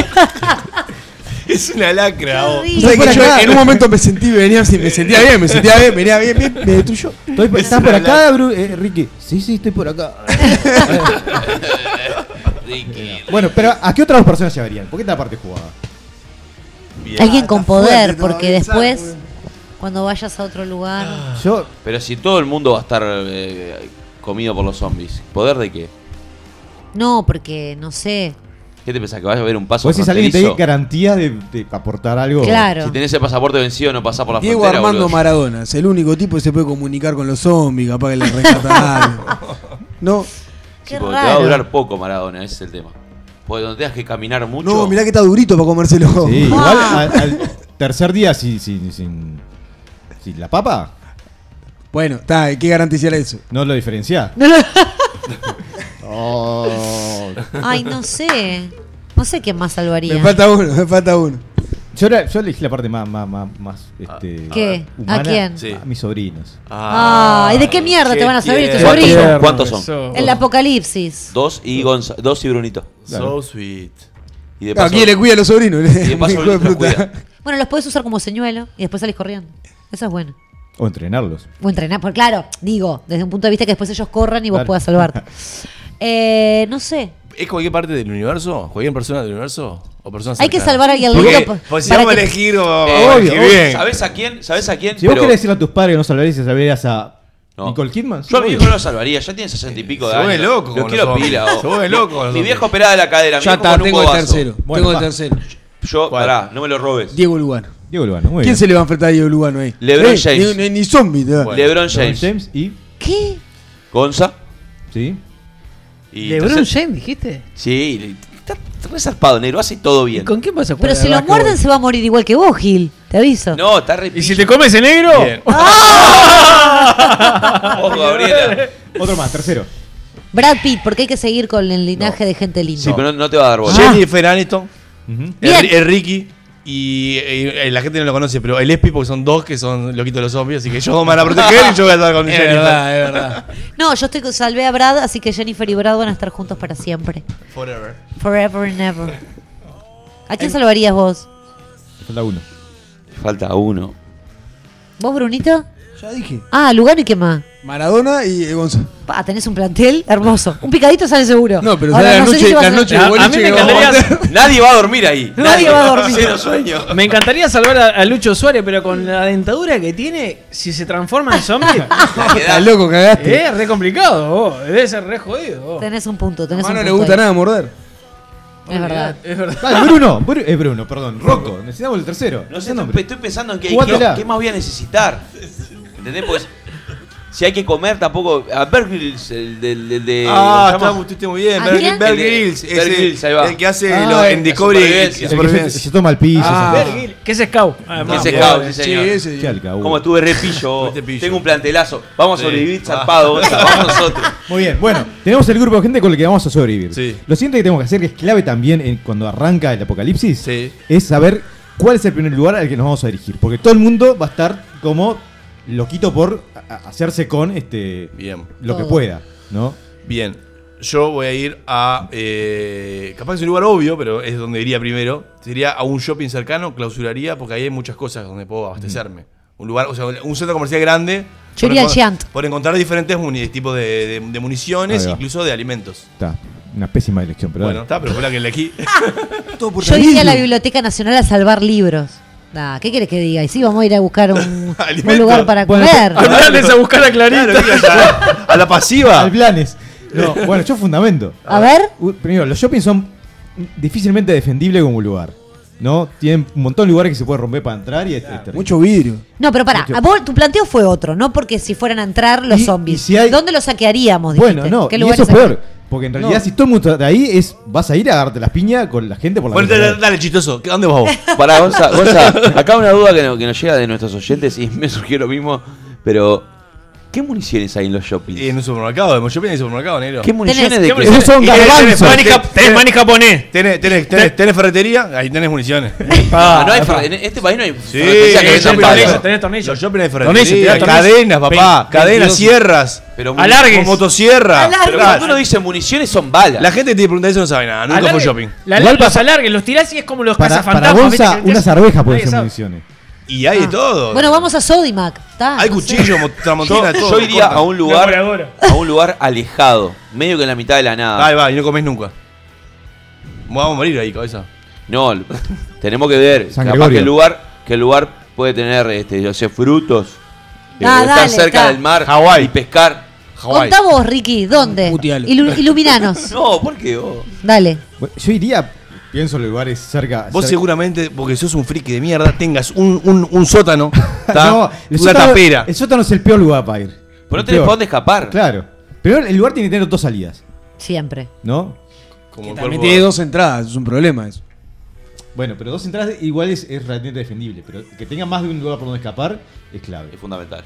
Speaker 9: Es una lacra, vos.
Speaker 7: horrible.
Speaker 3: O sea, que
Speaker 5: Por
Speaker 3: yo
Speaker 5: acá.
Speaker 3: en un momento me sentí, venía, así, me sentía bien, me sentía bien, venía bien, bien, me destruyó.
Speaker 5: Estoy por- ¿Estás por acá, Bru- eh, Ricky? Sí, sí, estoy por acá.
Speaker 2: Ricky.
Speaker 5: Bueno, pero ¿a qué otras dos personas se verían? ¿Por qué esta parte jugaba?
Speaker 7: Alguien con poder,
Speaker 3: fuerte
Speaker 7: porque
Speaker 3: todavía, saco,
Speaker 7: después,
Speaker 3: eh.
Speaker 7: cuando vayas a otro lugar.
Speaker 5: Yo,
Speaker 2: Pero si todo el mundo va a estar eh, comido por los zombies, ¿poder de qué?
Speaker 7: No, porque no sé.
Speaker 2: ¿Qué te pensás? ¿Que vaya a haber un paso
Speaker 5: vos Pues si alguien te
Speaker 2: fronterizo?
Speaker 5: dé garantías de, de aportar algo.
Speaker 7: Claro.
Speaker 2: Si tenés el pasaporte vencido, no pasás por la
Speaker 3: Diego
Speaker 2: frontera,
Speaker 3: Armando
Speaker 2: boludo.
Speaker 3: Maradona, es el único tipo que se puede comunicar con los zombies, capaz que le rescata algo. No,
Speaker 2: Sí,
Speaker 7: Qué
Speaker 2: porque Te va a
Speaker 7: raro.
Speaker 2: durar poco Maradona, ese es el tema. Porque donde tengas que caminar mucho...
Speaker 3: no, mirá que está durito para comérselo.
Speaker 5: Sí,
Speaker 7: Ah.
Speaker 5: igual al, al tercer día sin, sin, sin, sin la papa,
Speaker 3: Bueno, está, ¿qué garantizar eso?
Speaker 5: no lo diferenciás. Oh.
Speaker 7: Ay, no sé. No sé quién más salvaría.
Speaker 3: Me falta uno, me falta uno.
Speaker 5: Yo, era- yo elegí la parte más, más, más, más, este,
Speaker 7: ¿Qué? ¿A
Speaker 5: humana.
Speaker 7: quién?
Speaker 9: Sí.
Speaker 5: A mis sobrinos.
Speaker 7: Ay, ¿de qué mierda te van a salir tus
Speaker 2: ¿Cuántos
Speaker 7: sobrinos?
Speaker 2: son? ¿Cuántos son?
Speaker 7: El apocalipsis.
Speaker 2: Dos y Gonza- dos y Brunito.
Speaker 9: So sweet.
Speaker 2: Y de paso,
Speaker 3: Aquí le cuida a los sobrinos, le-
Speaker 2: y de paso
Speaker 3: hijo de
Speaker 2: Brunito los
Speaker 3: puta.
Speaker 2: cuida.
Speaker 7: Bueno, los podés usar como señuelo y después salís corriendo. Eso es bueno.
Speaker 5: O entrenarlos.
Speaker 7: O entrenar, porque claro, digo, desde un punto de vista que después ellos corran y vos
Speaker 5: Claro.
Speaker 7: puedas salvarte. Eh, no sé.
Speaker 9: ¿Es cualquier parte del universo? ¿Cualquier persona del universo? ¿O personas
Speaker 7: Hay que
Speaker 9: cercanas?
Speaker 7: salvar a alguien
Speaker 9: Porque,
Speaker 7: loco pa-
Speaker 9: pues, si
Speaker 7: para
Speaker 9: vamos a
Speaker 7: que-
Speaker 9: elegir, o-
Speaker 2: Eh,
Speaker 9: qué bien.
Speaker 2: ¿Sabés a quién? ¿Sabés a quién?
Speaker 5: Si vos
Speaker 2: Pero-
Speaker 5: querés decirle a tus padres que no salvarías, salvarías a
Speaker 2: No.
Speaker 5: Nicole Kidman.
Speaker 2: Yo a mi viejo no lo salvaría, ya tiene 60 y pico de
Speaker 4: Se
Speaker 2: años.
Speaker 4: vuelve loco
Speaker 2: Lo
Speaker 4: con
Speaker 2: quiero
Speaker 4: nosotros.
Speaker 2: pila. vos.
Speaker 4: Se vuelve loco con
Speaker 2: Mi, mi
Speaker 4: nosotros.
Speaker 2: viejo operada de la cadera. mi
Speaker 3: Ya
Speaker 2: viejo
Speaker 3: está,
Speaker 2: con un
Speaker 3: tengo el
Speaker 2: codazo.
Speaker 3: tercero.
Speaker 5: Bueno,
Speaker 3: tengo el
Speaker 5: pa.
Speaker 3: tercero.
Speaker 2: Yo, pará, no me lo robes.
Speaker 3: Diego Lugano.
Speaker 5: Diego Lugano, muy
Speaker 3: ¿Quién
Speaker 5: bien.
Speaker 3: se le va a enfrentar a Diego Lugano ahí?
Speaker 2: LeBron
Speaker 3: Eh,
Speaker 2: James.
Speaker 3: Ni, ni- ni zombie, te va.
Speaker 4: Bueno.
Speaker 2: LeBron
Speaker 5: LeBron
Speaker 2: James,
Speaker 5: James y.
Speaker 7: ¿Qué?
Speaker 2: Gonza.
Speaker 5: Sí.
Speaker 2: Y
Speaker 1: ¿Lebron
Speaker 2: tercer-
Speaker 1: James dijiste?
Speaker 2: Sí, le- está re zarpado, negro, hace todo
Speaker 1: ¿Y
Speaker 2: bien.
Speaker 1: con quién vas a jugar?
Speaker 7: Pero
Speaker 1: al
Speaker 7: si lo
Speaker 1: básquetbol?
Speaker 7: muerden se va a morir igual que vos, Gil. Te aviso.
Speaker 2: No, está re
Speaker 1: ¿Y si
Speaker 2: pillo.
Speaker 1: te comes el negro?
Speaker 4: Bien.
Speaker 2: Ojo, Gabriela.
Speaker 5: Otro más, tercero.
Speaker 7: Brad Pitt, porque hay que seguir con el linaje de gente linda.
Speaker 2: Sí, pero no, no te va a dar bola.
Speaker 5: Ah.
Speaker 4: Jennifer Aniston,
Speaker 5: Ujú.
Speaker 7: Bien.
Speaker 4: el, el Ricky y, y- y la gente no lo conoce, pero el Espi, porque son dos que son loquitos de los zombies, así que ellos dos me van a proteger y yo voy a estar con
Speaker 3: Es
Speaker 4: Jennifer.
Speaker 3: verdad, es verdad.
Speaker 7: No, yo estoy salvé a Brad, así que Jennifer y Brad van a estar juntos para siempre.
Speaker 4: Forever.
Speaker 7: Forever and ever. ¿A quién salvarías vos?
Speaker 5: Falta uno.
Speaker 2: Falta uno.
Speaker 7: ¿Vos, Brunito?
Speaker 3: Ya dije.
Speaker 7: Ah, Lugano y qué más.
Speaker 3: Maradona y eh, Gonzalo.
Speaker 7: Pa, tenés un plantel hermoso. Un picadito sale seguro.
Speaker 3: No, pero
Speaker 7: Ahora,
Speaker 3: sale la
Speaker 7: no sé
Speaker 3: noche-
Speaker 7: si vas
Speaker 3: la
Speaker 7: a-
Speaker 3: noche de
Speaker 1: A- a
Speaker 3: boliche
Speaker 1: mí me
Speaker 3: que vamos a
Speaker 1: encantaría-
Speaker 3: hacer.
Speaker 2: Nadie va a dormir ahí.
Speaker 7: Nadie va a dormir.
Speaker 2: Cero sueño.
Speaker 1: Me encantaría salvar a, a Lucho Suárez, pero con la dentadura que tiene, si se transforma en zombie,
Speaker 3: Estás loco, cagaste.
Speaker 1: es re complicado. vos. Debe ser re jodido. vos.
Speaker 7: Tenés un punto, tenés
Speaker 3: Mamá
Speaker 7: un
Speaker 3: no le
Speaker 7: punto.
Speaker 3: gusta
Speaker 7: ahí.
Speaker 3: nada morder.
Speaker 7: Es verdad.
Speaker 1: Es verdad.
Speaker 5: Dale, Bruno. Bru- eh, Bruno, perdón. Rocco. Necesitamos el tercero.
Speaker 2: No sé,
Speaker 5: Ese
Speaker 2: estoy,
Speaker 5: nombre.
Speaker 2: estoy pensando en qué,
Speaker 5: Jugátela.
Speaker 2: qué- qué más voy a necesitar. ¿Entendés? Porque si hay que comer tampoco. A Bear Grylls, el del. del- de-
Speaker 4: Ah,
Speaker 2: ¿cómo se
Speaker 4: está
Speaker 2: llama?
Speaker 4: usted muy bien.
Speaker 7: ¿A
Speaker 4: Bear,
Speaker 7: quién?
Speaker 4: Bear
Speaker 2: El de-
Speaker 4: Grylls,
Speaker 2: Bear
Speaker 4: ese-
Speaker 2: Grylls, ahí va.
Speaker 4: el que hace
Speaker 3: Ah,
Speaker 4: lo-
Speaker 3: el-
Speaker 4: en Discovery.
Speaker 2: supervivencia.
Speaker 5: El que se, se toma el piso.
Speaker 3: Ah.
Speaker 5: se-
Speaker 1: Bergil, ¿Qué es Scout? Ah,
Speaker 2: Que
Speaker 1: vamos.
Speaker 2: se cao, sí,
Speaker 3: Sí,
Speaker 2: señor.
Speaker 3: ese.
Speaker 5: Qué alcahuete.
Speaker 2: Como estuve repillo,
Speaker 4: Fuiste Este pillo.
Speaker 2: tengo un plantelazo. Vamos
Speaker 4: Sí. Ah.
Speaker 2: a sobrevivir zarpado, Gonza, vamos nosotros.
Speaker 5: Muy bien, bueno, tenemos el grupo de gente con el que vamos a sobrevivir.
Speaker 4: Sí.
Speaker 5: Lo siguiente que tenemos que hacer, que es clave también en- cuando arranca el apocalipsis,
Speaker 4: Sí.
Speaker 5: es saber cuál es el primer lugar al que nos vamos a dirigir. Porque todo el mundo va a estar como loquito por a- a- hacerse con este
Speaker 4: Bien,
Speaker 5: lo que
Speaker 7: Todo.
Speaker 5: pueda, ¿no?
Speaker 4: bien. Yo voy a ir a. eh, capaz que es un lugar obvio, pero es donde iría primero. Sería a un shopping cercano, clausuraría, porque ahí hay muchas cosas donde puedo abastecerme. Un lugar, o sea, un centro comercial grande.
Speaker 7: Yo
Speaker 4: por
Speaker 7: iría al
Speaker 4: encon-
Speaker 7: Giant.
Speaker 4: Por encontrar diferentes muni- tipos de, de- de municiones,
Speaker 5: Ahí va.
Speaker 4: incluso de alimentos.
Speaker 5: Está, una pésima elección, pero
Speaker 4: Bueno,
Speaker 5: dale.
Speaker 4: está, pero fue la que elegí.
Speaker 3: Todo por
Speaker 7: Yo iría a la
Speaker 3: Danilo.
Speaker 7: Biblioteca Nacional a salvar libros. Nah, ¿qué quieres que diga? Y sí, vamos a ir a buscar un,
Speaker 4: Alimentos.
Speaker 7: un lugar para
Speaker 5: Bueno,
Speaker 7: comer.
Speaker 1: Andarles a buscar a
Speaker 4: Claro,
Speaker 1: Clarita.
Speaker 4: ¿qué iba a- a la pasiva.
Speaker 5: Al planes. No, bueno, yo fundamento.
Speaker 7: a ver,
Speaker 5: U- Primero, los shoppings son difícilmente defendibles como lugar, ¿no? Tienen un montón de lugares que se puede romper para entrar y es, es terrible.
Speaker 3: Mucho vidrio.
Speaker 7: no, pero pará, a vos- tu planteo fue otro, no porque si fueran a entrar los
Speaker 5: Y-
Speaker 7: zombies.
Speaker 5: y si hay-
Speaker 7: ¿Dónde los saquearíamos?
Speaker 5: Bueno,
Speaker 7: dijiste?
Speaker 5: no,
Speaker 7: ¿Qué
Speaker 5: y
Speaker 7: lugares
Speaker 5: eso es
Speaker 7: hay?
Speaker 5: peor. Porque en realidad,
Speaker 3: No.
Speaker 5: si todo el mundo está ahí, es, vas a ir a darte las piñas con la gente por la
Speaker 4: Bueno,
Speaker 5: calle.
Speaker 4: dale, dale, chistoso. ¿Dónde vas vos?
Speaker 2: Pará, Gonza, Gonza, acá una duda que, no- que nos llega de nuestros oyentes y me surgió lo mismo, pero ¿qué municiones hay en los shoppings?
Speaker 4: Y en un supermercado, en un shopping hay supermercado, negro.
Speaker 2: ¿Qué municiones
Speaker 7: Tenés- ¿Qué
Speaker 2: de qué?
Speaker 5: Esos son
Speaker 4: Y tenés-
Speaker 5: garbanzos.
Speaker 4: tenés
Speaker 1: Maní jap- tenés maní japonés.
Speaker 4: Tenés, tenés, tenés, tenés ferretería, ahí tenés municiones.
Speaker 2: Ah, no hay fer- en este país no hay ferretería que
Speaker 1: tenés
Speaker 2: vendan
Speaker 1: tornillos,
Speaker 2: palos.
Speaker 1: tenés tornillos.
Speaker 4: Los shopping hay
Speaker 1: Tornillos,
Speaker 4: ferretería,
Speaker 1: tirá tornillos.
Speaker 4: cadenas, papá.
Speaker 1: Vein-
Speaker 4: cadenas,
Speaker 1: 22.
Speaker 4: sierras.
Speaker 2: Pero mu-
Speaker 1: Alargues.
Speaker 4: Con motosierra.
Speaker 2: Pero
Speaker 4: Claro.
Speaker 2: cuando uno dice municiones son balas.
Speaker 4: La gente que te pregunta eso no sabe nada, nunca fue a un
Speaker 1: Alargue-
Speaker 4: shopping.
Speaker 1: La,
Speaker 5: Igual
Speaker 1: los
Speaker 5: pasa-
Speaker 1: alargues, los tirás y es como los
Speaker 5: Para, para Ah.
Speaker 1: cazafantasmas.
Speaker 5: Gonza,
Speaker 1: ¿viste? Que
Speaker 5: unas
Speaker 1: tirás-
Speaker 5: arvejas pueden
Speaker 1: Nadie
Speaker 5: ser
Speaker 1: sabe.
Speaker 5: municiones.
Speaker 4: Y hay de todo.
Speaker 7: Bueno, vamos a Sodimac. Está,
Speaker 4: hay
Speaker 7: no sé.
Speaker 4: cuchillos, mo- tramontina,
Speaker 2: Yo,
Speaker 4: todo.
Speaker 2: yo iría
Speaker 4: corta.
Speaker 2: a un
Speaker 1: Una
Speaker 2: lugar
Speaker 1: voladora.
Speaker 2: a un lugar alejado, medio que en la mitad de la nada.
Speaker 4: Ahí va, y no comés nunca. Vamos a morir ahí, cabeza.
Speaker 2: No, l- tenemos que ver.
Speaker 5: San
Speaker 2: capaz
Speaker 5: Gregorio.
Speaker 2: que el lugar, que el lugar puede tener este, yo sé, frutos. eh,
Speaker 7: Ah,
Speaker 2: estar
Speaker 7: dale,
Speaker 2: cerca
Speaker 7: está.
Speaker 2: del mar
Speaker 4: Hawái.
Speaker 2: y pescar.
Speaker 4: Hawái.
Speaker 7: Contá vos, Ricky, ¿dónde?
Speaker 3: Putealo.
Speaker 7: Ilu- iluminanos.
Speaker 2: No, ¿por qué vos?
Speaker 7: Dale.
Speaker 5: Bueno, Yo iría, pienso en lugares cerca.
Speaker 4: Vos
Speaker 5: cerca-
Speaker 4: seguramente, porque sos un friki de mierda, tengas un, un, un sótano, ¿tá?
Speaker 5: No, el
Speaker 4: una
Speaker 5: sótano-
Speaker 4: tapera.
Speaker 5: El sótano es el peor lugar para ir.
Speaker 2: Pero no
Speaker 5: El
Speaker 2: tenés
Speaker 5: peor.
Speaker 2: para dónde escapar.
Speaker 5: Claro. Pero el lugar tiene que tener dos salidas,
Speaker 7: Siempre.
Speaker 5: ¿no?
Speaker 4: Como
Speaker 3: Que
Speaker 4: el
Speaker 3: también
Speaker 4: cuerpo-
Speaker 3: tiene dos entradas, es un problema eso.
Speaker 5: Bueno, pero dos entradas igual es, es realmente defendible. Pero que tenga más de un lugar por donde escapar es clave.
Speaker 2: Es fundamental.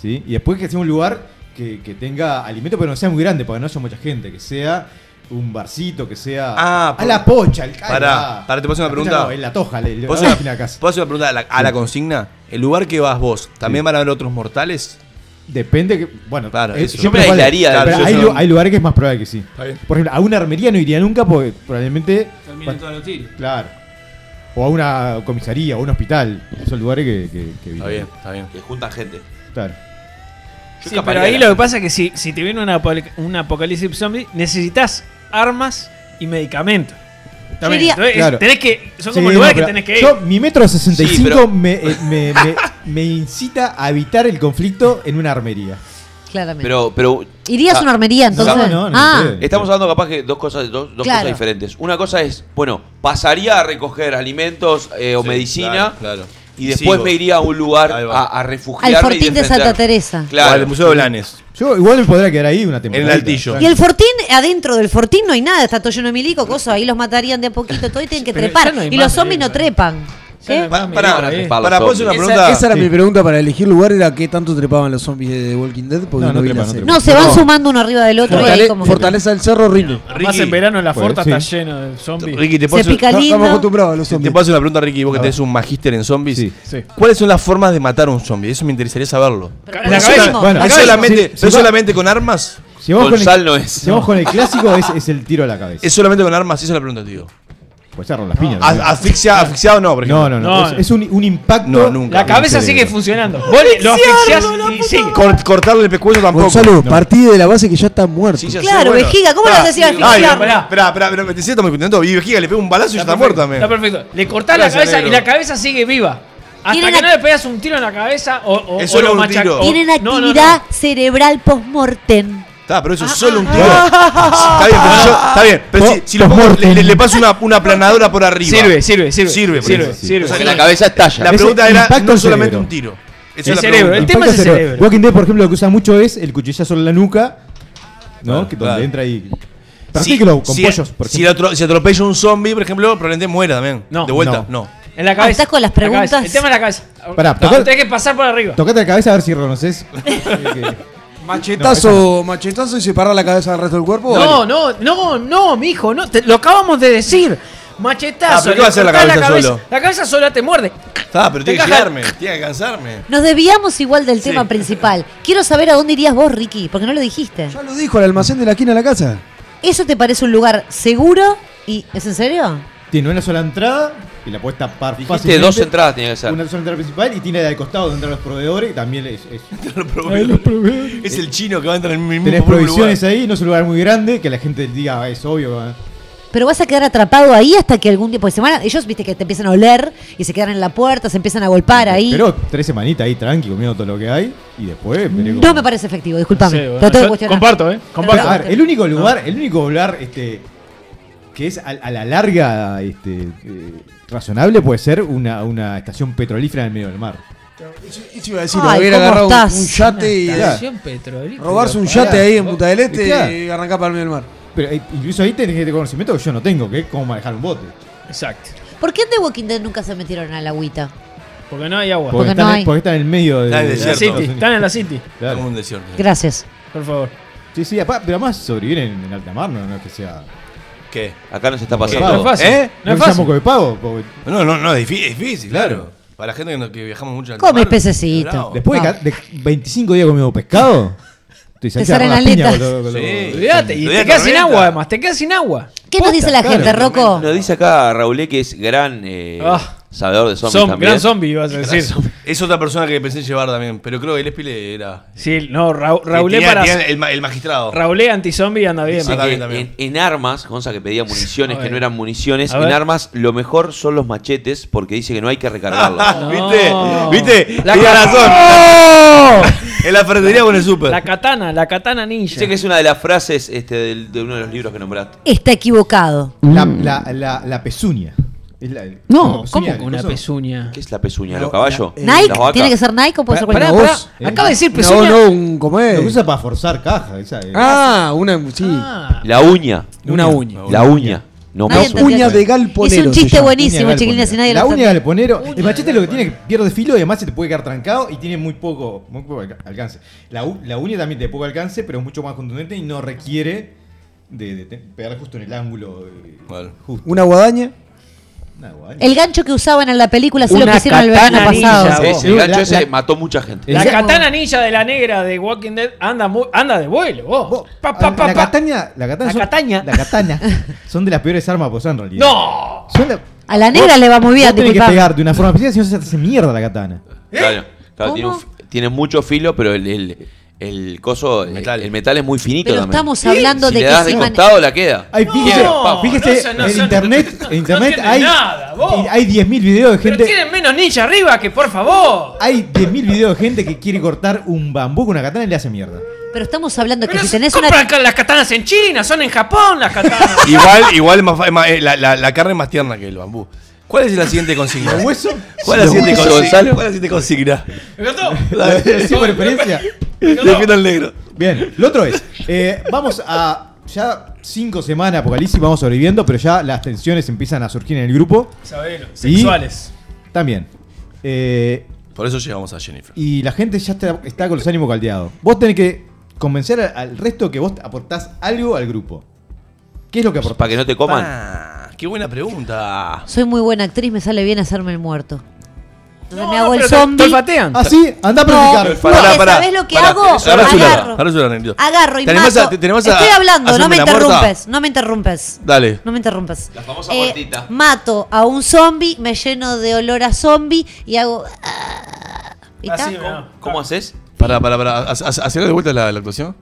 Speaker 5: ¿sí? Y después que sea un lugar que, que tenga alimento, pero no sea muy grande, para que no haya mucha gente, que sea un barcito, que sea.
Speaker 4: Ah,
Speaker 5: a
Speaker 4: por-
Speaker 5: la pocha, el cara.
Speaker 4: Pará, pará, te puedo hacer una pregunta.
Speaker 5: en la toja, la, la,
Speaker 4: ¿Puedo
Speaker 5: la
Speaker 4: hacer
Speaker 5: esquina de
Speaker 4: una,
Speaker 5: la casa.
Speaker 4: puedo hacer una pregunta a la, a la consigna? ¿El lugar que vas vos, también
Speaker 5: Sí.
Speaker 4: van a haber otros mortales?
Speaker 5: Depende que. Bueno,
Speaker 4: Claro,
Speaker 5: eh,
Speaker 4: eso.
Speaker 5: yo
Speaker 2: Yo me
Speaker 5: creo que-
Speaker 2: aislaría.
Speaker 5: pero
Speaker 4: Claro,
Speaker 5: hay,
Speaker 4: yo-
Speaker 5: lu- hay lugares que es más probable que sí.
Speaker 4: bien.
Speaker 5: Por ejemplo, a una armería no iría nunca porque probablemente. pa-
Speaker 9: todos los tiros.
Speaker 5: Claro. O a una comisaría, o a un hospital. Son lugares que, que, que
Speaker 4: Está bien, está bien.
Speaker 2: Que juntan gente.
Speaker 5: Claro.
Speaker 2: Yo
Speaker 1: Sí, pero
Speaker 2: escaparía
Speaker 1: ahí
Speaker 2: de la-
Speaker 1: lo que pasa es que si, si te viene una apol- un apocalipsis zombie, necesitas armas y medicamentos. También.
Speaker 7: diría-
Speaker 1: Entonces,
Speaker 5: Claro.
Speaker 1: tenés que, son como
Speaker 5: Sí,
Speaker 1: lugares que
Speaker 5: no, pero
Speaker 1: tenés que ir.
Speaker 5: Yo, mi metro 65
Speaker 2: Sí, pero-
Speaker 5: me, eh, me- me- me incita a evitar el conflicto en una armería.
Speaker 7: claramente.
Speaker 2: Pero, pero.
Speaker 7: ¿Irías
Speaker 4: ah,
Speaker 7: a una armería, entonces? No, no, no, Ah. no puede.
Speaker 2: Estamos hablando capaz que dos cosas, dos, dos
Speaker 7: Claro.
Speaker 2: cosas diferentes. Una cosa es, bueno, pasaría a recoger alimentos eh, o
Speaker 9: Sí,
Speaker 2: medicina.
Speaker 9: claro, claro.
Speaker 2: Y después
Speaker 9: Sigo.
Speaker 2: me iría a un lugar
Speaker 9: Ahí
Speaker 2: a,
Speaker 9: va.
Speaker 2: a
Speaker 7: Al
Speaker 2: refugiarme. y
Speaker 7: Fortín de
Speaker 2: defender.
Speaker 7: Santa Teresa.
Speaker 2: Claro.
Speaker 9: O al Museo de Blanes.
Speaker 5: Yo igual me podría quedar ahí una temporada.
Speaker 9: altillo.
Speaker 7: Y el Fortín, adentro del Fortín no hay nada, está todo lleno de milico, cosas, ahí los matarían de a poquito, todo y tienen que
Speaker 1: Pero
Speaker 7: trepar.
Speaker 1: ya no hay
Speaker 7: y
Speaker 1: más
Speaker 7: los zombies no trepan. ¿Qué?
Speaker 1: Para,
Speaker 2: Para,
Speaker 5: Eh,
Speaker 3: eh,
Speaker 2: para,
Speaker 4: Para, ¿puedo hacer una
Speaker 3: Esa-
Speaker 4: pregunta?
Speaker 3: Esa, era mi pregunta para elegir lugar, era qué tanto trepaban los zombies de The Walking Dead, porque
Speaker 5: No,
Speaker 3: no,
Speaker 5: no
Speaker 3: vi la
Speaker 5: trepan, no
Speaker 3: serie.
Speaker 5: trepan.
Speaker 7: No, se van sumando uno arriba del otro. y ahí
Speaker 3: Fortale-
Speaker 7: como que-
Speaker 3: Fortaleza del Cerro, Rino.
Speaker 1: Más en verano la
Speaker 5: Pues,
Speaker 1: forta
Speaker 5: sí.
Speaker 1: está llena de zombies.
Speaker 4: Ricky, te puedo
Speaker 7: se
Speaker 4: hacer-
Speaker 7: pica lindo.
Speaker 3: Estamos acostumbrados a los
Speaker 4: te
Speaker 3: zombies.
Speaker 4: puedo hacer una pregunta, Ricky, vos que tenés un magíster en zombies.
Speaker 5: Sí.
Speaker 1: Sí.
Speaker 4: ¿Cuáles son las formas de matar a un zombie? Eso me interesaría saberlo.
Speaker 7: Pero
Speaker 1: La
Speaker 7: lo
Speaker 1: cabeza-
Speaker 7: mismo.
Speaker 5: bueno,
Speaker 4: ¿No
Speaker 5: acá-
Speaker 4: solamente,
Speaker 5: sí,
Speaker 4: no
Speaker 5: sí, va.
Speaker 4: solamente con armas?
Speaker 5: Si vamos, con
Speaker 2: Gonzalo
Speaker 5: el,
Speaker 2: no es.
Speaker 5: si vamos con el clásico, es, es el tiro a la cabeza.
Speaker 4: ¿Es solamente con armas? Esa es la pregunta, tío.
Speaker 5: Pues cerro las piñas. también.
Speaker 4: A- Ah, Asfixia, asfixiado no, por ejemplo.
Speaker 5: no, no, no.
Speaker 1: No,
Speaker 5: es,
Speaker 1: no.
Speaker 5: es un, un impacto.
Speaker 4: No, nunca.
Speaker 1: La cabeza
Speaker 5: en el
Speaker 1: sigue
Speaker 5: cerebro.
Speaker 1: funcionando. Vos le- lo asfixiás y sigue.
Speaker 4: Cor- cortarle el pescuezo tampoco.
Speaker 3: Gonzalo, partí de la base que ya está muerto.
Speaker 4: Sí, ya sé,
Speaker 7: Claro,
Speaker 4: bueno.
Speaker 7: vejiga, ¿cómo lo
Speaker 4: Pará.
Speaker 7: haces así al
Speaker 4: Ay,
Speaker 1: Claro,
Speaker 7: asfixiar?
Speaker 1: pará.
Speaker 4: pará, pará, pará, me siento muy contento. Y vejiga le pega un balazo y ya está muerta también.
Speaker 1: Está perfecto. Le cortás
Speaker 4: Gracias,
Speaker 1: la cabeza
Speaker 4: negro.
Speaker 1: y la cabeza sigue viva. Hasta
Speaker 7: Tienen
Speaker 1: que no
Speaker 7: ac-
Speaker 1: le pegas un tiro en la cabeza o, o,
Speaker 4: Es
Speaker 1: o
Speaker 4: solo
Speaker 1: lo
Speaker 4: un
Speaker 1: machac-
Speaker 4: tiro.
Speaker 1: o-
Speaker 7: Tienen
Speaker 1: No,
Speaker 7: actividad
Speaker 1: no, no.
Speaker 7: cerebral post-mortem.
Speaker 4: Está, pero eso
Speaker 7: Ah,
Speaker 4: es solo un tiro. Está bien, pero yo- está bien, pero
Speaker 5: Po-
Speaker 4: si, si lo pongo-
Speaker 5: postmortem.
Speaker 4: le, le- le paso una, una aplanadora por arriba.
Speaker 1: Sirve, sirve, sirve.
Speaker 4: Sirve, por
Speaker 1: sirve.
Speaker 4: eso.
Speaker 1: sirve.
Speaker 2: O sea, que
Speaker 1: Sí.
Speaker 2: la cabeza estalla.
Speaker 4: La
Speaker 5: Ese
Speaker 4: pregunta era
Speaker 5: impacto
Speaker 4: no
Speaker 5: al
Speaker 4: solamente
Speaker 5: cerebro.
Speaker 4: un tiro. Esa
Speaker 1: El
Speaker 4: es la
Speaker 1: cerebro,
Speaker 4: pregunta.
Speaker 1: el tema
Speaker 5: Impacto
Speaker 1: es el
Speaker 5: cerebro.
Speaker 1: cerebro.
Speaker 5: Walking Dead, por ejemplo, lo que usa mucho es el cuchillazo en la nuca. ¿No?
Speaker 4: Claro,
Speaker 5: que donde
Speaker 4: claro.
Speaker 5: entra y.
Speaker 4: Si-
Speaker 5: Practíquelo con
Speaker 4: si-
Speaker 5: pollos, por
Speaker 4: si,
Speaker 5: ejemplo.
Speaker 4: atro- si atropella un zombie, por ejemplo, probablemente muera también.
Speaker 1: No.
Speaker 4: De vuelta,
Speaker 5: No.
Speaker 4: no.
Speaker 1: En la
Speaker 7: Ah,
Speaker 1: cabeza.
Speaker 7: estás con las
Speaker 1: La cabeza.
Speaker 7: preguntas.
Speaker 1: El tema es la cabeza.
Speaker 5: Pará,
Speaker 1: No,
Speaker 5: tocá-
Speaker 1: tenés que pasar por arriba.
Speaker 5: Tocate la cabeza a ver si reconoces.
Speaker 3: Machetazo, machetazo y separar la cabeza del resto del cuerpo.
Speaker 1: No, no, no, no, mijo, no, te- lo acabamos de decir. Machetazo.
Speaker 4: Ah, pero ¿qué
Speaker 1: le
Speaker 4: va a hacer la
Speaker 1: cortás
Speaker 4: cabeza solo?
Speaker 1: La cabeza sola te muerde.
Speaker 4: Está, pero
Speaker 1: Te
Speaker 4: tiene que
Speaker 1: caja-
Speaker 4: llegarme, tiene que alcanzarme.
Speaker 7: Nos desviamos igual del tema principal. Quiero saber a dónde irías vos, Ricky, porque no lo dijiste.
Speaker 3: Ya lo dijo, el almacén de la esquina de la casa.
Speaker 7: ¿Eso te parece un lugar seguro? y ¿Es en serio?
Speaker 5: Tiene una sola entrada y la puedes tapar
Speaker 2: Dijiste
Speaker 5: fácilmente.
Speaker 2: dos entradas tenía que ser.
Speaker 5: Una sola entrada principal y tiene de al costado donde entran los proveedores. Y también es. es-
Speaker 4: Es el chino que va a entrar en mi mismo
Speaker 5: tenés
Speaker 4: propio
Speaker 5: provisiones
Speaker 4: lugar.
Speaker 5: ahí, no es un lugar muy grande. Que la gente diga, "Ah, es obvio. va".
Speaker 7: Pero vas a quedar atrapado ahí hasta que algún día. Porque se van a- ellos, viste, que te empiezan a oler y se quedan en la puerta, se empiezan a golpear ahí.
Speaker 5: Pero tres semanitas ahí tranqui, comiendo todo lo que hay. Y después. veré cómo-
Speaker 7: no me parece efectivo, disculpame.
Speaker 1: Sí, bueno,
Speaker 7: Te lo tengo que
Speaker 1: yo
Speaker 7: cuestionar.
Speaker 1: comparto, eh, comparto.
Speaker 5: A ver, el único lugar, el único lugar este, que es a, a la larga este, eh, razonable puede ser una, una estación petrolífera en el medio del mar.
Speaker 3: Eso iba a decir,
Speaker 7: Ay,
Speaker 3: hubiera
Speaker 7: ¿cómo
Speaker 3: agarrado un-
Speaker 7: estás?
Speaker 3: un yate y
Speaker 1: Estación petrolífera.
Speaker 3: robarse un yate ahí en Punta del
Speaker 5: Claro.
Speaker 3: Este y arrancar para el medio del mar.
Speaker 5: Pero eh, incluso ahí tenés que tener conocimiento que yo no tengo, que es cómo manejar un bote.
Speaker 1: Exacto.
Speaker 7: ¿Por qué en The Walking Dead nunca se metieron al agüita?
Speaker 1: Porque no hay agua.
Speaker 5: Porque,
Speaker 7: no
Speaker 5: está, en,
Speaker 7: hay.
Speaker 5: porque está en el medio de,
Speaker 4: Está en el
Speaker 1: En
Speaker 5: de-
Speaker 1: la
Speaker 4: Cierto.
Speaker 1: City,
Speaker 5: Estados
Speaker 1: están
Speaker 5: Unidos.
Speaker 1: en la City,
Speaker 4: Está
Speaker 5: Claro.
Speaker 4: como un desierto.
Speaker 7: Gracias.
Speaker 1: por favor.
Speaker 5: Sí, sí, apa- pero además sobreviven en, en alta mar, no, no es que sea.
Speaker 4: ¿Qué?
Speaker 2: Acá nos está
Speaker 5: Claro.
Speaker 2: pasando.
Speaker 1: No es fácil.
Speaker 4: ¿Eh?
Speaker 1: No es
Speaker 5: que sea
Speaker 1: fácil.
Speaker 5: moco de pavo. porque
Speaker 4: No, no, no, es difí- es difícil,
Speaker 5: Claro.
Speaker 4: claro. Para la gente que, no- que viajamos mucho en
Speaker 7: Come
Speaker 4: mar,
Speaker 7: pececito.
Speaker 4: es bravo.
Speaker 5: después de
Speaker 7: Ah.
Speaker 5: ca- de, 25 días comiendo pescado, te
Speaker 7: salen aletas.
Speaker 4: Sí.
Speaker 1: Olvídate, y
Speaker 4: Lo
Speaker 1: te
Speaker 4: de
Speaker 1: quedas sin
Speaker 4: tormenta.
Speaker 1: agua además, te quedas sin agua.
Speaker 7: ¿Qué nos dice la
Speaker 5: claro,
Speaker 7: gente, Rocco?
Speaker 2: Nos dice acá Raulé que es gran eh,
Speaker 1: Ah.
Speaker 2: sabedor de zombies
Speaker 1: Zom-
Speaker 2: también.
Speaker 1: gran zombie, ibas a decir.
Speaker 4: Es otra persona que pensé en llevar también, pero creo que el Espile era.
Speaker 1: Sí, no, Ra- Raulé
Speaker 4: Tenía-
Speaker 1: para.
Speaker 4: tenía el, ma- el magistrado.
Speaker 1: Raulé anti-zombie anda bien.
Speaker 2: Dice
Speaker 4: Ah,
Speaker 2: que
Speaker 4: también, también.
Speaker 2: En, en armas, Gonza que pedía municiones
Speaker 1: A
Speaker 2: que
Speaker 1: ver.
Speaker 2: no eran municiones,
Speaker 1: A
Speaker 2: en
Speaker 1: ver.
Speaker 2: armas lo mejor son los machetes porque dice que no hay que recargarlos.
Speaker 4: Ah,
Speaker 1: No.
Speaker 4: ¿Viste? ¿Viste?
Speaker 1: La
Speaker 4: Tenía
Speaker 1: ca-
Speaker 4: razón. en la ferretería con el súper.
Speaker 1: La katana, la katana ninja.
Speaker 2: dice que es una de las frases este, del- de uno de los libros que nombraste.
Speaker 7: Está equivocado.
Speaker 5: La, la, la, la pezuña. Es la-
Speaker 1: No,
Speaker 5: la
Speaker 1: ¿cómo
Speaker 5: pezuña,
Speaker 1: con una
Speaker 5: ¿coso?
Speaker 1: pezuña?
Speaker 2: ¿Qué es la pezuña? ¿Los caballos?
Speaker 5: eh,
Speaker 7: ¿Nike?
Speaker 2: ¿Las vacas?
Speaker 7: ¿Tiene que ser Nike o puede ser
Speaker 5: Pará,
Speaker 7: cualquier
Speaker 3: Una
Speaker 5: pará,
Speaker 7: cosa?
Speaker 3: voz.
Speaker 5: Eh,
Speaker 1: Acaba de decir
Speaker 3: Una
Speaker 1: pezuña.
Speaker 3: voz, no, un ¿cómo es?
Speaker 5: Lo usa para forzar caja, esa. eh.
Speaker 3: Ah, una, sí.
Speaker 1: Ah,
Speaker 2: La uña.
Speaker 3: una uña.
Speaker 2: La uña. No
Speaker 7: Nadie
Speaker 2: más
Speaker 7: entendió.
Speaker 3: uña de
Speaker 7: Es
Speaker 3: galponero.
Speaker 7: un
Speaker 3: se
Speaker 7: chiste
Speaker 3: llama.
Speaker 7: buenísimo,
Speaker 5: Uña
Speaker 7: chiquilines,
Speaker 5: galponera.
Speaker 7: y nadie
Speaker 5: La
Speaker 7: lo
Speaker 5: uña
Speaker 7: está-
Speaker 5: galponero. El machete lo que tiene es que pierde filo y además se te puede quedar trancado y tiene muy poco, muy poco alca- alcance. La, u- la uña también tiene poco alcance, pero es mucho más contundente y no requiere de, de te- pegar justo en el ángulo. eh,
Speaker 4: Vale.
Speaker 5: Justo.
Speaker 3: Una guadaña.
Speaker 5: Nada, guay.
Speaker 7: El gancho que usaban en la película se lo
Speaker 1: Una
Speaker 7: que hicieron el verano
Speaker 1: katana ninja,
Speaker 7: pasado.
Speaker 1: vos.
Speaker 2: Es, el gancho
Speaker 5: La-
Speaker 2: ese
Speaker 5: la-
Speaker 2: mató mucha gente.
Speaker 1: la
Speaker 5: Exacto.
Speaker 1: katana ninja de la negra de Walking Dead anda, mu- anda de vuelo, vos.
Speaker 5: Vos,
Speaker 1: Pa, pa, pa,
Speaker 5: la,
Speaker 1: pa.
Speaker 5: cataña, la cataña.
Speaker 1: La
Speaker 5: son-
Speaker 1: cataña.
Speaker 5: la cataña Son de las peores armas pues en realidad.
Speaker 1: ¡No!
Speaker 5: Son la-
Speaker 7: A la negra
Speaker 5: vos-
Speaker 7: le va muy bien,
Speaker 5: vos tenés que
Speaker 7: disculpame.
Speaker 5: pegar de una forma especial, si no se te hace mierda la katana.
Speaker 2: Claro, claro, tiene, un
Speaker 7: ¿Eh? ¿Cómo?
Speaker 2: f- tiene mucho filo, pero el, el- el coso, el metal, el metal es muy finito
Speaker 7: Pero
Speaker 2: también.
Speaker 7: estamos hablando
Speaker 2: si
Speaker 7: de
Speaker 2: le
Speaker 7: que
Speaker 2: das
Speaker 7: se
Speaker 2: de
Speaker 7: van-
Speaker 2: costado la queda.
Speaker 5: Ay, fíjese,
Speaker 2: No,
Speaker 5: pa, fíjese,
Speaker 1: no, eso no,
Speaker 5: en
Speaker 1: eso no,
Speaker 5: internet, en internet
Speaker 1: tiene
Speaker 5: hay,
Speaker 1: nada, vos.
Speaker 5: hay 10.000 videos de
Speaker 1: Pero
Speaker 5: gente.
Speaker 1: tienen menos ninja arriba que por favor.
Speaker 5: Hay 10.000 videos de gente que quiere cortar un bambú con una katana y le hace mierda.
Speaker 7: Pero estamos hablando que
Speaker 1: Pero
Speaker 7: si tenés una.
Speaker 1: compran ca- las katanas en China, son en Japón las katanas.
Speaker 4: Igual, igual es más fa- es más- eh, la, la- la carne es más tierna que el bambú. ¿Cuál es la siguiente consigna?
Speaker 5: ¿Los huesos?
Speaker 4: ¿Cuál es la
Speaker 2: ¿Los
Speaker 4: siguiente
Speaker 2: huesos,
Speaker 4: consigna?
Speaker 2: Gonzalo?
Speaker 4: ¿Cuál es la siguiente consigna?
Speaker 1: Me encantó.
Speaker 5: Sí, por experiencia.
Speaker 4: Defiendo al negro.
Speaker 5: Bien, lo otro es, eh, vamos a ya cinco semanas apocalipsis, vamos sobreviviendo, pero ya las tensiones empiezan a surgir en el grupo
Speaker 1: Sabelo,
Speaker 5: ¿Y?
Speaker 1: sexuales.
Speaker 5: también. Eh,
Speaker 4: Por eso llegamos a Jennifer.
Speaker 5: y la gente ya está, está con los ánimos caldeados. Vos tenés que convencer al, al resto que vos aportás algo al grupo. ¿Qué es lo que aportás?
Speaker 2: Pues, Para que no te coman.
Speaker 4: Ah, qué buena pregunta.
Speaker 7: Soy muy buena actriz, me sale bien hacerme el muerto. Entonces me
Speaker 1: No,
Speaker 7: hago el
Speaker 1: pero te-
Speaker 7: zombie.
Speaker 1: te olfatean.
Speaker 5: Ah, sí, andá a practicar.
Speaker 7: No, porque ¿sabés lo que hago?
Speaker 4: Ahora yo la-
Speaker 7: Agarro.
Speaker 4: ahora yo la negrito.
Speaker 7: Agarro y
Speaker 4: ¿Te animás
Speaker 7: mato.
Speaker 4: a- te- te animás a-
Speaker 7: Estoy hablando,
Speaker 4: a
Speaker 7: no me
Speaker 4: hacerme la muerta?
Speaker 7: interrumpes, no me interrumpes.
Speaker 4: Dale.
Speaker 7: No me interrumpes.
Speaker 2: La famosa muertita.
Speaker 7: Mato a un zombie, me lleno de olor a zombie y hago. ¿Y está?
Speaker 1: Así, ¿no?
Speaker 2: ¿Cómo haces?
Speaker 4: Para, para, para. ¿Hacer de vuelta la, la actuación?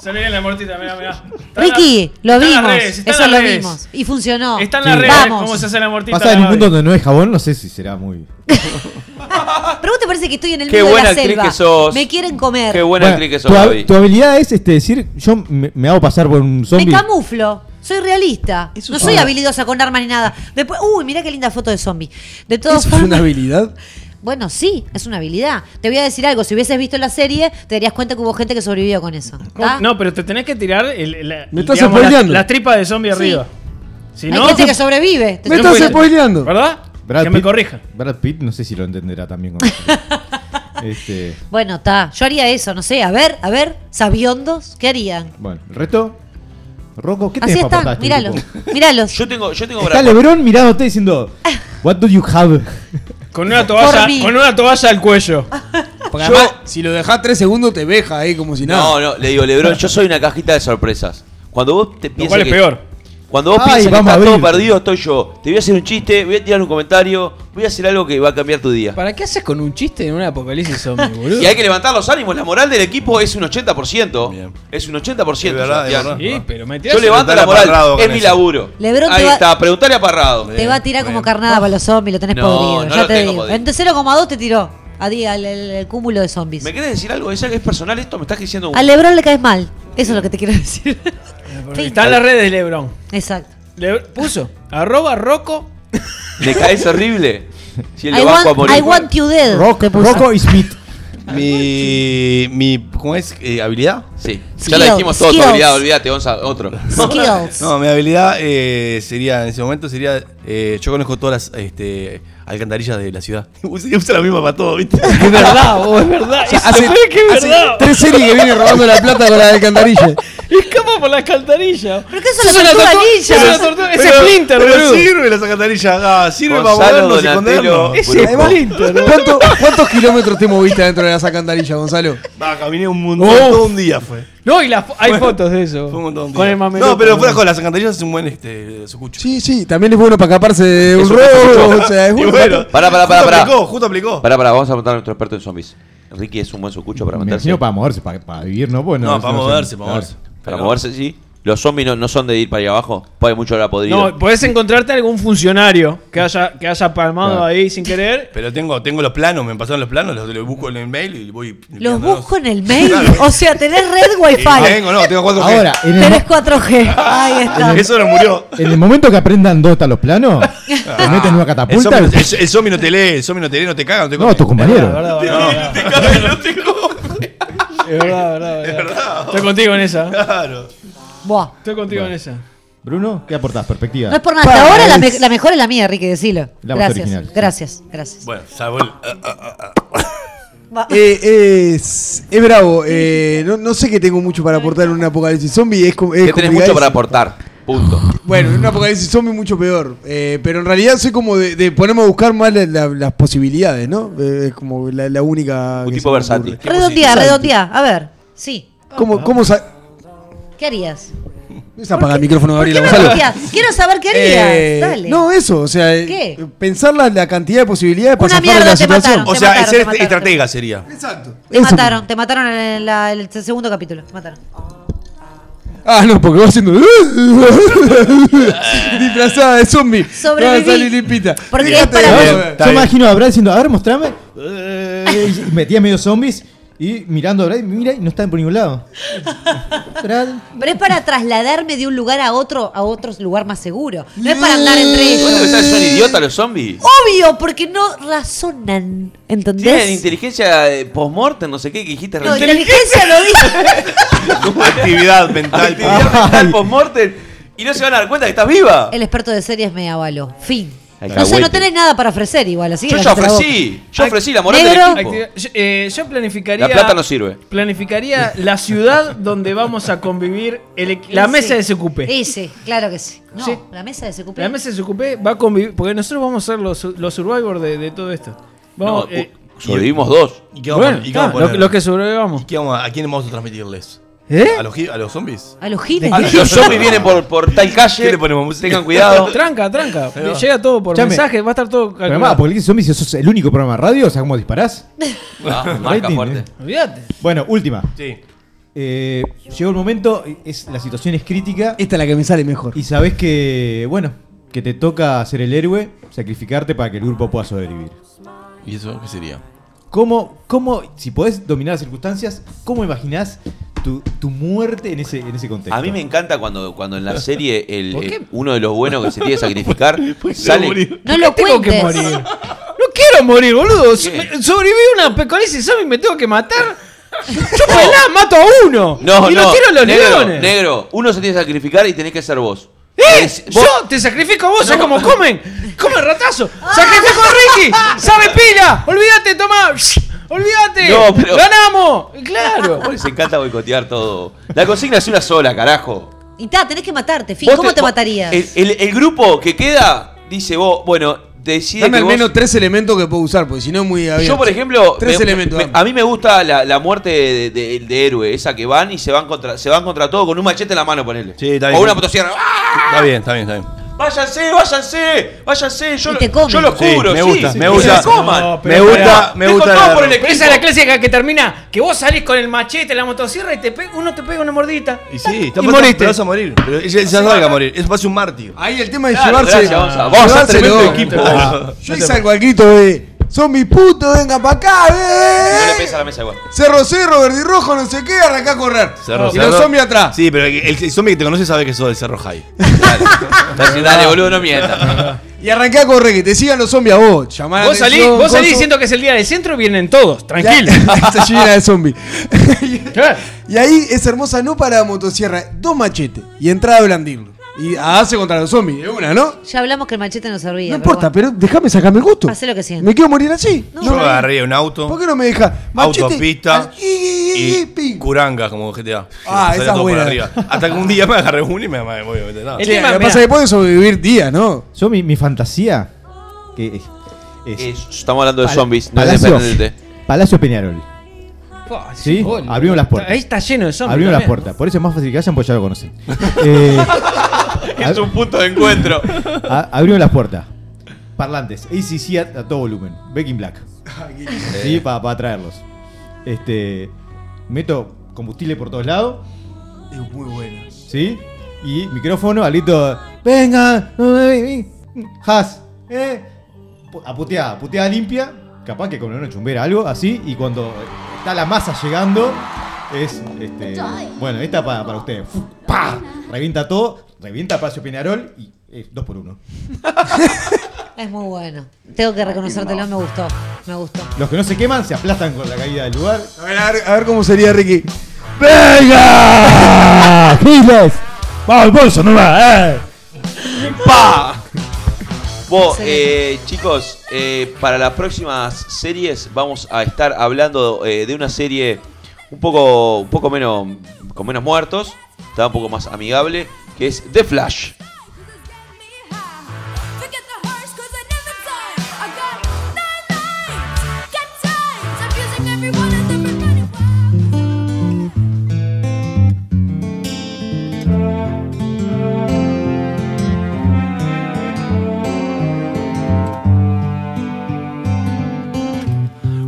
Speaker 1: Se le viene la muertita, mirá, mirá. Está en
Speaker 7: Ricky,
Speaker 1: la-
Speaker 7: lo
Speaker 1: está en
Speaker 7: vimos.
Speaker 1: las redes, está en
Speaker 7: Eso
Speaker 1: las
Speaker 7: lo
Speaker 1: redes.
Speaker 7: vimos. Y funcionó.
Speaker 1: la- Está en la
Speaker 5: Sí.
Speaker 1: red,
Speaker 7: Vamos.
Speaker 1: cómo se hace la muertita.
Speaker 5: Pasa en un
Speaker 1: Gaby.
Speaker 5: mundo donde no es jabón, no sé si será muy...
Speaker 7: Pero vos te parece que estoy en el
Speaker 2: Qué
Speaker 7: medio de
Speaker 2: buena
Speaker 7: la
Speaker 2: actriz
Speaker 7: selva.
Speaker 2: que sos.
Speaker 7: Me quieren comer.
Speaker 2: Qué buena
Speaker 5: Bueno,
Speaker 2: actriz que sos,
Speaker 5: tu, hab-
Speaker 2: Gaby.
Speaker 5: tu habilidad es este, decir, yo me, me hago pasar por un
Speaker 7: Me
Speaker 5: zombie.
Speaker 7: camuflo. Soy realista. no soy habilidosa con armas ni nada. Después, uy, mirá qué linda foto de zombie. De todas
Speaker 3: ¿Eso es una
Speaker 7: formas.
Speaker 3: habilidad?
Speaker 7: Bueno, sí, es una habilidad. Te voy a decir algo, si hubieses visto la serie, te darías cuenta que hubo gente que sobrevivió con eso. ¿tá?
Speaker 1: No, pero te tenés que tirar el, el- la,
Speaker 3: Me estás
Speaker 1: digamos,
Speaker 3: spoileando.
Speaker 1: la, la tripa de zombie
Speaker 7: Sí.
Speaker 1: arriba. Si
Speaker 7: Hay
Speaker 1: no,
Speaker 7: gente que sobrevive. te estoy
Speaker 3: Me estás
Speaker 1: Bueno.
Speaker 7: diciendo.
Speaker 3: spoileando.
Speaker 1: ¿verdad?
Speaker 5: Brad
Speaker 1: que me
Speaker 5: Pitt-
Speaker 1: corrija.
Speaker 5: Brad Pitt no sé si lo entenderá también con este,
Speaker 7: Bueno, está. Yo haría eso, no sé. A ver, a ver, sabiondos, ¿qué harían?
Speaker 5: Bueno, el resto. Rocco, ¿qué
Speaker 7: Así
Speaker 5: tenés para
Speaker 7: está,
Speaker 5: aportar a este
Speaker 7: míralos.
Speaker 5: grupo?
Speaker 7: Míralos.
Speaker 2: Yo tengo, yo tengo
Speaker 5: Está
Speaker 2: brazos.
Speaker 5: Lebron mirándote diciendo, What do you have?
Speaker 1: Con una toalla,
Speaker 7: Por mí.
Speaker 1: con una toalla al cuello.
Speaker 3: Porque además, si lo dejás tres segundos, te veja ahí como si nada.
Speaker 2: No, no, le digo, Lebron, yo soy una cajita de sorpresas. Cuando vos te
Speaker 1: Lo
Speaker 2: piensas
Speaker 1: cual es
Speaker 2: que-
Speaker 1: peor.
Speaker 2: Cuando vos
Speaker 5: Ay,
Speaker 2: piensas que
Speaker 5: vamos
Speaker 2: está
Speaker 5: a
Speaker 2: todo
Speaker 5: abrir.
Speaker 2: perdido, estoy yo. Te voy a hacer un chiste, voy a tirar un comentario, voy a hacer algo que va a cambiar tu día.
Speaker 1: ¿Para qué haces con un chiste en un apocalipsis zombie, boludo?
Speaker 2: Y hay que levantar los ánimos, la moral del equipo es un 80%. Es un 80%.
Speaker 4: Es verdad, es
Speaker 2: Sebastián.
Speaker 4: verdad.
Speaker 1: Sí, pero me tirás
Speaker 2: Yo levanto la
Speaker 4: Preguntale a Parrado
Speaker 2: moral,
Speaker 4: con
Speaker 2: es mi
Speaker 4: eso.
Speaker 2: laburo.
Speaker 7: Lebrón te
Speaker 2: Ahí
Speaker 7: va-
Speaker 2: está, preguntale a Parrado.
Speaker 7: Te va a tirar como carnada para los zombies, lo tenés
Speaker 2: No,
Speaker 7: podrido.
Speaker 2: no
Speaker 7: ya
Speaker 2: lo
Speaker 7: te
Speaker 2: tengo
Speaker 7: digo.
Speaker 2: podrido.
Speaker 7: En 0,2 te tiró. A di- al, al- al cúmulo de zombies.
Speaker 2: ¿Me querés decir algo? ¿Es, es personal esto? ¿Me estás diciendo un-
Speaker 7: Al Lebron le caes mal. Eso es lo que te quiero decir. Fin.
Speaker 1: Está en las redes de Lebron.
Speaker 7: Exacto.
Speaker 1: Le- puso arroba roco.
Speaker 2: ¿Le caes horrible? Si él
Speaker 7: I
Speaker 2: lo
Speaker 7: want,
Speaker 2: bajo a morir.
Speaker 7: I want you dead.
Speaker 5: Rock,
Speaker 7: te puso.
Speaker 5: Rocco y Smith.
Speaker 4: Mi, mi. ¿Cómo es? Eh, ¿Habilidad?
Speaker 2: Sí, ya la
Speaker 7: Skills,
Speaker 2: dijimos todos,
Speaker 7: skills.
Speaker 2: olvidate, olvídate, Gonza, otro.
Speaker 7: Skills.
Speaker 4: No, mi habilidad eh, sería, en ese momento sería, eh, yo conozco todas las este, alcantarillas de la ciudad. Usa usa la misma para todo, ¿viste?
Speaker 1: Es verdad,
Speaker 3: Oh,
Speaker 8: oh,
Speaker 1: vos, es verdad.
Speaker 3: sea,
Speaker 1: Eso
Speaker 3: hace-
Speaker 1: fue que es
Speaker 3: hace
Speaker 1: verdad.
Speaker 3: tres series que viene robando la plata con la de alcantarilla.
Speaker 1: Escapa por la alcantarilla.
Speaker 7: ¿Pero qué es una
Speaker 1: Sos una
Speaker 7: tortuga
Speaker 1: tortu-
Speaker 7: ninja?
Speaker 1: sos una tortuga- Es Splinter,
Speaker 4: pero
Speaker 1: boludo.
Speaker 4: sirve las alcantarillas, ah, sirve para
Speaker 2: Gonzalo
Speaker 4: movernos y
Speaker 2: Donatello.
Speaker 4: escondernos.
Speaker 1: Es
Speaker 2: Grupo.
Speaker 1: Splinter. ¿no?
Speaker 3: ¿Cuánto- ¿Cuántos kilómetros te moviste dentro de la sacantarilla, Gonzalo?
Speaker 4: Va, caminé un mundo, todo un día fue.
Speaker 1: No, y la fo- hay fotos de eso.
Speaker 4: Fue un montón de
Speaker 1: Con
Speaker 4: días.
Speaker 1: el mamelo.
Speaker 4: No, pero fuera con las alcantarillas es un buen este, sucucho.
Speaker 3: Sí, sí, también es bueno para escaparse de un
Speaker 2: Eso que
Speaker 3: robo.
Speaker 2: escucho.
Speaker 3: O sea, es
Speaker 4: Y
Speaker 3: bueno.
Speaker 4: bueno,
Speaker 2: Pará, pará, pará,
Speaker 4: Justo
Speaker 2: pará.
Speaker 4: aplicó, justo aplicó.
Speaker 2: Pará, pará, vamos a preguntar a nuestro experto en zombies. Ricky es un buen sucucho para
Speaker 5: Me
Speaker 2: meterse.
Speaker 5: imagino para moverse, para, para vivir, ¿no? Bueno,
Speaker 4: No, para moverse, para moverse.
Speaker 2: Para moverse, sí. Los zombies no, no son de ir para allá abajo. Puede mucho la podrido.
Speaker 1: No, podés encontrarte algún funcionario que haya, que haya palmado
Speaker 5: Claro.
Speaker 1: ahí sin querer.
Speaker 4: Pero tengo, tengo los planos, me pasaron los planos, los, los busco en el mail y voy.
Speaker 7: Los
Speaker 4: limpiándolos.
Speaker 7: busco en el mail.
Speaker 4: Claro.
Speaker 7: O sea, tenés red
Speaker 4: Y
Speaker 7: wifi.
Speaker 4: Tengo, no, tengo 4G.
Speaker 5: Ahora, en el,
Speaker 7: Tenés 4G. Ahí está.
Speaker 4: Eso no murió.
Speaker 5: mo- en el momento que aprendan Dota los planos, te meten en
Speaker 4: ah.
Speaker 5: una
Speaker 4: El
Speaker 5: catapulta.
Speaker 4: zombie, no- el- el zombie no te lee, el zombie no te lee, no te caga, no te come.
Speaker 5: No, tus compañeros.
Speaker 1: verdad, verdad,
Speaker 4: te caga, no te come.
Speaker 1: es verdad, verdad, verdad. Estoy contigo en esa.
Speaker 4: Claro.
Speaker 7: Buah.
Speaker 1: Estoy contigo en esa.
Speaker 5: Bruno, ¿qué aportás? Perspectiva.
Speaker 7: No es por nada. Hasta ahora la, me- la mejor es la mía, Ricky, decilo.
Speaker 5: La voz
Speaker 7: gracias,
Speaker 5: original, sí.
Speaker 7: gracias, gracias.
Speaker 4: Bueno, salvo el.
Speaker 7: Va.
Speaker 3: Eh, es, es bravo. eh, no, no sé qué tengo mucho para aportar en un apocalipsis zombie. Es, com- es
Speaker 2: que tenés mucho para
Speaker 3: complicadísimo.
Speaker 2: aportar. Punto.
Speaker 3: Bueno, en un apocalipsis zombie mucho peor. eh, pero en realidad soy como de, de ponerme a buscar más la- la- las posibilidades, ¿no? Eh, es como la, la única.
Speaker 2: Un
Speaker 3: que
Speaker 2: tipo
Speaker 3: se me
Speaker 2: versátil.
Speaker 3: ocurre.
Speaker 2: Ah.
Speaker 7: redondeá, redondeá. A ver. Sí.
Speaker 3: ¿Cómo, cómo sa-
Speaker 7: ¿Qué harías?
Speaker 3: Es apagar el micrófono,
Speaker 7: ¿Por qué
Speaker 3: Gabriela.
Speaker 7: me
Speaker 3: Gonzalo.
Speaker 7: bloqueas? Quiero saber qué harías.
Speaker 3: Eh,
Speaker 7: Dale.
Speaker 3: No, eso, o sea, eh,
Speaker 7: ¿Qué?
Speaker 3: pensar la, la cantidad de posibilidades para
Speaker 7: Una
Speaker 3: zafar de
Speaker 7: mierda,
Speaker 3: la
Speaker 7: te
Speaker 3: situación.
Speaker 7: mataron.
Speaker 4: O sea,
Speaker 7: mataron,
Speaker 4: ser
Speaker 7: te mataron.
Speaker 4: estratega sería.
Speaker 3: Exacto.
Speaker 7: te
Speaker 3: eso.
Speaker 7: mataron, te mataron en el, la- el segundo capítulo. Te mataron.
Speaker 3: Ah, no, porque va haciendo. Disfrazada de zombie.
Speaker 7: Sobreviví.
Speaker 3: Va a salir limpita.
Speaker 7: Porque
Speaker 3: Fíjate,
Speaker 7: es para-
Speaker 3: ¿no?
Speaker 4: Bien, está
Speaker 5: eh, Yo
Speaker 4: bien.
Speaker 5: imagino a Brad diciendo, a ver, mostrame. Eh, y metía medio zombies y mirando a Brad, mira, y no está por ningún lado. Brad,
Speaker 7: Pero es para trasladarme de un lugar a otro, a otro lugar más seguro. No es para andar entre
Speaker 2: ¿Vos
Speaker 7: ellos.
Speaker 2: pensás que son idiotas los zombies?
Speaker 7: Obvio, porque no razonan.
Speaker 2: Tienen
Speaker 7: ¿Entendés?
Speaker 2: inteligencia eh, post-mortem, no sé qué, que dijiste
Speaker 7: No,
Speaker 2: recién.
Speaker 7: inteligencia lo dice.
Speaker 4: Actividad mental.
Speaker 2: Actividad mental post-mortem y no se van a dar cuenta que estás viva.
Speaker 7: El experto de series me avaló. Fin. No sé,
Speaker 2: Alcahuete.
Speaker 7: no tenés nada para ofrecer igual, así que
Speaker 2: Yo ya
Speaker 7: cállate la
Speaker 2: ofrecí, yo ofrecí la moral
Speaker 7: Negro.
Speaker 2: del equipo.
Speaker 1: Actividad- Yo, eh, yo planificaría.
Speaker 2: La plata no sirve.
Speaker 1: Planificaría la ciudad donde vamos a convivir el equi-
Speaker 7: boca.
Speaker 1: la
Speaker 7: Y
Speaker 1: mesa
Speaker 7: sí.
Speaker 1: de SQP.
Speaker 7: Y sí, claro que sí. No,
Speaker 1: Sí.
Speaker 7: la mesa de SQP.
Speaker 1: La mesa de SQP va a convivir. Porque nosotros vamos a ser los, los survivors de, de todo esto.
Speaker 2: No,
Speaker 1: Vamos, eh,
Speaker 2: u- sobrevivimos dos.
Speaker 4: ¿Y qué vamos,
Speaker 1: bueno,
Speaker 4: y qué vamos
Speaker 1: está,
Speaker 4: a
Speaker 1: lo-
Speaker 4: poner?
Speaker 1: los que sobrevivamos.
Speaker 4: ¿Y qué vamos a, a quién vamos a transmitirles?
Speaker 1: ¿Eh?
Speaker 4: ¿A los, gi- a los zombies?
Speaker 7: A los giles.
Speaker 2: Ah, Los zombies vienen por, por tal
Speaker 4: ¿Qué
Speaker 2: calle.
Speaker 4: le ponemos música?
Speaker 2: Tengan cuidado.
Speaker 1: Tranca, tranca.
Speaker 4: Ahí va.
Speaker 1: Llega todo por
Speaker 5: Chame.
Speaker 1: mensaje, va a estar todo
Speaker 5: pero además,
Speaker 1: calculado.
Speaker 5: Apocalipsis Zombies, sos el único programa de radio, o sea, ¿cómo disparás?
Speaker 2: Ah, marca
Speaker 5: Rating,
Speaker 2: fuerte.
Speaker 5: eh.
Speaker 1: Olvídate.
Speaker 5: Bueno, última.
Speaker 4: Sí.
Speaker 5: Eh, llegó el momento, es, la situación es crítica
Speaker 3: Esta es la que me sale mejor.
Speaker 5: y sabés que, bueno, que te toca ser el héroe, sacrificarte para que el grupo pueda sobrevivir.
Speaker 9: ¿Y eso qué sería?
Speaker 5: ¿Cómo, cómo si podés dominar las circunstancias, cómo imaginás tu, tu muerte en ese, en ese contexto?
Speaker 2: A mí me encanta cuando, cuando en la serie el,
Speaker 1: ¿Por qué?
Speaker 2: el- uno de los buenos que se tiene que sacrificar sale.
Speaker 7: No lo
Speaker 1: ¿Por qué tengo que
Speaker 7: cuentes.
Speaker 1: morir? No quiero morir, boludo. So-
Speaker 2: ¿Qué?
Speaker 1: me- Sobreviví a una apocalipsis zombie y me tengo que matar. Yo pelá, mato a uno.
Speaker 2: No,
Speaker 1: y
Speaker 2: no.
Speaker 1: lo tiro a los
Speaker 2: negro,
Speaker 1: leones.
Speaker 2: negro, uno se tiene que sacrificar y tenés que ser vos.
Speaker 1: ¿Eh?
Speaker 2: Es- vos-
Speaker 1: Yo te sacrifico a vos, ¿sabes cómo comen? Come ratazo.
Speaker 7: Ah.
Speaker 1: Sacrifico a Ricky. Sabe pila. Olvídate, toma. Olvídate.
Speaker 2: No, pero-
Speaker 1: Ganamos. Claro.
Speaker 2: vos les Pues, encanta boicotear todo. La consigna es una sola, carajo.
Speaker 7: Y ta, tenés que matarte. Fin,
Speaker 2: Vos
Speaker 7: ¿cómo te
Speaker 2: vos-
Speaker 7: matarías?
Speaker 3: eh,
Speaker 2: El, el- el grupo que queda dice vos, bueno, decide
Speaker 3: Dame
Speaker 2: que
Speaker 3: al
Speaker 2: vos-
Speaker 3: menos tres elementos que puedo usar, porque si no es muy abierto.
Speaker 2: Yo, por ejemplo,
Speaker 3: Tres
Speaker 2: me-
Speaker 3: elementos,
Speaker 2: me-
Speaker 3: dame.
Speaker 2: a mí me gusta la, la muerte de, de- de héroe, esa que van y se van contra se van contra todo con un machete en la mano, ponele.
Speaker 4: Sí, está
Speaker 2: o
Speaker 4: bien.
Speaker 2: una motosierra. ¡Ah!
Speaker 4: Está bien, está bien, está bien.
Speaker 2: Váyanse, váyanse, váyanse. Yo,
Speaker 7: Y
Speaker 2: lo-
Speaker 7: te comen.
Speaker 2: yo los
Speaker 4: Sí,
Speaker 2: cubro,
Speaker 4: me
Speaker 2: sí.
Speaker 4: gusta, me
Speaker 2: Que
Speaker 4: gusta.
Speaker 2: se coman.
Speaker 4: No,
Speaker 1: pero
Speaker 4: me gusta,
Speaker 1: pará.
Speaker 4: me
Speaker 2: Dejo
Speaker 4: gusta.
Speaker 2: todo
Speaker 4: la-
Speaker 2: por el equipo.
Speaker 1: Pero esa es la clásica que termina, que vos salís con el machete, la motosierra y te pe- uno te pega una mordita.
Speaker 4: Y sí, está
Speaker 1: Y
Speaker 4: pasando-
Speaker 1: moriste.
Speaker 4: Te vas a morir. Pero ella ella sabe que va a morir. Es va a ser un mártir.
Speaker 3: Ahí el tema de
Speaker 2: Claro,
Speaker 3: llevarse.
Speaker 2: gracias, vamos a- vamos a
Speaker 3: llevárselo.
Speaker 2: tremendo equipo.
Speaker 3: Ah, Yo ahí salgo al grito de. Son mis putos, venga para acá,
Speaker 2: No le
Speaker 3: eh.
Speaker 2: pesa la mesa igual.
Speaker 3: Cerro, cerro, verde y rojo, no sé qué, arrancá a correr.
Speaker 4: Cerro,
Speaker 3: y los
Speaker 4: cerro.
Speaker 3: zombies atrás.
Speaker 4: Sí, pero el, el zombie que te conoce sabe que sos del Cerro High.
Speaker 2: Dale, dale, boludo, no mientas.
Speaker 3: Y arrancá a correr, que te sigan los zombies a vos. Llamá la
Speaker 1: Vos salís,
Speaker 3: atención,
Speaker 1: vos salís
Speaker 3: coso.
Speaker 1: diciendo que es el día del centro, vienen todos,
Speaker 3: Ya-
Speaker 1: tranquilo.
Speaker 3: Se llena de zombies.
Speaker 1: Claro.
Speaker 3: y ahí es hermosa, no para la motosierra, dos machetes y entrada a blandirlo. Y a darse contra los zombies, de una, ¿no?
Speaker 7: Ya hablamos que el machete no servía.
Speaker 3: No
Speaker 7: pero
Speaker 3: importa,
Speaker 7: bueno.
Speaker 3: pero déjame sacarme el gusto.
Speaker 7: Hacé lo que sientas.
Speaker 3: Me quiero morir así.
Speaker 7: No,
Speaker 4: Yo
Speaker 7: no.
Speaker 4: agarré un auto.
Speaker 3: ¿Por qué no me deja? Machete,
Speaker 4: Autopista
Speaker 3: al- y- y- y-
Speaker 4: y
Speaker 3: ping.
Speaker 4: curanga como GTA.
Speaker 3: Ah,
Speaker 4: Sale
Speaker 3: esa
Speaker 4: todo por
Speaker 3: buena.
Speaker 4: arriba. Hasta que un día me agarré uno y me, me voy a meter nada.
Speaker 1: El
Speaker 3: Che,
Speaker 1: tema,
Speaker 3: lo que
Speaker 1: mirá.
Speaker 3: pasa es que pueden sobrevivir días, ¿no?
Speaker 5: Yo, mi, mi fantasía que es, es
Speaker 2: Eh, Estamos hablando de
Speaker 5: Pal-
Speaker 2: zombies, no es
Speaker 5: Palacio,
Speaker 2: dependiente.
Speaker 5: Palacio Peñarol.
Speaker 1: Fua,
Speaker 5: Sí,
Speaker 1: Ah, gol.
Speaker 5: abrimos las puertas.
Speaker 1: Ahí está lleno de zombies.
Speaker 5: Abrimos las
Speaker 1: también.
Speaker 5: puertas. Por eso es más fácil que vayan, pues ya lo conocen. Eh,
Speaker 2: Es un punto de encuentro.
Speaker 5: a- abrimos las puertas. Parlantes. ACC a, a todo volumen. Back in Black. sí, para traerlos. Este, meto combustible por todos lados.
Speaker 3: Es muy bueno.
Speaker 5: ¿Sí? Y micrófono, alito. Venga. Has. Eh. pu- A puteada, puteada limpia. Capaz que con una chumbera algo así. Y cuando está la masa llegando, es. Este, bueno, esta pa- para ustedes. Fu, ¡pa! Revienta todo, revienta Palacio Peñarol y es dos por uno.
Speaker 7: Es muy bueno. Tengo que reconocértelo, me gustó. Me gustó.
Speaker 5: Los que no se queman se aplastan con la caída del lugar.
Speaker 3: A ver, a ver, a ver cómo sería Ricky.
Speaker 5: ¡Venga! ¡Giles! ¡Vamos al bolso nomás! ¡Eh!
Speaker 2: ¡Pa! Vos, eh, chicos, eh, para las próximas series vamos a estar hablando eh, de una serie un poco, un poco menos, con menos muertos, está un poco más amigable, que es The Flash.
Speaker 10: Everyone a different kind of way.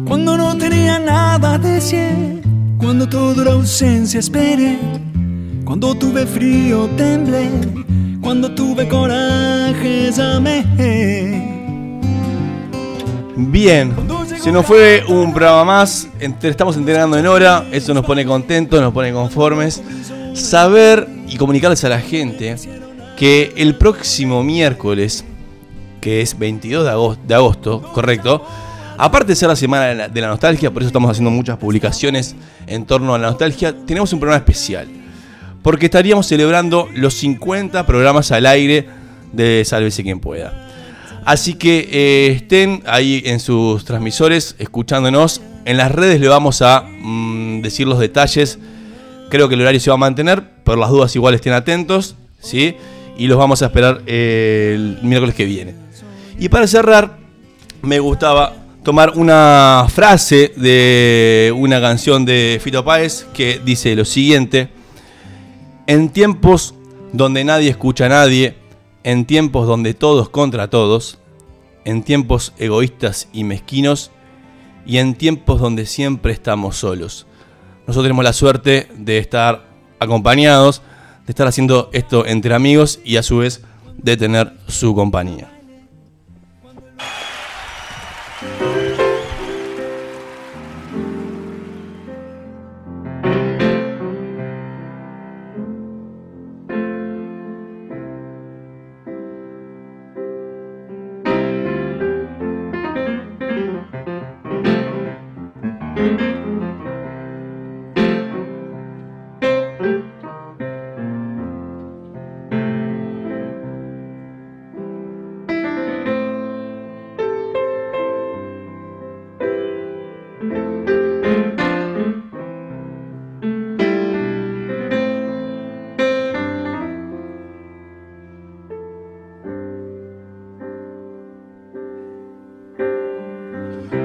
Speaker 11: Cuando no tenía nada deseé, cuando toda la ausencia esperé, cuando tuve frío temblé, cuando tuve coraje llamé.
Speaker 4: Bien, se nos fue un programa más. Ent- Estamos entrenando en hora. Eso nos pone contentos, nos pone conformes. Saber y comunicarles a la gente que el próximo miércoles, que es 22 de agosto, de agosto correcto. Aparte de ser la semana de la, de la nostalgia, por eso estamos haciendo muchas publicaciones en torno a la nostalgia, tenemos un programa especial. Porque estaríamos celebrando los 50 programas al aire de Sálvese quien pueda. Así que eh, estén ahí en sus transmisores escuchándonos. En las redes le vamos a mm, decir los detalles. Creo que el horario se va a mantener. Por las dudas igual estén atentos. ¿sí? Y los vamos a esperar eh, el miércoles que viene. Y para cerrar, me gustaba tomar una frase de una canción de Fito Páez que dice lo siguiente. En tiempos donde nadie escucha a nadie, en tiempos donde todos contra todos, en tiempos egoístas y mezquinos, y en tiempos donde siempre estamos solos. Nosotros tenemos la suerte de estar acompañados, de estar haciendo esto entre amigos y a su vez de tener su compañía.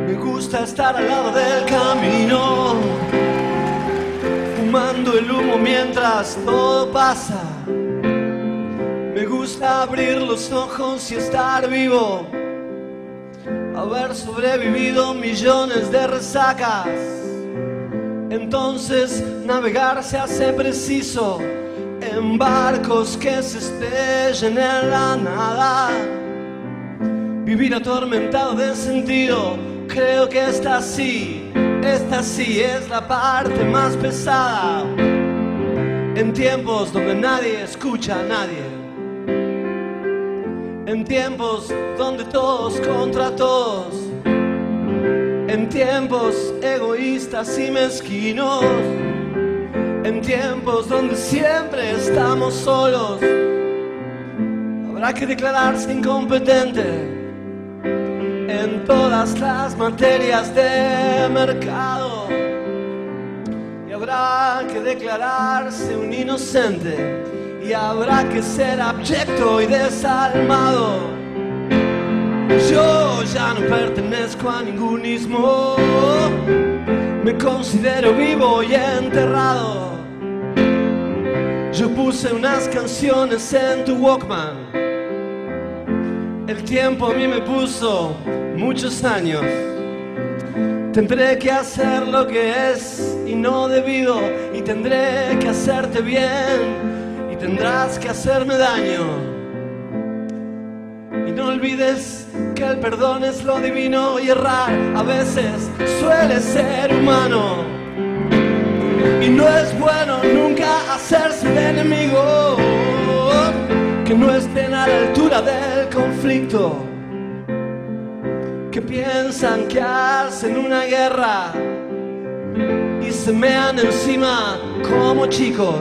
Speaker 12: Me gusta estar al lado del camino, fumando el humo mientras todo pasa. Me gusta abrir los ojos y estar vivo, haber sobrevivido millones de resacas. Entonces navegar se hace preciso en barcos que se estrellen en la nada. Vivir atormentado de sentido, creo que esta sí, esta sí es la parte más pesada. En tiempos donde nadie escucha a nadie. En tiempos donde todos contra todos. En tiempos egoístas y mezquinos. En tiempos donde siempre estamos solos. Habrá que declararse incompetente en todas las materias de mercado y habrá que declararse un inocente y habrá que ser abyecto y desalmado. Yo ya no pertenezco a ningún ismo, me considero vivo y enterrado. Yo puse unas canciones en tu Walkman. El tiempo a mí me puso muchos años. Tendré que hacer lo que es y no debido. Y tendré que hacerte bien. Y tendrás que hacerme daño. Y no olvides que el perdón es lo divino y errar a veces suele ser humano. Y no es bueno nunca hacerse de enemigo que no estén a la altura del conflicto, que piensan que hacen una guerra y se mean encima como chicos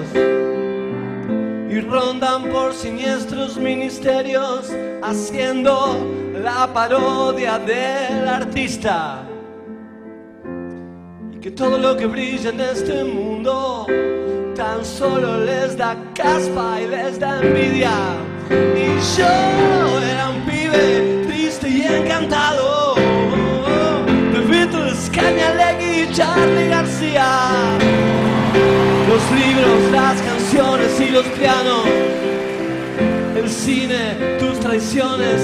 Speaker 12: y rondan por siniestros ministerios haciendo la parodia del artista y que todo lo que brilla en este mundo tan solo les da caspa y les da envidia. Y yo era un pibe triste y encantado de Beatles, Cañalegui y Charlie García. Los libros, las canciones y los pianos, el cine, tus traiciones,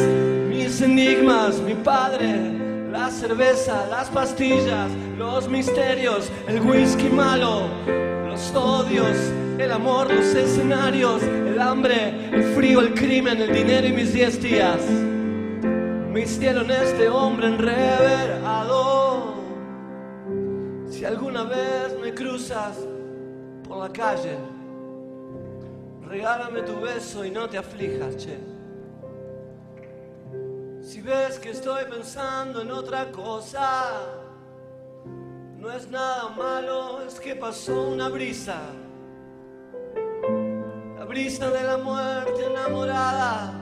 Speaker 12: mis enigmas, mi padre, las cerveza, las pastillas, los misterios, el whisky malo, los odios, el amor, los escenarios, el hambre, el frío, el crimen, el dinero y mis diez días. Me hicieron este hombre enreverado. Si alguna vez me cruzas por la calle, regálame tu beso y no te aflijas, che. Si ves que estoy pensando en otra cosa, no es nada malo, es que pasó una brisa. La brisa de la muerte enamorada,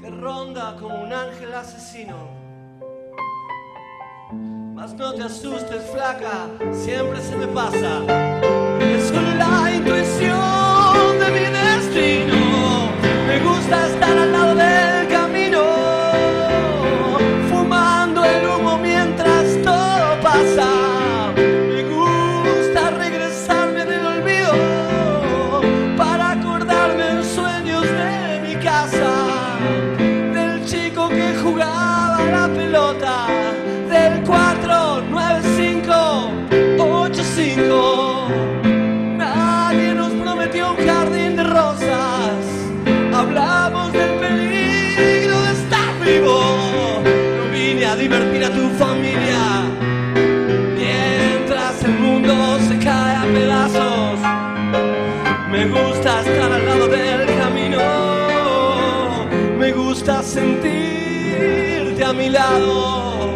Speaker 12: que ronda como un ángel asesino. Mas no te asustes, flaca, siempre se me pasa. Es con la intuición de mi destino. Me gusta estar al lado del camino, fumando el humo mientras todo pasa. Me gusta regresarme del olvido para acordarme en sueños de mi casa, del chico que jugaba a la pelota, del 4, 9, 5, 8, 5. Nadie nos prometió un jardín de rosas. Hablamos del peligro de estar vivo. No vine a divertir a tu familia. Mientras el mundo se cae a pedazos. Me gusta estar al lado del camino. Me gusta sentirte a mi lado.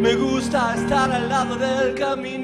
Speaker 12: Me gusta estar al lado del camino. Uh,